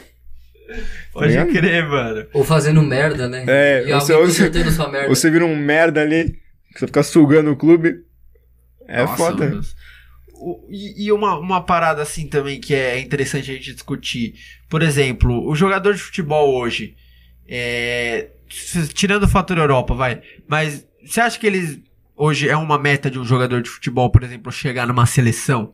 Speaker 1: [LAUGHS] Pode
Speaker 3: Tá ligado?
Speaker 1: crer, mano.
Speaker 2: Ou fazendo merda, né?
Speaker 3: É,
Speaker 2: e
Speaker 3: você-
Speaker 2: alguém
Speaker 3: você-
Speaker 2: consertando sua merda.
Speaker 3: Você vira um merda ali, que você fica sugando o clube. É
Speaker 1: Nossa,
Speaker 3: foda.
Speaker 1: mano. O- e e uma, uma parada assim também que é interessante a gente discutir. Por exemplo, o jogador de futebol hoje, é, s- tirando o fator Europa, vai, mas você acha que eles hoje é uma meta de um jogador de futebol, por exemplo, chegar numa seleção?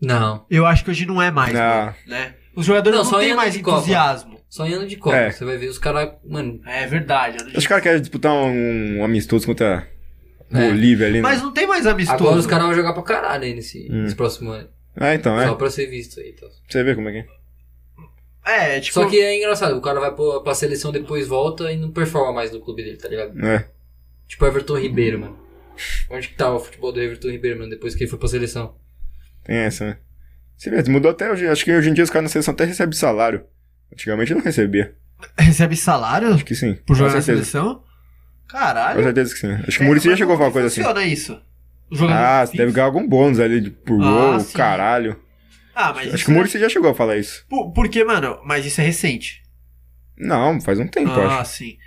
Speaker 2: Não,
Speaker 1: Eu acho que hoje não é mais,
Speaker 3: Não.
Speaker 1: né? Os jogadores
Speaker 2: Não,
Speaker 1: não,
Speaker 2: só
Speaker 1: têm
Speaker 2: indo
Speaker 1: mais
Speaker 2: de Copa.
Speaker 1: entusiasmo.
Speaker 2: só em ano de Copa.
Speaker 3: É.
Speaker 2: Você vai ver os caras, mano.
Speaker 1: É verdade.
Speaker 3: Acho que o cara quer disputar um, um amistoso contra a
Speaker 2: É.
Speaker 3: Bolívia ali, né?
Speaker 1: Mas não tem mais amistoso.
Speaker 2: Agora os caras vão jogar pra caralho aí nesse,
Speaker 3: Hum.
Speaker 2: nesse próximo ano.
Speaker 3: Ah, então, é.
Speaker 2: Só
Speaker 3: Pra
Speaker 2: pra ser visto aí. Então.
Speaker 3: você ver como é que é.
Speaker 1: É, tipo,
Speaker 2: Só que é engraçado, o cara vai pra, pra seleção, depois volta e não performa mais no clube dele, tá ligado?
Speaker 3: É.
Speaker 2: Tipo o Everton Ribeiro, mano. Onde que tá o futebol do Everton Ribeiro, mano, depois que ele foi pra seleção?
Speaker 3: Tem essa, né? Você vê, mudou até hoje. Acho que hoje em dia os caras na seleção até recebem salário. Antigamente não recebia.
Speaker 1: recebe salário
Speaker 3: Acho que sim.
Speaker 1: por
Speaker 3: Com
Speaker 1: jogar na
Speaker 3: certeza.
Speaker 1: seleção?
Speaker 3: Com
Speaker 1: Caralho. É,
Speaker 3: certeza que sim. Acho que o Muricy já chegou a falar uma coisa assim.
Speaker 1: Funciona isso. O jogador
Speaker 3: Ah, você
Speaker 1: fixo.
Speaker 3: deve ganhar algum bônus ali de- por
Speaker 1: Ah,
Speaker 3: gol,
Speaker 1: sim.
Speaker 3: caralho.
Speaker 1: Ah, mas
Speaker 3: Acho
Speaker 1: isso
Speaker 3: que o
Speaker 1: é-
Speaker 3: Muricy já chegou a falar isso.
Speaker 1: Por- Porque, mano, mas isso é recente.
Speaker 3: Não, faz um tempo,
Speaker 1: ah,
Speaker 3: acho.
Speaker 1: sim.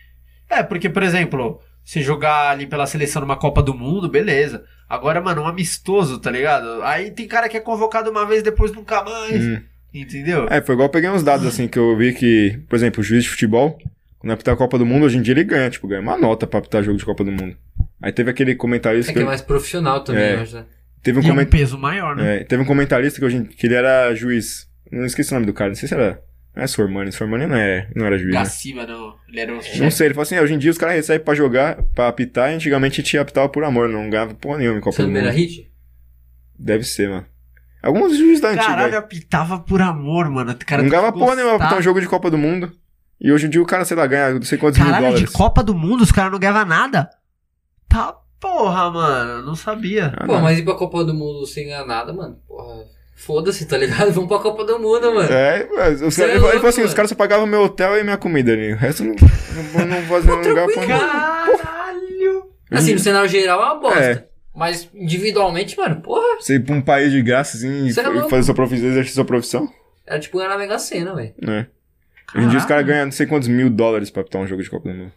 Speaker 1: É, porque, por exemplo, se jogar ali pela seleção numa Copa do Mundo, beleza. Agora, mano, um amistoso, tá ligado? Aí tem cara que é convocado uma vez, depois nunca mais.
Speaker 3: Hum.
Speaker 1: Entendeu?
Speaker 3: É, foi igual eu peguei uns dados assim que eu vi que, por exemplo, o juiz de futebol, quando apitar a Copa do Mundo, hoje em dia ele ganha, tipo, ganha uma nota pra apitar jogo de Copa do Mundo. Aí teve aquele comentarista
Speaker 2: É
Speaker 3: que,
Speaker 2: que é mais profissional também,
Speaker 3: É.
Speaker 2: eu acho, né?
Speaker 3: teve um
Speaker 1: E é um
Speaker 3: comentarista.
Speaker 1: peso maior, né?
Speaker 3: É, teve um comentarista que, hoje, em- que ele era juiz. Não esqueci o nome do cara, não sei se era. Não é Sormani, Sormani não, é, não era juiz. né?
Speaker 1: Gaciba, não. Ele era um
Speaker 3: Não
Speaker 1: chefe.
Speaker 3: sei, ele falou assim: "É, hoje em dia os caras recebem pra jogar, pra apitar, e antigamente a gente apitava por amor, não ganhava porra nenhuma em Copa
Speaker 2: Você
Speaker 3: do
Speaker 2: não beira
Speaker 3: Mundo.
Speaker 2: hit?
Speaker 3: Deve ser, mano. Alguns juízes da antiga.
Speaker 1: Caralho,
Speaker 3: aí.
Speaker 1: apitava por amor, mano. O Cara, tem que
Speaker 3: não ganhava porra nenhuma pra apitar
Speaker 1: gostar.
Speaker 3: um jogo de Copa do Mundo. E hoje em dia o cara, sei lá, ganha não sei quantos mil
Speaker 1: Caralho, de
Speaker 3: dólares.
Speaker 1: Copa do Mundo, os caras não ganhavam nada. Tá porra, mano. Não sabia.
Speaker 3: Ah,
Speaker 2: Pô,
Speaker 3: não.
Speaker 2: mas ir pra Copa do Mundo sem ganhar nada, mano? Porra, foda-se, tá ligado? [LAUGHS] Vamos pra Copa do Mundo, mano.
Speaker 3: É, mas os
Speaker 2: Você é
Speaker 3: caras- ele falou
Speaker 2: louco,
Speaker 3: assim: os
Speaker 2: mano.
Speaker 3: caras só pagavam meu hotel e minha comida ali. O resto não, não, não fazia não ganhava porra nenhuma.
Speaker 1: Caralho.
Speaker 2: Assim, no cenário geral é uma bosta.
Speaker 3: É.
Speaker 2: Mas individualmente, mano, porra,
Speaker 3: Você ir pra um país de graça assim e
Speaker 2: Você é louco.
Speaker 3: fazer sua profissão, exercer sua profissão.
Speaker 2: era tipo ganhar na Mega Sena, velho.
Speaker 3: É. Hoje em dia os caras ganham não sei quantos mil dólares pra apitar um jogo de Copa do Mundo.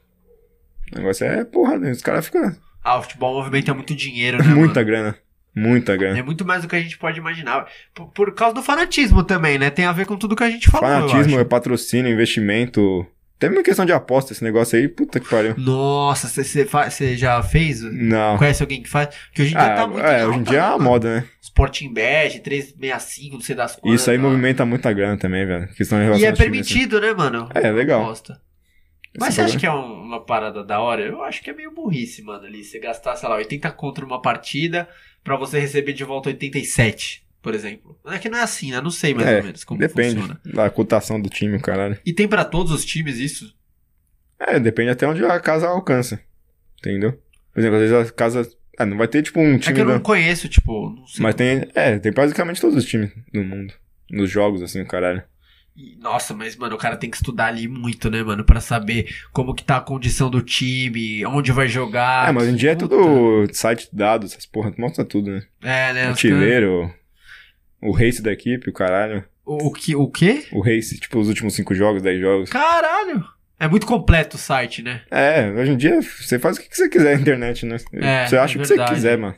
Speaker 3: O negócio é porra, né? os caras ficam.
Speaker 1: Ah, o futebol movimento é muito dinheiro, né? mano?
Speaker 3: [LAUGHS] Muita grana. Muita grana.
Speaker 1: É muito mais do que a gente pode imaginar. Por, por causa do fanatismo também, né? Tem a ver com tudo que a gente falou. eu
Speaker 3: Fanatismo, é
Speaker 1: acho.
Speaker 3: patrocínio, investimento. Até mesmo questão de aposta, esse negócio aí, puta que pariu.
Speaker 1: Nossa, você já fez?
Speaker 3: é Não.
Speaker 1: Conhece alguém que faz? Que hoje em dia
Speaker 3: Ah,
Speaker 1: tá muito.
Speaker 3: é,
Speaker 1: em
Speaker 3: hoje em
Speaker 1: alta,
Speaker 3: dia é
Speaker 1: né,
Speaker 3: uma
Speaker 1: mano?
Speaker 3: moda, né?
Speaker 1: Sporting Bet, 365, não sei das coisas.
Speaker 3: Isso aí
Speaker 1: né?
Speaker 3: movimenta muita grana também, velho. Questão de relação
Speaker 1: E é
Speaker 3: ao time, assim.
Speaker 1: permitido, né, mano?
Speaker 3: É, legal.
Speaker 1: Aposta. Mas
Speaker 3: Esse
Speaker 1: você acha
Speaker 3: bagulho.
Speaker 1: que é um- uma parada da hora? Eu acho que é meio burrice, mano, ali. Você gastar, sei lá, 80 contra uma partida pra você receber de volta 87, por exemplo. É que não é assim, né? Não sei mais
Speaker 3: É,
Speaker 1: ou menos como
Speaker 3: Depende
Speaker 1: funciona.
Speaker 3: da cotação do time, o caralho.
Speaker 1: E tem pra todos os times isso?
Speaker 3: É, depende até onde a casa alcança. Entendeu? Por exemplo, às vezes a casa. Ah, não vai ter tipo um
Speaker 1: é
Speaker 3: time
Speaker 1: que eu
Speaker 3: da-
Speaker 1: não conheço, tipo, não sei.
Speaker 3: Mas tem, é, tem basicamente todos os times do mundo. Nos jogos, assim, o caralho.
Speaker 1: E, Nossa, mas, mano, o cara tem que estudar ali muito, né, mano? Pra saber como que tá a condição do time, onde vai jogar.
Speaker 3: é, mas hoje em dia é
Speaker 1: Ah, Puta.
Speaker 3: tudo site de dados, essas porra, mostra tudo, né?
Speaker 1: É, né? os caras-
Speaker 3: Artilheiro, o race da equipe, o caralho.
Speaker 1: O, o, que, o quê?
Speaker 3: O race, tipo, os últimos cinco jogos, 10 jogos.
Speaker 1: Caralho! É muito completo o site, né?
Speaker 3: É, hoje em dia você faz o que você quiser na internet, né?
Speaker 1: É,
Speaker 3: você
Speaker 1: é
Speaker 3: acha o que você
Speaker 1: verdade.
Speaker 3: quiser, mano.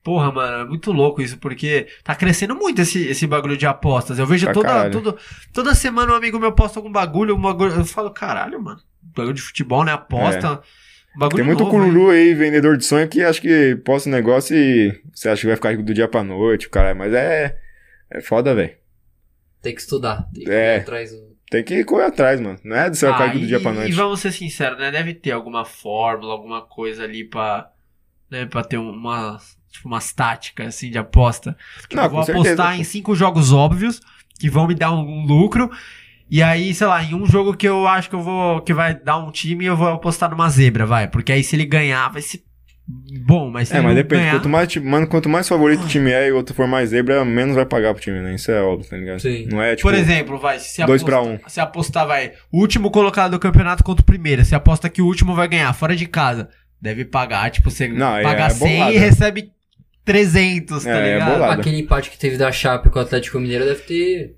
Speaker 1: Porra, mano, é muito louco isso, porque tá crescendo muito esse, esse bagulho de apostas. Eu vejo
Speaker 3: Pra
Speaker 1: toda,
Speaker 3: caralho.
Speaker 1: toda, toda semana um amigo meu posta algum bagulho, um bagulho. Eu falo, caralho, mano, bagulho de futebol, né? Aposta. Bagulho
Speaker 3: É. Tem muito
Speaker 1: novo, hein?
Speaker 3: cururu aí, vendedor de sonho, que acha que posta um negócio e você acha que vai ficar rico do dia pra noite, cara. Mas é. É foda, velho.
Speaker 2: Tem que estudar. Tem que
Speaker 3: É.
Speaker 2: ir atrás do.
Speaker 3: Tem que correr atrás, mano. Não é do seu
Speaker 1: Ah,
Speaker 3: ah, rico do
Speaker 1: e-
Speaker 3: dia pra
Speaker 1: E
Speaker 3: noite.
Speaker 1: vamos ser sinceros, né? Deve ter alguma fórmula, alguma coisa ali pra, né, pra ter uma, tipo, umas táticas assim de aposta. Tipo,
Speaker 3: Não,
Speaker 1: vou
Speaker 3: com certeza.
Speaker 1: apostar em cinco jogos óbvios que vão me dar um, um lucro. E aí, sei lá, em um jogo que eu acho que eu vou. que vai dar um time, eu vou apostar numa zebra, vai. Porque aí se ele ganhar, vai ser bom, mas se
Speaker 3: É,
Speaker 1: ele
Speaker 3: mas
Speaker 1: não
Speaker 3: depende.
Speaker 1: ganhar,
Speaker 3: Quanto mais, ti- mano, quanto mais favorito o time é e o outro for mais zebra, menos vai pagar pro time, né? Isso é óbvio, tá ligado?
Speaker 2: Sim.
Speaker 3: Não é tipo.
Speaker 1: Por exemplo, vai, se
Speaker 3: dois
Speaker 1: aposta-
Speaker 3: pra um.
Speaker 1: se apostar, vai, o último colocado do campeonato contra o primeiro, se aposta que o último vai ganhar, fora de casa, deve pagar, tipo, você
Speaker 3: Não, é-
Speaker 1: pagar
Speaker 3: é
Speaker 1: 100
Speaker 3: bolada.
Speaker 1: e recebe 300, tá
Speaker 3: É, é
Speaker 1: ligado?
Speaker 3: bolada. Claro.
Speaker 2: Aquele empate que teve da Chape com o Atlético Mineiro deve ter.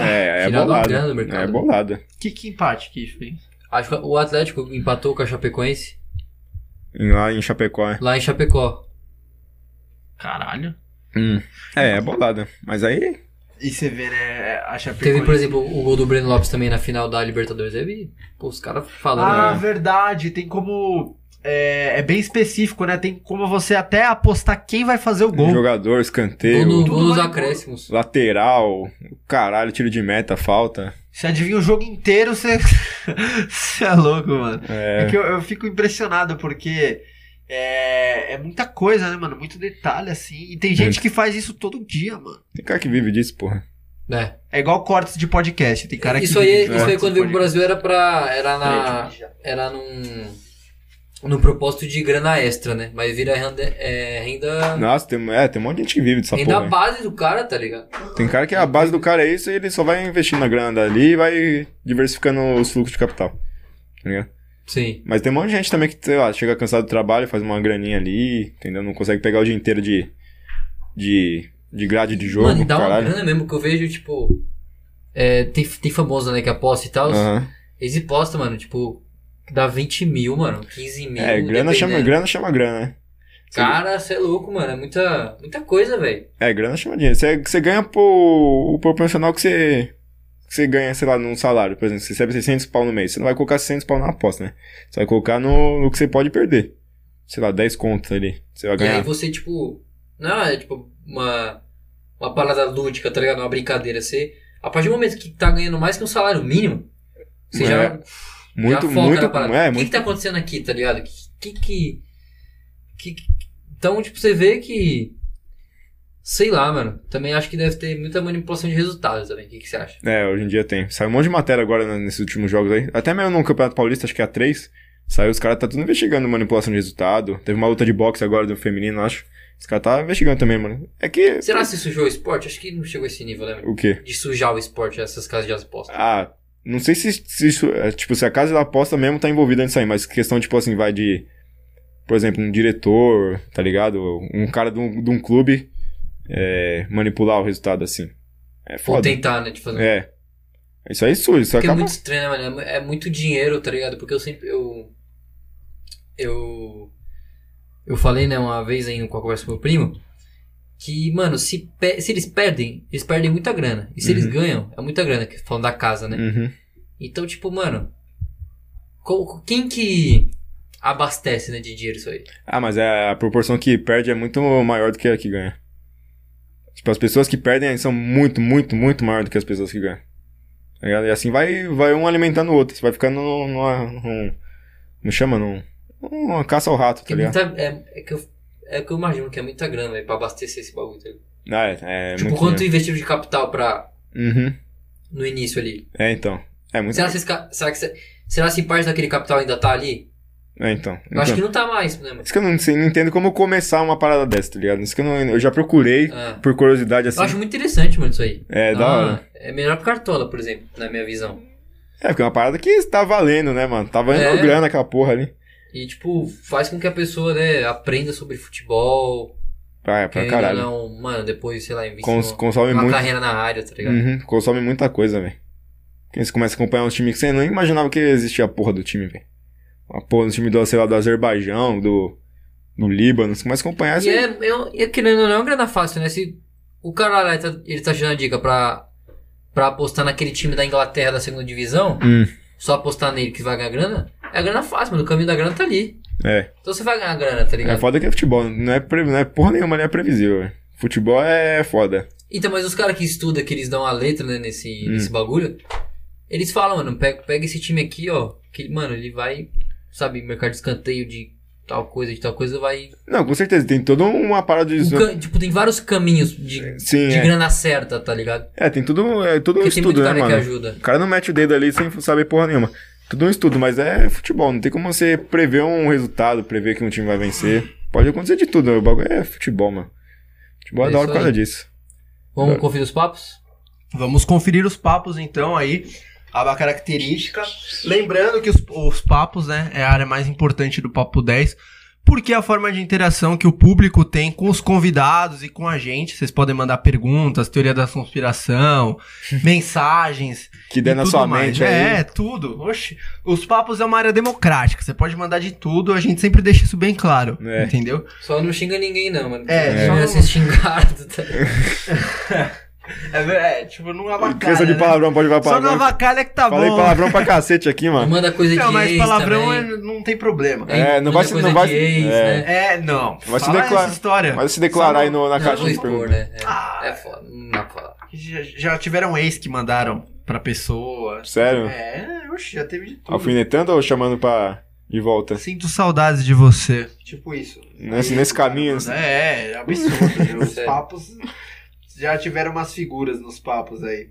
Speaker 3: É, é
Speaker 2: Tirado uma grana
Speaker 3: bolada.
Speaker 2: do mercado.
Speaker 3: É bolada.
Speaker 1: que, que empate que fez?
Speaker 2: Acho que o Atlético empatou com a Chapecoense
Speaker 3: Em- Lá em Chapecó, é.
Speaker 2: lá em Chapecó.
Speaker 1: Caralho.
Speaker 2: Hum.
Speaker 3: É, é bolada. Mas aí.
Speaker 1: E você vê, né, a Chapecoense...
Speaker 2: Teve, por exemplo, o gol do Breno Lopes também na final da Libertadores. Teve. Pô, os caras falando.
Speaker 1: Ah,
Speaker 2: né?
Speaker 1: verdade, tem como... É, é bem específico, né? Tem como você até apostar quem vai fazer o
Speaker 2: Tá
Speaker 1: gol.
Speaker 3: Jogador,
Speaker 2: Gol,
Speaker 3: escanteio,
Speaker 2: no,
Speaker 1: tudo
Speaker 2: gol nos
Speaker 1: vale
Speaker 2: acréscimos.
Speaker 3: lateral, caralho, tiro de meta, falta.
Speaker 1: Você adivinha o jogo inteiro, você... [LAUGHS] você é louco, mano. É
Speaker 3: É.
Speaker 1: que eu, eu fico impressionado porque é, é muita coisa, né, mano? Muito detalhe, assim. E tem gente
Speaker 3: Muito.
Speaker 1: que faz isso todo dia, mano.
Speaker 3: Tem cara que vive disso, porra.
Speaker 2: Né?
Speaker 1: É igual cortes de podcast. Tem cara
Speaker 2: isso
Speaker 1: que.
Speaker 2: aí,
Speaker 1: vive
Speaker 2: isso aí
Speaker 1: cortes
Speaker 2: quando
Speaker 1: de
Speaker 2: veio pro
Speaker 1: podcast.
Speaker 2: Brasil era pra. Era na. Era num. Num propósito de grana extra, né? Mas vira renda. É, renda
Speaker 3: Nossa, tem, é, tem um monte de gente que vive dessa
Speaker 2: renda
Speaker 3: porra.
Speaker 2: a base do cara, tá ligado?
Speaker 3: hein. Tem cara que a base do cara é isso e ele só vai investindo na grana dali e vai diversificando os fluxos de capital. Tá ligado?
Speaker 2: Sim.
Speaker 3: Mas tem um monte de gente também que, sei lá, chega cansado do trabalho, faz uma graninha ali, entendeu? Não consegue pegar o dia inteiro de. de. de grade de jogo,
Speaker 2: Mano, e dá uma
Speaker 3: caralho.
Speaker 2: grana mesmo que eu vejo, tipo. é, tem, tem famoso, né, que aposta e tal.
Speaker 3: Aham.
Speaker 2: Eles postam, mano, tipo, dá 20 mil, mano, 15 mil.
Speaker 3: É, grana chama,
Speaker 2: dependendo.
Speaker 3: grana chama grana, né? Você-
Speaker 2: Cara, você é louco, mano. É muita, muita coisa, velho.
Speaker 3: É, grana chama dinheiro. Você, você ganha por, o proporcional que você, que você ganha, sei lá, num salário. Por exemplo, você recebe 600 pau no mês. Você não vai colocar 600 pau na aposta, né? Você vai colocar no, no que você pode perder. Sei lá, 10 contos ali. Você vai
Speaker 2: E aí
Speaker 3: ganhar.
Speaker 2: você, tipo. Não, é tipo uma. Uma parada lúdica, tá ligado? Uma brincadeira. Você. A partir do momento que tá ganhando mais que um salário mínimo, você
Speaker 3: É,
Speaker 2: já, já
Speaker 3: muito,
Speaker 2: foca
Speaker 3: muito.
Speaker 2: na parada.
Speaker 3: É,
Speaker 2: o que,
Speaker 3: muito.
Speaker 2: que tá acontecendo aqui, tá ligado? Que que, que que- que- Então, tipo, você vê que. Sei lá, mano. Também acho que deve ter muita manipulação de resultados também. O que, que você acha?
Speaker 3: É, hoje em dia tem. Saiu um monte de matéria agora né, nesses últimos jogos aí. Até mesmo no Campeonato Paulista, acho que é a 3. Saiu, os caras tá tudo investigando manipulação de resultado. Teve uma luta de boxe agora do feminino, acho. Os caras tá investigando também, mano. É que.
Speaker 2: Será que se sujou o esporte? Acho que não chegou a esse nível, né? mano?
Speaker 3: O quê?
Speaker 2: De sujar o esporte, essas casas de apostas.
Speaker 3: Ah, não sei se, se isso. é, Tipo, se a casa da aposta mesmo tá envolvida nisso aí, mas questão, tipo assim, vai de. Por exemplo, um diretor, tá ligado? Um cara de um, de um clube é, manipular o resultado assim. É
Speaker 2: Ou
Speaker 3: foda.
Speaker 2: tentar, né? De fazer.
Speaker 3: É. Isso aí suja, isso
Speaker 2: Porque é
Speaker 3: acaba.
Speaker 2: muito estranho, né, mano? É mu- É muito dinheiro, tá ligado? Porque eu sempre. Eu. Eu. Eu falei, né, uma vez em uma conversa com meu primo. Que, mano, se, pe- se eles perdem, eles perdem muita grana. E se eles
Speaker 3: Uhum.
Speaker 2: ganham, é muita grana, que- falando da casa, né?
Speaker 3: Uhum.
Speaker 2: Então, tipo, mano. qual- quem que abastece, né, de dinheiro isso aí?
Speaker 3: Ah, mas é, a proporção que perde é muito maior do que a que ganha. Tipo, as pessoas que perdem são muito, muito, muito maior do que as pessoas que ganham. Tá ligado? E assim vai, vai um alimentando o outro. Você vai ficando num- numa. num- não chama? Num, uma caça ao rato,
Speaker 2: Porque
Speaker 3: tá
Speaker 2: é,
Speaker 3: ligado?
Speaker 2: muita, é, é que eu. É que eu imagino que é muita grana, velho, pra abastecer esse bagulho. Tá ligado?
Speaker 3: Ah, é, é
Speaker 2: tipo,
Speaker 3: muito
Speaker 2: quanto
Speaker 3: dinheiro.
Speaker 2: investiu de capital pra.
Speaker 3: Uhum.
Speaker 2: No início ali?
Speaker 3: É, então. É muito.
Speaker 2: Será, se esse ca- será que se- será se parte daquele capital ainda tá ali?
Speaker 3: É, então.
Speaker 2: Eu acho
Speaker 3: Então.
Speaker 2: que não tá mais, né, mano?
Speaker 3: Isso que eu não, sei, não entendo como começar uma parada dessa, tá ligado? Isso que eu não. Eu já procurei,
Speaker 2: Ah,
Speaker 3: por curiosidade assim.
Speaker 2: eu acho muito interessante, mano, isso aí.
Speaker 3: É,
Speaker 2: Ah,
Speaker 3: da hora.
Speaker 2: É melhor que cartola, por exemplo, na minha visão.
Speaker 3: É, porque é uma parada que tá valendo, né, mano? Tá valendo
Speaker 2: É.
Speaker 3: grana aquela porra ali.
Speaker 2: E, tipo, faz com que a pessoa, né, aprenda sobre futebol.
Speaker 3: Ah, é, pra
Speaker 2: querendo
Speaker 3: caralho.
Speaker 2: ou Não, mano, depois, sei lá, investe
Speaker 3: Cons-
Speaker 2: numa-
Speaker 3: consome
Speaker 2: numa
Speaker 3: muito.
Speaker 2: carreira na área, tá ligado?
Speaker 3: Uhum, consome muita coisa, velho. Porque Você começa a acompanhar uns times que você não imaginava que existia a porra do time, velho. A porra do time do, sei lá, do Azerbaijão, do. no Líbano, você começa a acompanhar
Speaker 2: E
Speaker 3: assim.
Speaker 2: é, é, é querendo ou não, é uma grana fácil, né? Se o cara lá, ele tá, ele tá te dando a dica pra, pra apostar naquele time da Inglaterra da segunda divisão,
Speaker 3: Hum,
Speaker 2: só apostar nele que vai ganhar grana, é a grana fácil, mano. O caminho da grana tá ali.
Speaker 3: é.
Speaker 2: Então você vai ganhar grana, tá
Speaker 3: É
Speaker 2: ligado?
Speaker 3: foda que é futebol, não é, pre- não é porra nenhuma, não é previsível. velho. Futebol é foda.
Speaker 2: Então, mas os caras que estudam, que eles dão a letra, né, nesse,
Speaker 3: Hum.
Speaker 2: nesse bagulho, eles falam, mano, pega, pega esse time aqui, ó, que, mano, ele vai, sabe, mercado de escanteio de tal coisa, de tal coisa, vai...
Speaker 3: Não, com certeza, tem toda uma parada de.
Speaker 2: O cam- tipo, tem vários caminhos de,
Speaker 3: Sim,
Speaker 2: de
Speaker 3: é.
Speaker 2: grana certa, tá ligado?
Speaker 3: É, tem tudo, é, tudo um
Speaker 2: Porque tem muito
Speaker 3: estudo, né,
Speaker 2: cara que
Speaker 3: mano?
Speaker 2: ajuda.
Speaker 3: O cara não mete o dedo ali sem saber porra nenhuma. Tudo um estudo, mas é futebol. Não tem como você prever um resultado, prever que um time vai vencer. Pode acontecer de tudo. O bagulho é futebol, mano. Futebol é,
Speaker 2: É
Speaker 3: da hora
Speaker 2: isso
Speaker 3: por causa
Speaker 2: aí.
Speaker 3: disso. É.
Speaker 2: Vamos conferir os papos?
Speaker 1: Vamos conferir os papos então aí, a característica. Lembrando que os, os papos, né, é a área mais importante do Papo 10, porque é a forma de interação que o público tem com os convidados e com a gente. Vocês podem mandar perguntas, teoria da
Speaker 3: [LAUGHS]
Speaker 1: conspiração, mensagens.
Speaker 3: Que der
Speaker 1: e
Speaker 3: na
Speaker 1: tudo
Speaker 3: sua
Speaker 1: mais.
Speaker 3: mente aí.
Speaker 1: É, tudo. Oxi, os papos é uma área democrática. Você pode mandar de tudo, a gente sempre deixa isso bem claro.
Speaker 3: É.
Speaker 1: Entendeu?
Speaker 2: Só não xinga ninguém, não, mano.
Speaker 1: É,
Speaker 2: só
Speaker 1: só
Speaker 2: não
Speaker 1: não-
Speaker 2: ser xingado. Tá?
Speaker 1: É, ver- é, tipo, não avacalha.
Speaker 3: Criança de
Speaker 1: né?
Speaker 3: palavrão, pode falar
Speaker 1: Só não
Speaker 3: palavrão.
Speaker 1: avacalha que tá
Speaker 3: Falei
Speaker 1: bom.
Speaker 3: palavrão pra cacete aqui,
Speaker 2: Não
Speaker 3: [LAUGHS] mano.
Speaker 2: manda coisa
Speaker 1: Não,
Speaker 2: de
Speaker 1: mas
Speaker 2: ex
Speaker 1: palavrão
Speaker 2: também.
Speaker 1: é- não tem problema.
Speaker 3: É, não
Speaker 2: manda
Speaker 3: vai se-
Speaker 2: coisa
Speaker 3: não vai
Speaker 2: de
Speaker 3: se-
Speaker 2: ex,
Speaker 3: é.
Speaker 2: né?
Speaker 1: É, não.
Speaker 3: Mas se
Speaker 1: Fala
Speaker 3: declara-
Speaker 1: essa história.
Speaker 3: Mas se declarar aí no- na
Speaker 2: Não,
Speaker 3: caixa
Speaker 2: vou
Speaker 3: de
Speaker 2: expor,
Speaker 3: perguntas.
Speaker 2: né? É,
Speaker 1: Ah.
Speaker 2: é foda, não dá pra falar.
Speaker 1: Já, já tiveram ex que mandaram pra pessoa.
Speaker 3: Sério?
Speaker 1: É, oxe, já teve de tudo.
Speaker 3: Alfinetando ou chamando pra. de volta?
Speaker 1: Sinto saudades de você. Tipo isso.
Speaker 3: Nesse, nesse caminho. assim.
Speaker 1: É, é absurdo. né? Os
Speaker 2: Sério.
Speaker 1: papos. Já tiveram umas figuras nos papos aí.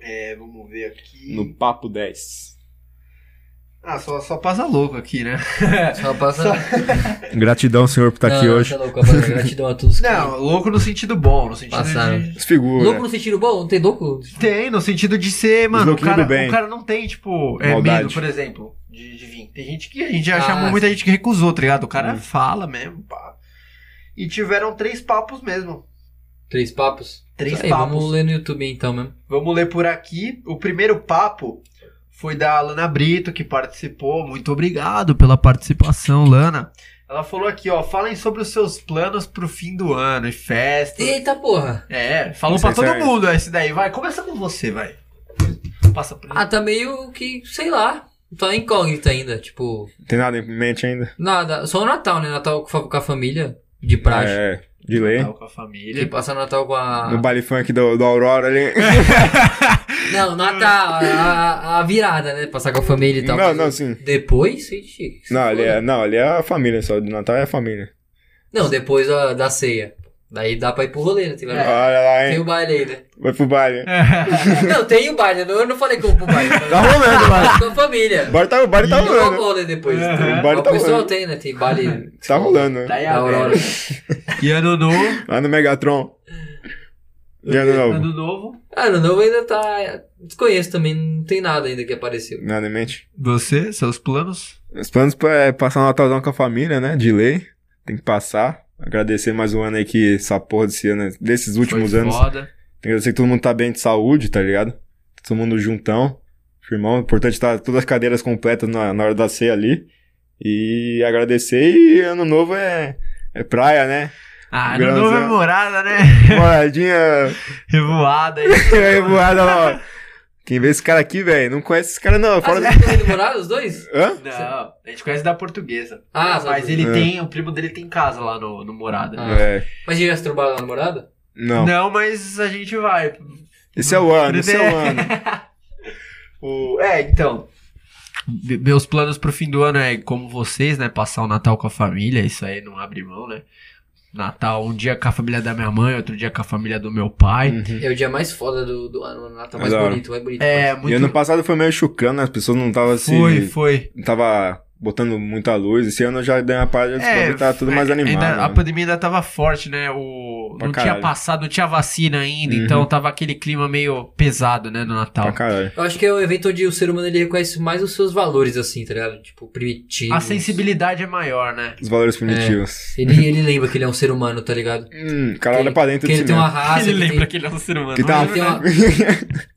Speaker 1: É, vamos ver aqui.
Speaker 3: No papo 10.
Speaker 1: Ah, só, só passa louco aqui, né?
Speaker 2: Só passa...
Speaker 1: Só-
Speaker 3: Gratidão, senhor, por estar
Speaker 2: Não, não, Tá louco, rapaziada. gratidão a todos. que-
Speaker 1: [LAUGHS] Não, louco no sentido bom, no sentido
Speaker 2: Passaram.
Speaker 1: de...
Speaker 3: As figuras.
Speaker 2: Louco no sentido bom? Não tem louco?
Speaker 1: Tem, no sentido de ser, mano, o
Speaker 3: louquinhos
Speaker 1: cara,
Speaker 3: do bem.
Speaker 1: o cara não tem, tipo, é,
Speaker 3: Maldade.
Speaker 1: medo, por exemplo, de, de vir. Tem gente que a gente já
Speaker 2: Ah,
Speaker 1: chamou muita gente que recusou, tá ligado? O cara
Speaker 3: Hum.
Speaker 1: fala mesmo, pá. E tiveram três papos mesmo.
Speaker 2: Três papos?
Speaker 1: Três
Speaker 2: Aí,
Speaker 1: papos.
Speaker 2: Vamos ler no YouTube então mesmo.
Speaker 1: Vamos ler por aqui. O primeiro papo foi da Lana Brito, que participou. Muito obrigado pela participação, Lana. Ela falou aqui, ó, falem sobre os seus planos pro fim do ano e festas.
Speaker 2: Eita porra!
Speaker 1: É, falou
Speaker 3: Isso
Speaker 1: pra
Speaker 3: é
Speaker 1: todo
Speaker 3: certo.
Speaker 1: mundo esse daí. Vai, começa com você, vai. Passa por
Speaker 2: Ah, tá meio que, sei lá, tá incógnita ainda. Tipo,
Speaker 3: né? Tem nada em mente ainda?
Speaker 2: nada. Só o Natal, né? Natal com fa- com a família, de praxe.
Speaker 3: É, é. de lei.
Speaker 1: Natal com a
Speaker 2: Que
Speaker 1: família.
Speaker 2: passa Natal com a.
Speaker 3: É. No baile funk do, do Aurora ali.
Speaker 2: Não, Natal, a, a virada, né? Passar com a família e tal.
Speaker 3: [LAUGHS] não,
Speaker 2: Mas
Speaker 3: não, sim.
Speaker 2: Depois, ixi, que se
Speaker 3: Não, ali
Speaker 2: foda.
Speaker 3: é, não, ali é a família só. Do Natal é a família.
Speaker 2: Não, depois da, da ceia. Daí dá pra ir pro rolê, né? Tem, vai-
Speaker 3: Olha lá,
Speaker 2: tem
Speaker 3: hein?
Speaker 2: o baile aí, né?
Speaker 3: Vai pro baile.
Speaker 2: Não, tem o baile. Eu não falei que eu vou pro
Speaker 3: [LAUGHS]
Speaker 2: baile. eu
Speaker 3: Tá
Speaker 2: falei [LAUGHS]
Speaker 3: rolando, mano.
Speaker 2: Com a família.
Speaker 3: O baile tá, o baile
Speaker 2: E
Speaker 3: tá
Speaker 2: eu vou pro
Speaker 3: rolando.
Speaker 2: rolê depois.
Speaker 1: Uhum.
Speaker 2: O
Speaker 3: O baile tá
Speaker 2: pessoal
Speaker 3: rolando.
Speaker 2: tem, né?
Speaker 1: [LAUGHS]
Speaker 2: Tem baile
Speaker 3: Tá rolando. né?
Speaker 1: Daí
Speaker 2: da Aurora.
Speaker 1: E ano novo.
Speaker 3: Lá no Megatron. E ano novo.
Speaker 1: Ano novo.
Speaker 2: Ah, não, não, ainda tá. Desconheço também, não tem nada ainda que apareceu.
Speaker 3: Nada em mente.
Speaker 1: Você, seus planos?
Speaker 3: Os planos pra- é passar o Natalzão com a família, né? De lei. Tem que passar. Agradecer mais um ano aí que essa porra desse ano, desses últimos
Speaker 1: Foi
Speaker 3: anos.
Speaker 1: Foda.
Speaker 3: Tem que agradecer que todo mundo tá bem de saúde, tá ligado? Todo mundo juntão, firmão. Importante estar todas as cadeiras completas na, na hora da ceia ali. E agradecer. E ano novo é, é praia, né?
Speaker 1: [LAUGHS] Ah, ano
Speaker 3: Granzão.
Speaker 1: novo é morada,
Speaker 3: [LAUGHS]
Speaker 1: né?
Speaker 3: Moradinha
Speaker 1: Revoada aí.
Speaker 3: revoada lá, ó. Quem vê esse cara aqui, velho, não conhece esse cara não.
Speaker 2: Ah,
Speaker 3: Fora...
Speaker 2: vocês estão indo morar, os
Speaker 3: [LAUGHS]
Speaker 2: dois?
Speaker 1: é-
Speaker 3: Hã?
Speaker 1: Não, a gente conhece da portuguesa.
Speaker 2: Ah,
Speaker 1: mas
Speaker 2: sabe.
Speaker 1: ele
Speaker 3: É.
Speaker 1: tem, o primo dele tem casa lá no, no morada.
Speaker 2: Ah.
Speaker 3: É,
Speaker 2: Mas ele já se trombou na namorada?
Speaker 3: não.
Speaker 1: Não, mas a gente vai.
Speaker 3: Esse é o ano, esse é o ano.
Speaker 1: O- É, então. me- Meus planos pro fim do ano é, como vocês, né? Passar o Natal com a família, isso aí não abre mão, né? Natal, um dia com a família da minha mãe, outro dia com a família do meu pai.
Speaker 3: Uhum.
Speaker 2: É o dia mais foda do, do ano, Natal mais
Speaker 3: É da hora.
Speaker 2: bonito, mais bonito.
Speaker 1: É, muito.
Speaker 3: E ano passado foi meio chucrando, né? as pessoas não estavam assim.
Speaker 1: Foi, foi.
Speaker 3: Não tava botando muita luz. Esse ano eu já dei uma parada de
Speaker 1: É,
Speaker 3: tá tudo mais
Speaker 1: ainda-
Speaker 3: animado.
Speaker 1: a
Speaker 3: né?
Speaker 1: pandemia ainda tava forte, né? O, tipo,
Speaker 3: Pra
Speaker 1: não
Speaker 3: caralho.
Speaker 1: tinha passado, não tinha vacina ainda,
Speaker 3: Uhum.
Speaker 1: então tava aquele clima meio pesado, né, do
Speaker 3: Pra
Speaker 1: Natal.
Speaker 3: caralho.
Speaker 2: Eu acho que é o evento onde o ser humano ele reconhece mais os seus valores, assim, tá ligado? Tipo, primitivos.
Speaker 1: A sensibilidade é maior, né?
Speaker 3: Os valores primitivos.
Speaker 2: Ele, ele lembra que ele é um ser humano, tá ligado?
Speaker 1: É.
Speaker 3: Hum, o cara
Speaker 2: Que
Speaker 3: olha
Speaker 2: ele-
Speaker 3: pra dentro
Speaker 2: Que
Speaker 3: de
Speaker 2: ele
Speaker 3: si
Speaker 2: tem
Speaker 3: mesmo.
Speaker 2: uma
Speaker 1: [LAUGHS]
Speaker 2: raça.
Speaker 1: ele
Speaker 2: que
Speaker 1: lembra
Speaker 2: tem-
Speaker 1: que ele é um ser humano.
Speaker 3: Que tá
Speaker 2: ele tem
Speaker 3: [LAUGHS]
Speaker 2: uma-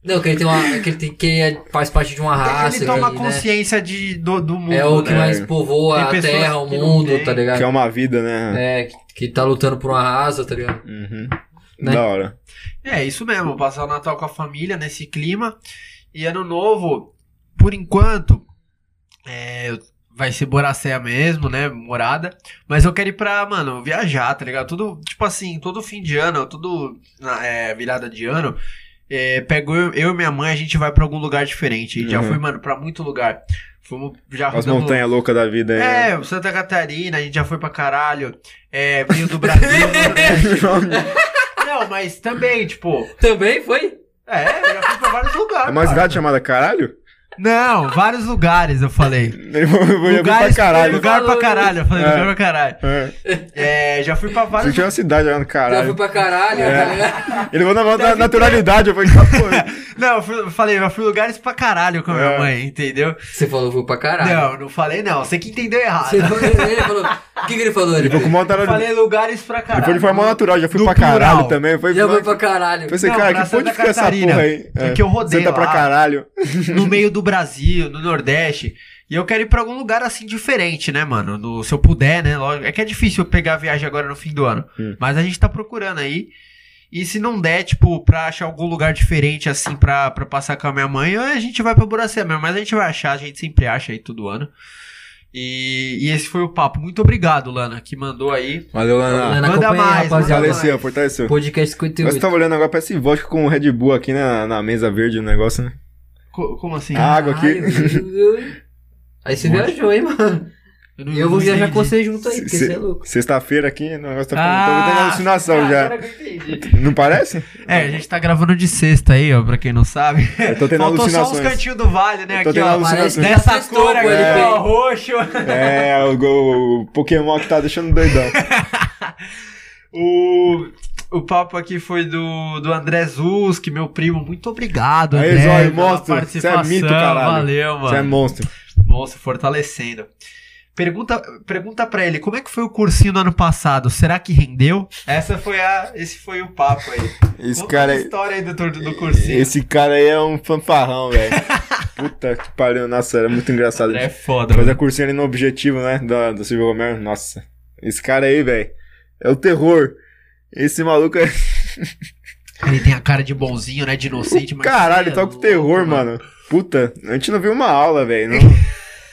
Speaker 2: Não, que ele tem uma. Que ele, tem, que ele faz parte de uma
Speaker 1: É
Speaker 2: raça.
Speaker 5: ele toma
Speaker 2: que, né,
Speaker 5: consciência de, do, do mundo.
Speaker 2: É o que
Speaker 5: né?
Speaker 2: mais povoa
Speaker 5: Tem
Speaker 2: a
Speaker 5: pessoas
Speaker 2: terra, o
Speaker 5: que não
Speaker 2: mundo,
Speaker 5: tem,
Speaker 2: tá
Speaker 3: que é
Speaker 2: ligado?
Speaker 3: uma vida, né?
Speaker 2: É, que, que tá lutando por uma raça, tá ligado?
Speaker 3: Uhum.
Speaker 2: Né?
Speaker 3: Da hora.
Speaker 1: É, isso mesmo, passar o Natal com a família nesse clima. E ano novo, por enquanto, é, vai ser Boracéia mesmo, né? Morada. Mas eu quero ir pra, mano, viajar, tá ligado? Tudo, tipo assim, todo fim de ano, todo na- é, virada de ano. É, pego eu, eu e minha mãe, a gente vai pra algum lugar diferente. E Já
Speaker 3: Uhum.
Speaker 1: fui, mano, pra muito lugar. Fomos já
Speaker 3: As
Speaker 1: rodamos-
Speaker 3: montanhas loucas da vida aí. né?
Speaker 1: É, Santa Catarina, a gente já foi pra caralho. É, veio do Brasil.
Speaker 3: [LAUGHS]
Speaker 1: É. não, mas também, tipo,
Speaker 2: Também foi?
Speaker 1: é, eu já fui pra vários lugares.
Speaker 3: É uma
Speaker 1: cara.
Speaker 3: cidade chamada caralho?
Speaker 1: Não, vários lugares, eu falei.
Speaker 3: Eu vou eu vou pra
Speaker 1: Lugares,
Speaker 3: caralho.
Speaker 1: lugar pra
Speaker 2: Falou.
Speaker 1: caralho, eu falei
Speaker 3: É.
Speaker 1: lugar pra caralho.
Speaker 3: É.
Speaker 1: É, já fui pra
Speaker 3: Você
Speaker 1: vários
Speaker 3: tinha uma cidade lá
Speaker 2: Já
Speaker 3: no
Speaker 2: foi
Speaker 3: caralho.
Speaker 2: pra caralho,
Speaker 3: É.
Speaker 2: tá ligado?
Speaker 3: Ele falou na maior da- naturalidade, eu falei, "Tá,
Speaker 1: [LAUGHS]
Speaker 3: pô."
Speaker 1: Não, eu, fui- eu falei, eu fui lugares pra caralho com a minha
Speaker 3: É. Ah.
Speaker 1: mãe, entendeu?
Speaker 2: Você falou, foi pra caralho.
Speaker 1: Não, não falei não, você que entendeu errado.
Speaker 3: tá
Speaker 2: Você falou, ele falou. O que, que ele falou? Ele
Speaker 3: Ele foi
Speaker 2: falou,
Speaker 3: com maior
Speaker 1: Eu
Speaker 3: naturalidade.
Speaker 1: falei lugares pra
Speaker 3: Ele
Speaker 1: caralho.
Speaker 3: foi de forma natural, já fui
Speaker 1: No
Speaker 3: pra
Speaker 1: plural.
Speaker 3: caralho também. Foi, assim,
Speaker 2: já foi pra caralho.
Speaker 3: Pensei,
Speaker 1: Não, pra
Speaker 3: cara, que
Speaker 1: Santa
Speaker 3: fonte fica essa
Speaker 1: Catarina,
Speaker 3: porra aí?
Speaker 1: é que eu rodei
Speaker 3: Santa pra
Speaker 1: lá.
Speaker 3: caralho.
Speaker 1: no meio do Brasil, no Nordeste. E eu quero ir pra algum lugar assim diferente, né, mano? No- se eu puder, né? Lógico. É que é difícil eu pegar a viagem agora no fim do ano.
Speaker 3: Hum.
Speaker 1: Mas a gente tá procurando aí. E se não der, tipo, pra achar algum lugar diferente, assim, pra, pra passar com a minha mãe, a gente vai pra Boracé mesmo. Mas a gente vai achar, a gente sempre acha aí todo ano. E, e esse foi o papo. Muito obrigado, Lana, que mandou aí.
Speaker 3: Valeu, Lana.
Speaker 1: Manda
Speaker 2: Lana, acompanha aí,
Speaker 1: mais,
Speaker 2: rapaziada.
Speaker 1: manda
Speaker 3: Fortaleceu, fortaleceu.
Speaker 2: Podcast
Speaker 3: Mas
Speaker 1: um
Speaker 2: 58.
Speaker 3: você tava olhando agora pra esse vodka com o Red Bull aqui na, na mesa verde, o negócio, né?
Speaker 1: Co- como assim?
Speaker 3: Ah. água aqui.
Speaker 2: aqui. Aí você viajou, hein, mano?
Speaker 1: não-
Speaker 2: Eu
Speaker 1: não
Speaker 2: vou viajar
Speaker 1: entendi.
Speaker 2: com você junto aí, porque
Speaker 3: Se-
Speaker 2: você é louco.
Speaker 3: Sexta-feira aqui, o negócio tá
Speaker 1: Ah!
Speaker 3: ficando- tô tendo alucinação já. Tá Não parece?
Speaker 1: É, a gente tá gravando de sexta aí, ó, pra quem não sabe.
Speaker 3: Eu tô tendo
Speaker 1: Faltou só uns
Speaker 3: alucinações.
Speaker 1: cantinhos do vale, né?
Speaker 3: Eu tô
Speaker 1: Aqui, ó.
Speaker 3: tendo
Speaker 2: Parece que
Speaker 3: alucinações.
Speaker 1: Dessa
Speaker 2: testou
Speaker 1: cor aqui,
Speaker 2: com ele,
Speaker 1: ó,
Speaker 2: velho.
Speaker 1: roxo.
Speaker 3: É, o, go- o Pokémon que tá deixando doidão.
Speaker 1: O, o papo aqui foi do, do André Zuski, meu primo. Muito obrigado,
Speaker 3: Aí,
Speaker 1: André.
Speaker 3: Zóio,
Speaker 1: pela
Speaker 3: monstro. Você é
Speaker 1: participação.
Speaker 3: mito, caralho.
Speaker 1: Valeu,
Speaker 3: Você é
Speaker 1: mano.
Speaker 3: monstro.
Speaker 1: Monstro, fortalecendo. Pergunta, pergunta pra ele, como é que foi o cursinho no ano passado? Será que rendeu? Essa foi a, esse foi o papo aí.
Speaker 3: Esse
Speaker 1: Conta
Speaker 3: cara
Speaker 1: a
Speaker 3: aí.
Speaker 1: história aí do, tur- do cursinho.
Speaker 3: Esse cara aí é um fanfarrão,
Speaker 1: [LAUGHS]
Speaker 3: velho. Puta que pariu, nossa, era muito engraçado.
Speaker 1: André é foda,
Speaker 3: Fazer a
Speaker 1: mano.
Speaker 3: cursinha ali no objetivo, né? Da, do Silvio Romero. Nossa. Esse cara aí, velho. É o terror. Esse maluco é.
Speaker 1: Ele tem a cara de bonzinho, né? De inocente, mas.
Speaker 3: Caralho,
Speaker 1: É
Speaker 3: ele toca com
Speaker 1: louco,
Speaker 3: terror, mano. Puta, a gente não viu uma aula, velho.
Speaker 1: [LAUGHS]
Speaker 3: não.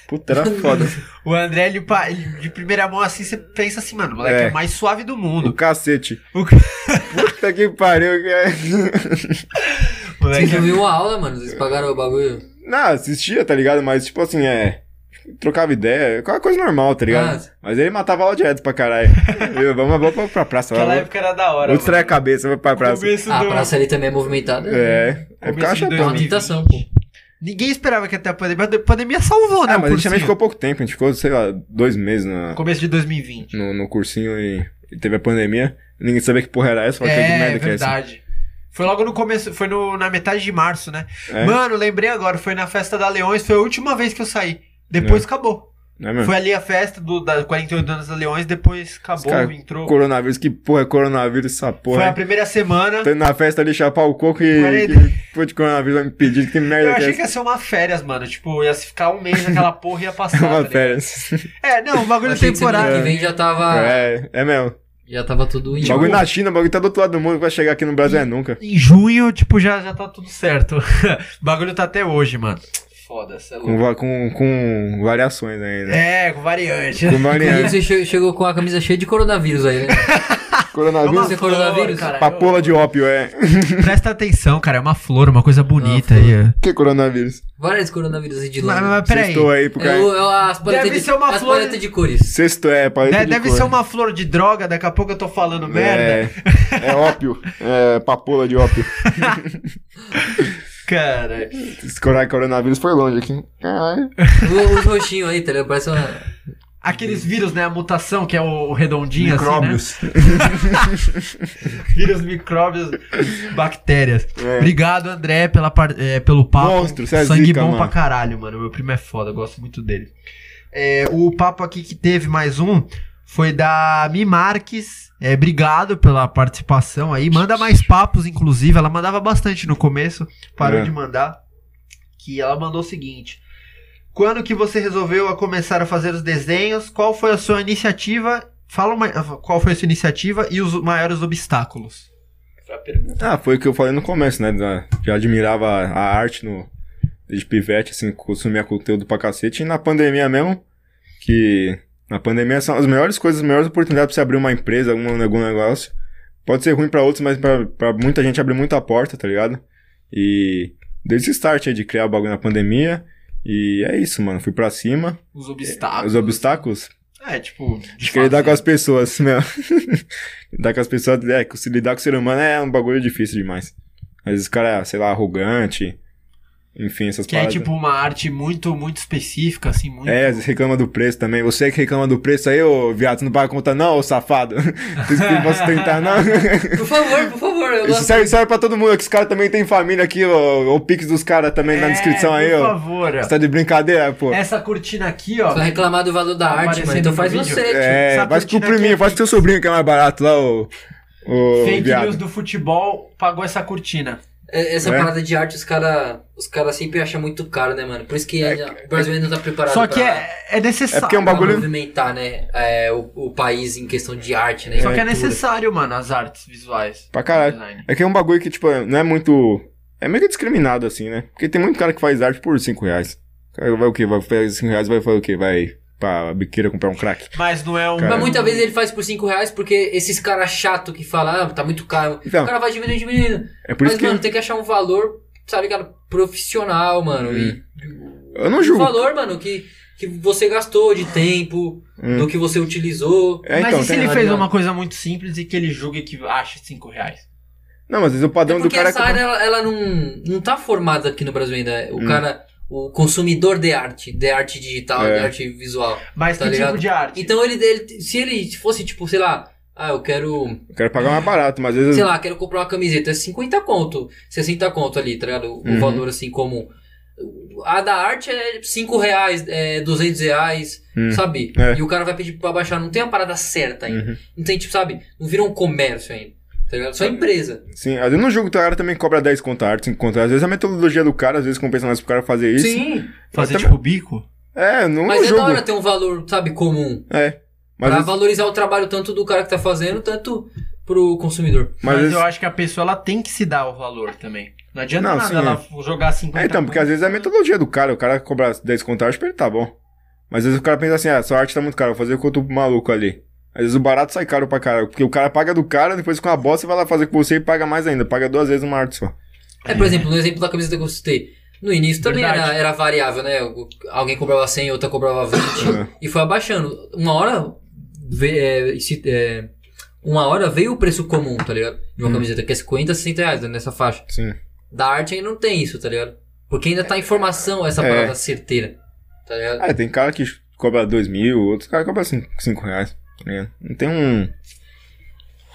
Speaker 3: Puta, era foda.
Speaker 1: O André, ele, pa- ele- de primeira mão assim, você pensa assim, mano, o moleque
Speaker 3: É.
Speaker 1: é, o mais suave do
Speaker 3: O
Speaker 1: mundo.
Speaker 3: cacete.
Speaker 1: O
Speaker 3: Puta que é. pariu. cara.
Speaker 1: O moleque
Speaker 3: é
Speaker 2: Vocês não viram a aula, mano? Vocês pagaram o bagulho?
Speaker 3: Não, assistia, tá ligado? Mas, tipo assim, é. Trocava ideia, qualquer coisa normal, tá ligado?
Speaker 2: Ah.
Speaker 3: Mas ele matava aula direto pra caralho. Eu, vamos, vamos pra, pra praça
Speaker 1: Aquela
Speaker 3: lá.
Speaker 1: época era da hora.
Speaker 3: Vou distrair a cabeça, vou pra praça.
Speaker 1: Começo
Speaker 2: Ah,
Speaker 1: do-
Speaker 2: a praça ali também é movimentada.
Speaker 3: É, é
Speaker 1: Começo de
Speaker 3: caixa
Speaker 2: É uma
Speaker 1: 2020.
Speaker 2: tentação, pô.
Speaker 1: Ninguém esperava que até a pandemia. A pandemia salvou, né?
Speaker 3: Ah,
Speaker 1: o
Speaker 3: mas a gente também
Speaker 1: cursinho.
Speaker 3: ficou pouco tempo, a gente ficou, sei lá, dois meses na,
Speaker 1: Começo de 2020.
Speaker 3: no, no cursinho e, e teve a pandemia. Ninguém sabia que porra era essa, falava que merda
Speaker 1: É,
Speaker 3: que é essa.
Speaker 1: verdade. Foi logo no começo, foi no- na metade de março, né?
Speaker 3: É.
Speaker 1: Mano, lembrei agora, foi na festa da Leões, foi a última vez que eu saí. Depois acabou.
Speaker 3: Não é mesmo?
Speaker 1: Foi ali a festa do, da 48 anos da Leões, depois acabou,
Speaker 3: cara- né?
Speaker 1: entrou.
Speaker 3: Coronavírus, que porra é coronavírus
Speaker 1: Foi
Speaker 3: essa
Speaker 1: a
Speaker 3: porra?
Speaker 1: primeira semana.
Speaker 3: Tô indo na festa ali chapar o coco e,
Speaker 1: Quarenta.
Speaker 3: e pô, de coronavírus vai me pedir, que
Speaker 1: Eu
Speaker 3: merda que é
Speaker 1: achei que
Speaker 3: essa?
Speaker 1: ia ser uma férias, mano. Tipo, ia ficar um mês naquela porra e ia passar. tá
Speaker 3: [LAUGHS] Uma
Speaker 1: ligado?
Speaker 3: férias.
Speaker 1: É, não, o bagulho
Speaker 2: Achei que semana
Speaker 1: temporário.
Speaker 2: que vem já tava.
Speaker 3: É, é mesmo.
Speaker 2: Já tava tudo em.
Speaker 3: bagulho na China, bagulho tá do outro lado do mundo, vai chegar aqui no Brasil é nunca.
Speaker 1: Em junho, tipo, já, já tá tudo certo. [LAUGHS] o bagulho tá até hoje, mano. Foda-se, é
Speaker 3: Com, va- com, com variações ainda.
Speaker 1: É, com variante.
Speaker 3: Com
Speaker 2: E
Speaker 3: variantes.
Speaker 2: você che- chegou com a camisa cheia de coronavírus aí, né?
Speaker 3: [LAUGHS] coronavírus, é
Speaker 2: Você coronavírus?
Speaker 3: papola de ópio, é.
Speaker 1: Presta atenção, cara. É uma flor, uma coisa bonita
Speaker 2: Ah, flor.
Speaker 1: aí. ó.
Speaker 3: [LAUGHS] que coronavírus?
Speaker 2: Vários coronavírus aí de
Speaker 1: Mas,
Speaker 2: lado.
Speaker 1: mas peraí.
Speaker 3: Sextou aí pro
Speaker 2: É,
Speaker 3: cara.
Speaker 2: o- é as paletas
Speaker 1: Deve
Speaker 2: de,
Speaker 1: ser uma
Speaker 2: as
Speaker 1: flor-
Speaker 2: paletas de cores.
Speaker 3: Sexto é, paleta
Speaker 1: De-
Speaker 3: de
Speaker 1: Né, deve
Speaker 3: cor.
Speaker 1: ser uma flor de droga, daqui a pouco eu tô falando merda. [LAUGHS]
Speaker 3: É, é ópio. É papola de ópio.
Speaker 1: Cara.
Speaker 3: Esse coro- coronavírus foi longe aqui. Caralho.
Speaker 2: O- Os roxinhos aí, tá ligado? Parece uma.
Speaker 6: Aqueles vírus, né? A mutação, que é o o redondinho
Speaker 1: né?
Speaker 6: assim,
Speaker 1: Micróbios.
Speaker 6: né? Vírus, micróbios, bactérias.
Speaker 3: É.
Speaker 6: Obrigado, André, pela, par- é, pelo papo.
Speaker 3: Monstro, cê é
Speaker 6: Sangue
Speaker 3: zica,
Speaker 6: bom
Speaker 3: mano.
Speaker 6: pra caralho, mano. Meu primo é foda, eu gosto muito dele.
Speaker 1: É, o papo aqui que teve mais um foi da Mi Marques. É, obrigado pela participação aí. Manda mais papos, inclusive. Ela mandava bastante no começo, parou
Speaker 3: É.
Speaker 1: de mandar. Que ela mandou o seguinte: Quando que você resolveu a começar a fazer os desenhos? Qual foi a sua iniciativa? Fala uma- qual foi a sua iniciativa e os maiores obstáculos.
Speaker 3: Ah, foi o que eu falei no começo, né? da- Já admirava a arte no, desde pivete, assim, consumia conteúdo pra cacete. E na pandemia mesmo, que na pandemia são as melhores coisas, as melhores oportunidades pra você abrir uma empresa, algum, algum negócio. Pode ser ruim pra outros, mas pra, pra muita gente abre muita porta, tá ligado? E desde esse start aí de criar o bagulho na pandemia. E é isso, mano. Fui pra cima.
Speaker 6: Os
Speaker 1: Ah,
Speaker 6: obstáculos.
Speaker 3: É, Os obstáculos,
Speaker 6: É, tipo.
Speaker 3: de que lidar com as pessoas, [LAUGHS] meu. lidar com as pessoas, é, que se lidar com o ser humano é um bagulho difícil demais. Às vezes o cara, é, sei lá, arrogante, enfim, essas
Speaker 6: Que é
Speaker 3: paradas.
Speaker 6: tipo uma arte muito, muito específica, assim, muito.
Speaker 3: É, às vezes reclama do preço também. Você que reclama do preço aí, ô viado, você não paga a conta não, ô safado. [LAUGHS] Vocês não posso
Speaker 6: [LAUGHS]
Speaker 3: tentar não.
Speaker 2: Por favor, por favor, eu
Speaker 3: Isso
Speaker 2: gosto.
Speaker 3: serve, serve pra todo mundo, que os caras também tem família aqui, ô, o pix dos caras também na
Speaker 6: É,
Speaker 3: descrição aí,
Speaker 6: por
Speaker 3: ó.
Speaker 6: favor. É,
Speaker 3: Você tá de brincadeira, pô.
Speaker 6: Essa cortina aqui, ó.
Speaker 2: Vai reclamar do valor da
Speaker 6: Tá
Speaker 2: arte, mano.
Speaker 6: aparecendo
Speaker 2: Então
Speaker 6: no
Speaker 2: faz
Speaker 6: vídeo.
Speaker 2: você. tio.
Speaker 3: É,
Speaker 6: Essa
Speaker 3: faz com o
Speaker 6: cortina aqui
Speaker 3: priminho,
Speaker 6: é
Speaker 3: faz com o seu sobrinho que é mais barato lá, ô. Ô,
Speaker 6: Fake
Speaker 3: é viado.
Speaker 6: news do futebol pagou essa cortina.
Speaker 2: É, Essa
Speaker 3: É.
Speaker 2: parada de arte, os caras os cara sempre acham muito caro, né, mano? Por isso que o brasileiro não tá preparado
Speaker 6: Só que
Speaker 2: pra,
Speaker 6: é, é necessário.
Speaker 3: É porque é um
Speaker 2: pra
Speaker 3: bagulho-
Speaker 2: movimentar, né, é, o, o país em questão de arte, né?
Speaker 6: Só que é
Speaker 2: cultura.
Speaker 6: necessário, mano, as artes visuais.
Speaker 3: Pra caralho.
Speaker 6: Design.
Speaker 3: É que é um bagulho que, tipo, não é muito. É meio que discriminado, assim, né? Porque tem muito cara que faz arte por 5 reais. O cara vai o quê? Vai fazer 5 reais, vai fazer o quê? Vai pra biqueira comprar um crack.
Speaker 6: Mas não é um.
Speaker 3: Cara.
Speaker 2: Mas muitas vezes ele faz por 5 reais porque esses caras chato que falam, ah, tá muito caro.
Speaker 3: Então,
Speaker 2: o cara vai diminuindo, diminuindo.
Speaker 3: é por
Speaker 2: Mas,
Speaker 3: isso que.
Speaker 2: mano, tem que achar um valor, sabe, cara, profissional, mano. E
Speaker 3: Hum. eu não
Speaker 2: o
Speaker 3: julgo.
Speaker 2: valor, mano, que, que você gastou de tempo,
Speaker 3: Hum.
Speaker 2: do que você utilizou.
Speaker 3: É,
Speaker 6: Mas
Speaker 3: então,
Speaker 6: e se
Speaker 3: tem-
Speaker 6: ele
Speaker 2: não
Speaker 6: fez
Speaker 2: adianta.
Speaker 6: uma coisa muito simples e que ele julga que acha 5 reais?
Speaker 3: Não, mas às vezes o padrão
Speaker 2: É
Speaker 3: do
Speaker 2: porque
Speaker 3: cara é.
Speaker 2: essa área, ela, ela não, não tá formada aqui no Brasil ainda. O
Speaker 3: Hum.
Speaker 2: cara, o consumidor de arte, de arte digital,
Speaker 3: É.
Speaker 2: de arte visual.
Speaker 6: Mas
Speaker 2: Tá
Speaker 6: que
Speaker 2: ligado?
Speaker 6: tipo de arte?
Speaker 2: Então, ele, ele- se ele fosse, tipo, sei lá, ah, eu quero...
Speaker 3: Eu quero pagar mais barato, mas às vezes.
Speaker 2: sei lá, quero comprar uma camiseta, é 50 conto, 60 conto ali, tá ligado? O
Speaker 3: Uhum.
Speaker 2: valor assim comum. A da arte é 5 reais, é 200 reais,
Speaker 3: Hum.
Speaker 2: sabe?
Speaker 3: É.
Speaker 2: E o cara vai pedir pra baixar, não tem uma parada certa ainda.
Speaker 3: Uhum.
Speaker 2: Não tem, tipo, sabe? Não vira um comércio ainda, tá ligado? Só empresa.
Speaker 3: Sim, às vezes no jogo o cara também cobra 10 conto a arte, 5 conto. Às vezes a metodologia do cara, às vezes compensa mais pro cara fazer isso.
Speaker 2: Sim,
Speaker 6: Fazer
Speaker 3: Eu
Speaker 6: tipo bico?
Speaker 3: É, não
Speaker 2: mas é
Speaker 3: jogo.
Speaker 2: da hora ter um valor, sabe, comum.
Speaker 3: É.
Speaker 2: Pra
Speaker 3: Mas, às vezes-
Speaker 2: valorizar o trabalho tanto do cara que tá fazendo, tanto pro consumidor.
Speaker 3: mas
Speaker 6: Mas,
Speaker 3: às vezes-
Speaker 6: eu acho que a pessoa ela tem que se dar o valor também. Não adianta
Speaker 3: Não,
Speaker 6: nada
Speaker 3: sim,
Speaker 6: ela jogar assim 50
Speaker 3: É, então, porque às vezes é a metodologia do cara. O cara cobra 10 conto a arte pra ele, tá bom. Mas às vezes o cara pensa assim, ah, sua arte tá muito cara, vou fazer quanto pro maluco ali. Às vezes o barato sai caro pra caralho, porque o cara paga do cara, depois com a bosta vai lá fazer com você e paga mais ainda, paga duas vezes uma
Speaker 6: [LAUGHS]
Speaker 3: arte só.
Speaker 2: É, por exemplo, no exemplo da camiseta que eu citei. No início também era,
Speaker 6: Verdade.
Speaker 2: era variável, né? O- Alguém cobrava 100, outra cobrava 20.
Speaker 3: É.
Speaker 2: E foi abaixando. Uma hora. ve- é, se- é, uma hora veio o preço comum, tá ligado? De uma
Speaker 3: Hum.
Speaker 2: camiseta que é 50, 60 reais né, nessa faixa.
Speaker 3: Sim.
Speaker 2: Da arte ainda não tem isso, tá ligado? Porque ainda tá em formação essa
Speaker 3: É.
Speaker 2: parada certeira. Tá ligado?
Speaker 3: Ah, tem cara que cobra 2 mil, outros cara cobra 5 reais. tá ligado? Não tem um.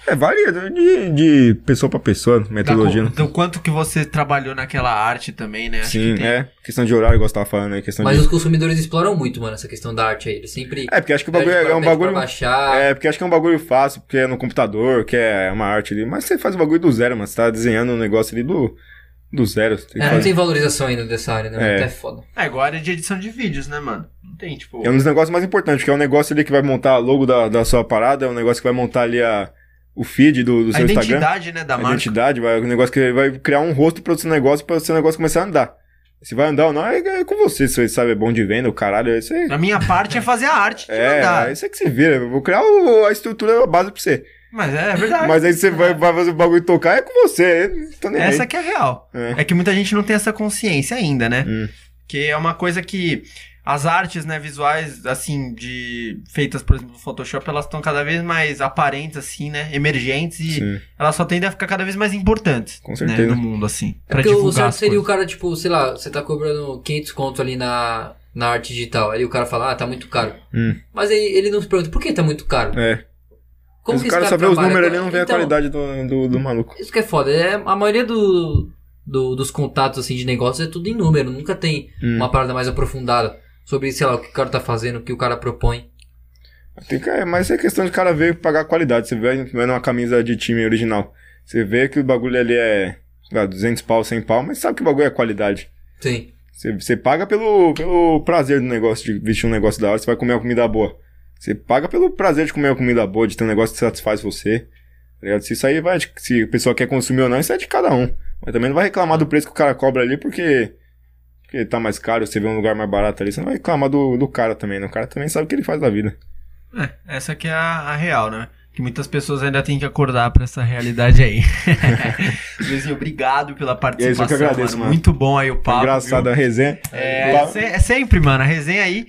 Speaker 3: É, varia de, de pessoa pra pessoa,
Speaker 6: Da
Speaker 3: metodologia. né?
Speaker 6: co- do quanto que você trabalhou naquela arte também, né? Acho
Speaker 3: Sim,
Speaker 6: que tem-
Speaker 3: é. Questão de horário, igual você tava falando, é questão
Speaker 2: Mas
Speaker 3: de.
Speaker 2: os consumidores exploram muito, mano, essa questão da arte aí. Eles sempre.
Speaker 3: É, porque acho que o bagulho
Speaker 2: pedem
Speaker 3: é,
Speaker 2: pra-
Speaker 3: é um
Speaker 2: pedem pra
Speaker 3: bagulho.
Speaker 2: baixar.
Speaker 3: É, porque acho que é um bagulho fácil, porque é no computador, que é uma arte ali. Mas você faz o bagulho do zero, mano. Você tá desenhando um negócio ali do, do zero. Você tem que
Speaker 2: É, não
Speaker 3: fazer.
Speaker 2: tem valorização ainda dessa área, né?
Speaker 3: É.
Speaker 2: Até foda.
Speaker 6: É, agora é de edição de vídeos, né, mano? Não tem, tipo.
Speaker 3: É um dos negócios mais importantes, que é um negócio ali que vai montar o logo da, da sua parada, é um negócio que vai montar ali a, o feed do, do
Speaker 6: a
Speaker 3: seu Instagram.
Speaker 6: identidade, né, da
Speaker 3: a
Speaker 6: marca.
Speaker 3: identidade, vai, um negócio que vai criar um rosto pro seu negócio, pra seu negócio começar a andar. Se vai andar ou não, é, é com você. Se você sabe, é bom de venda, o caralho, é isso aí.
Speaker 6: A minha parte é fazer a arte de
Speaker 3: É,
Speaker 6: mandar.
Speaker 3: é isso aí que você vira. Eu vou criar o- a estrutura, a base pra você.
Speaker 6: Mas é, é verdade.
Speaker 3: Mas aí você vai, vai fazer o bagulho tocar, é com você. eu não tô nem aí.
Speaker 6: Essa que é a real.
Speaker 3: É.
Speaker 6: É. que muita gente não tem essa consciência ainda, né?
Speaker 3: Hum.
Speaker 6: Que é uma coisa que as artes, né, visuais, assim, de feitas, por exemplo, no Photoshop, elas estão cada vez mais aparentes, assim, né? Emergentes e
Speaker 2: Né?
Speaker 3: Sim.
Speaker 6: elas só tendem a ficar cada vez mais importantes.
Speaker 3: Com certeza.
Speaker 6: Né, no mundo, assim.
Speaker 2: É
Speaker 6: pra
Speaker 2: porque o
Speaker 6: divulgar
Speaker 2: certo
Speaker 6: as
Speaker 2: seria o
Speaker 6: coisas.
Speaker 2: cara, tipo, sei lá, você tá cobrando 500 conto ali na, na arte digital. Aí o cara fala, ah, tá muito caro.
Speaker 3: Hum.
Speaker 2: Mas aí ele não se pergunta, por que tá muito caro?
Speaker 3: É.
Speaker 2: Como
Speaker 3: Mas
Speaker 2: que esse
Speaker 3: o cara só vê os
Speaker 2: trabalha?
Speaker 3: números ali e não vê a
Speaker 2: Então,
Speaker 3: qualidade do, do, do maluco.
Speaker 2: Isso que é foda. É, a maioria do, do- dos contatos assim, de negócios é tudo em número. Nunca tem
Speaker 3: Hum.
Speaker 2: uma parada mais aprofundada sobre, sei lá, o que o cara tá fazendo, o que o cara propõe.
Speaker 3: Tem que- mas é questão de cara ver pagar a qualidade. Você vê vê numa camisa de time original. Você vê que o bagulho ali é, sei lá, 200 pau, 100 pau, mas sabe que o bagulho é qualidade.
Speaker 2: Sim.
Speaker 3: Você, você paga pelo, pelo prazer do negócio, de vestir um negócio da hora, você vai comer uma comida boa. Você paga pelo prazer de comer uma comida boa, de ter um negócio que satisfaz você. tá ligado? Se isso aí vai, de- se o pessoal quer consumir ou não, isso é de cada um. Mas também não vai reclamar do preço que o cara cobra ali, porque, porque tá mais caro, você vê um lugar mais barato ali, você não vai reclamar do, do cara também, né? O cara também sabe o que ele faz da vida.
Speaker 1: É, essa que é a, a real, né? Que muitas pessoas ainda têm que acordar pra essa realidade
Speaker 3: [LAUGHS]
Speaker 1: aí. Luizinho, obrigado pela
Speaker 3: É eu que
Speaker 1: participação.
Speaker 3: agradeço, mano. Tá.
Speaker 1: Muito bom aí o papo.
Speaker 3: Engraçada a resenha.
Speaker 1: viu? É, se- é sempre, mano, a resenha aí.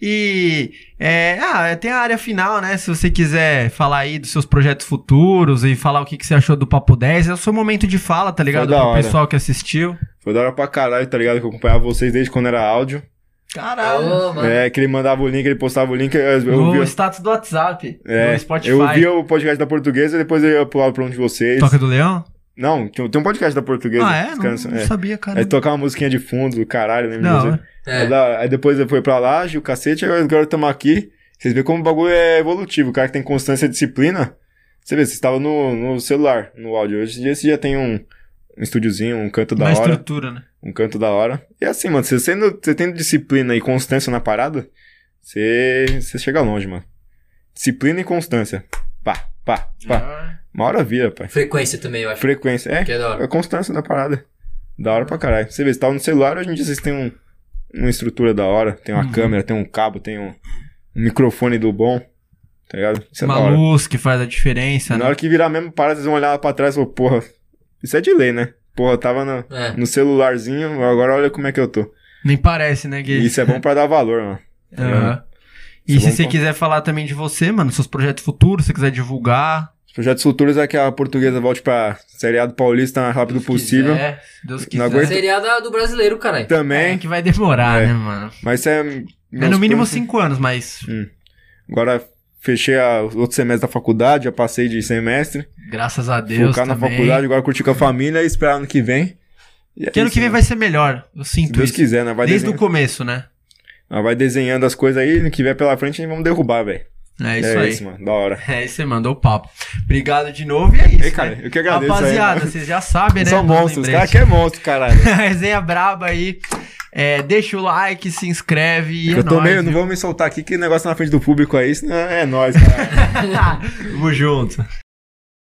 Speaker 1: E é, ah, tem a área final, né? Se você quiser falar aí dos seus projetos futuros e falar o que, que você achou do Papo 10, é o seu momento de fala, tá ligado?
Speaker 3: da
Speaker 1: Pro
Speaker 3: hora.
Speaker 1: pessoal que assistiu.
Speaker 3: Foi da hora pra caralho, tá ligado? Que eu acompanhava vocês desde quando era áudio.
Speaker 1: Caralho.
Speaker 2: Ô, mano.
Speaker 3: É, que ele mandava o link, ele postava o link. Eu, eu
Speaker 1: no
Speaker 3: via-
Speaker 1: status do WhatsApp,
Speaker 3: É,
Speaker 1: no Spotify.
Speaker 3: eu ouvia o podcast da portuguesa e depois eu pulava pra um de vocês.
Speaker 1: Toca do Leão?
Speaker 3: Não, tem tem um podcast da portuguesa.
Speaker 1: ah, é?
Speaker 3: os
Speaker 1: Não,
Speaker 3: caras-
Speaker 1: não
Speaker 3: é.
Speaker 1: sabia, cara.
Speaker 3: Aí tocava uma musiquinha de fundo, do caralho, lembra?
Speaker 1: Não, né?
Speaker 3: disso?
Speaker 2: É.
Speaker 3: Aí da- Aí depois eu fui pra lá, o cacete, agora agora estamos aqui. Vocês veem como o bagulho é evolutivo, o cara que tem constância e disciplina. Você vê, vocês estavam no, no celular, no áudio. Hoje em dia você já tem um, um estúdiozinho, um canto da
Speaker 1: na
Speaker 3: hora.
Speaker 1: estrutura, né?
Speaker 3: um canto da hora. E assim, mano, você sendo, você tendo disciplina e constância na parada, você, você chega longe, mano. Disciplina e constância. Pá, pá, pá. Uma hora vira, pai.
Speaker 2: Frequência também, eu acho.
Speaker 3: Frequência, é.
Speaker 2: Que é da hora.
Speaker 3: É a constância da parada. Da hora pra caralho. Você vê, você tava no celular, hoje em dia vocês têm um, uma estrutura da hora, tem uma
Speaker 1: Uhum.
Speaker 3: câmera, tem um cabo, tem um, um microfone do bom. Tá ligado? Isso é
Speaker 1: Uma
Speaker 3: da hora.
Speaker 1: luz que faz a diferença,
Speaker 3: Na
Speaker 1: né?
Speaker 3: hora que virar mesmo parada, vocês vão olhar lá pra trás e falar, porra, isso é de lei, né? Porra, eu tava no,
Speaker 2: É.
Speaker 3: no celularzinho, agora olha como é que eu tô.
Speaker 1: Nem parece, né, Gui?
Speaker 3: E isso é bom pra dar valor, mano.
Speaker 1: Aham. E
Speaker 3: Isso é
Speaker 1: se
Speaker 3: bom
Speaker 1: você
Speaker 3: pra-
Speaker 1: quiser falar também de você, mano, seus projetos futuros, se você quiser divulgar,
Speaker 3: Os projetos futuros é que a portuguesa volte pra Série A do Paulista o mais rápido possível.
Speaker 1: quiser, se Deus quiser.
Speaker 3: Não aguento-
Speaker 2: Seriada do brasileiro, caralho.
Speaker 1: É
Speaker 3: Também.
Speaker 1: que vai demorar,
Speaker 3: É.
Speaker 1: né, mano?
Speaker 3: Mas isso é.
Speaker 1: é no
Speaker 3: meus
Speaker 1: mínimo
Speaker 3: planos.
Speaker 1: cinco anos, mas
Speaker 3: Agora fechei a, o outro semestre da faculdade, já passei de semestre.
Speaker 1: graças a Deus
Speaker 3: focar
Speaker 1: também.
Speaker 3: na faculdade, agora curtir com a família e esperar ano que vem. E é
Speaker 1: Que ano
Speaker 3: isso,
Speaker 1: que vem
Speaker 3: mano.
Speaker 1: vai ser melhor, eu
Speaker 3: Se
Speaker 1: sinto
Speaker 3: Deus
Speaker 1: isso.
Speaker 3: quiser, né? Vai,
Speaker 1: Desde o
Speaker 3: desenhando,
Speaker 1: começo, né?
Speaker 3: nós vai desenhando as coisas aí, ano que vier pela frente, vamos derrubar, velho.
Speaker 1: É isso aí.
Speaker 3: isso, mano. Da hora.
Speaker 1: É isso, você mandou o papo. Obrigado de novo e é isso.
Speaker 3: Ei, cara,
Speaker 1: né?
Speaker 3: eu que agradeço. aí,
Speaker 1: Rapaziada,
Speaker 3: mano.
Speaker 1: vocês já sabem, né?
Speaker 3: São
Speaker 1: dos
Speaker 3: monstros. Os
Speaker 1: lembretes.
Speaker 3: caras que é monstro, caralho.
Speaker 1: [LAUGHS] Resenha braba aí. É, deixa o like, se inscreve. e é
Speaker 3: eu tô
Speaker 1: nóis, [LAUGHS]
Speaker 3: meio, não
Speaker 1: viu?
Speaker 3: vou me soltar aqui, que negócio na frente do público aí, senão é nóis, cara.
Speaker 1: Tamo junto.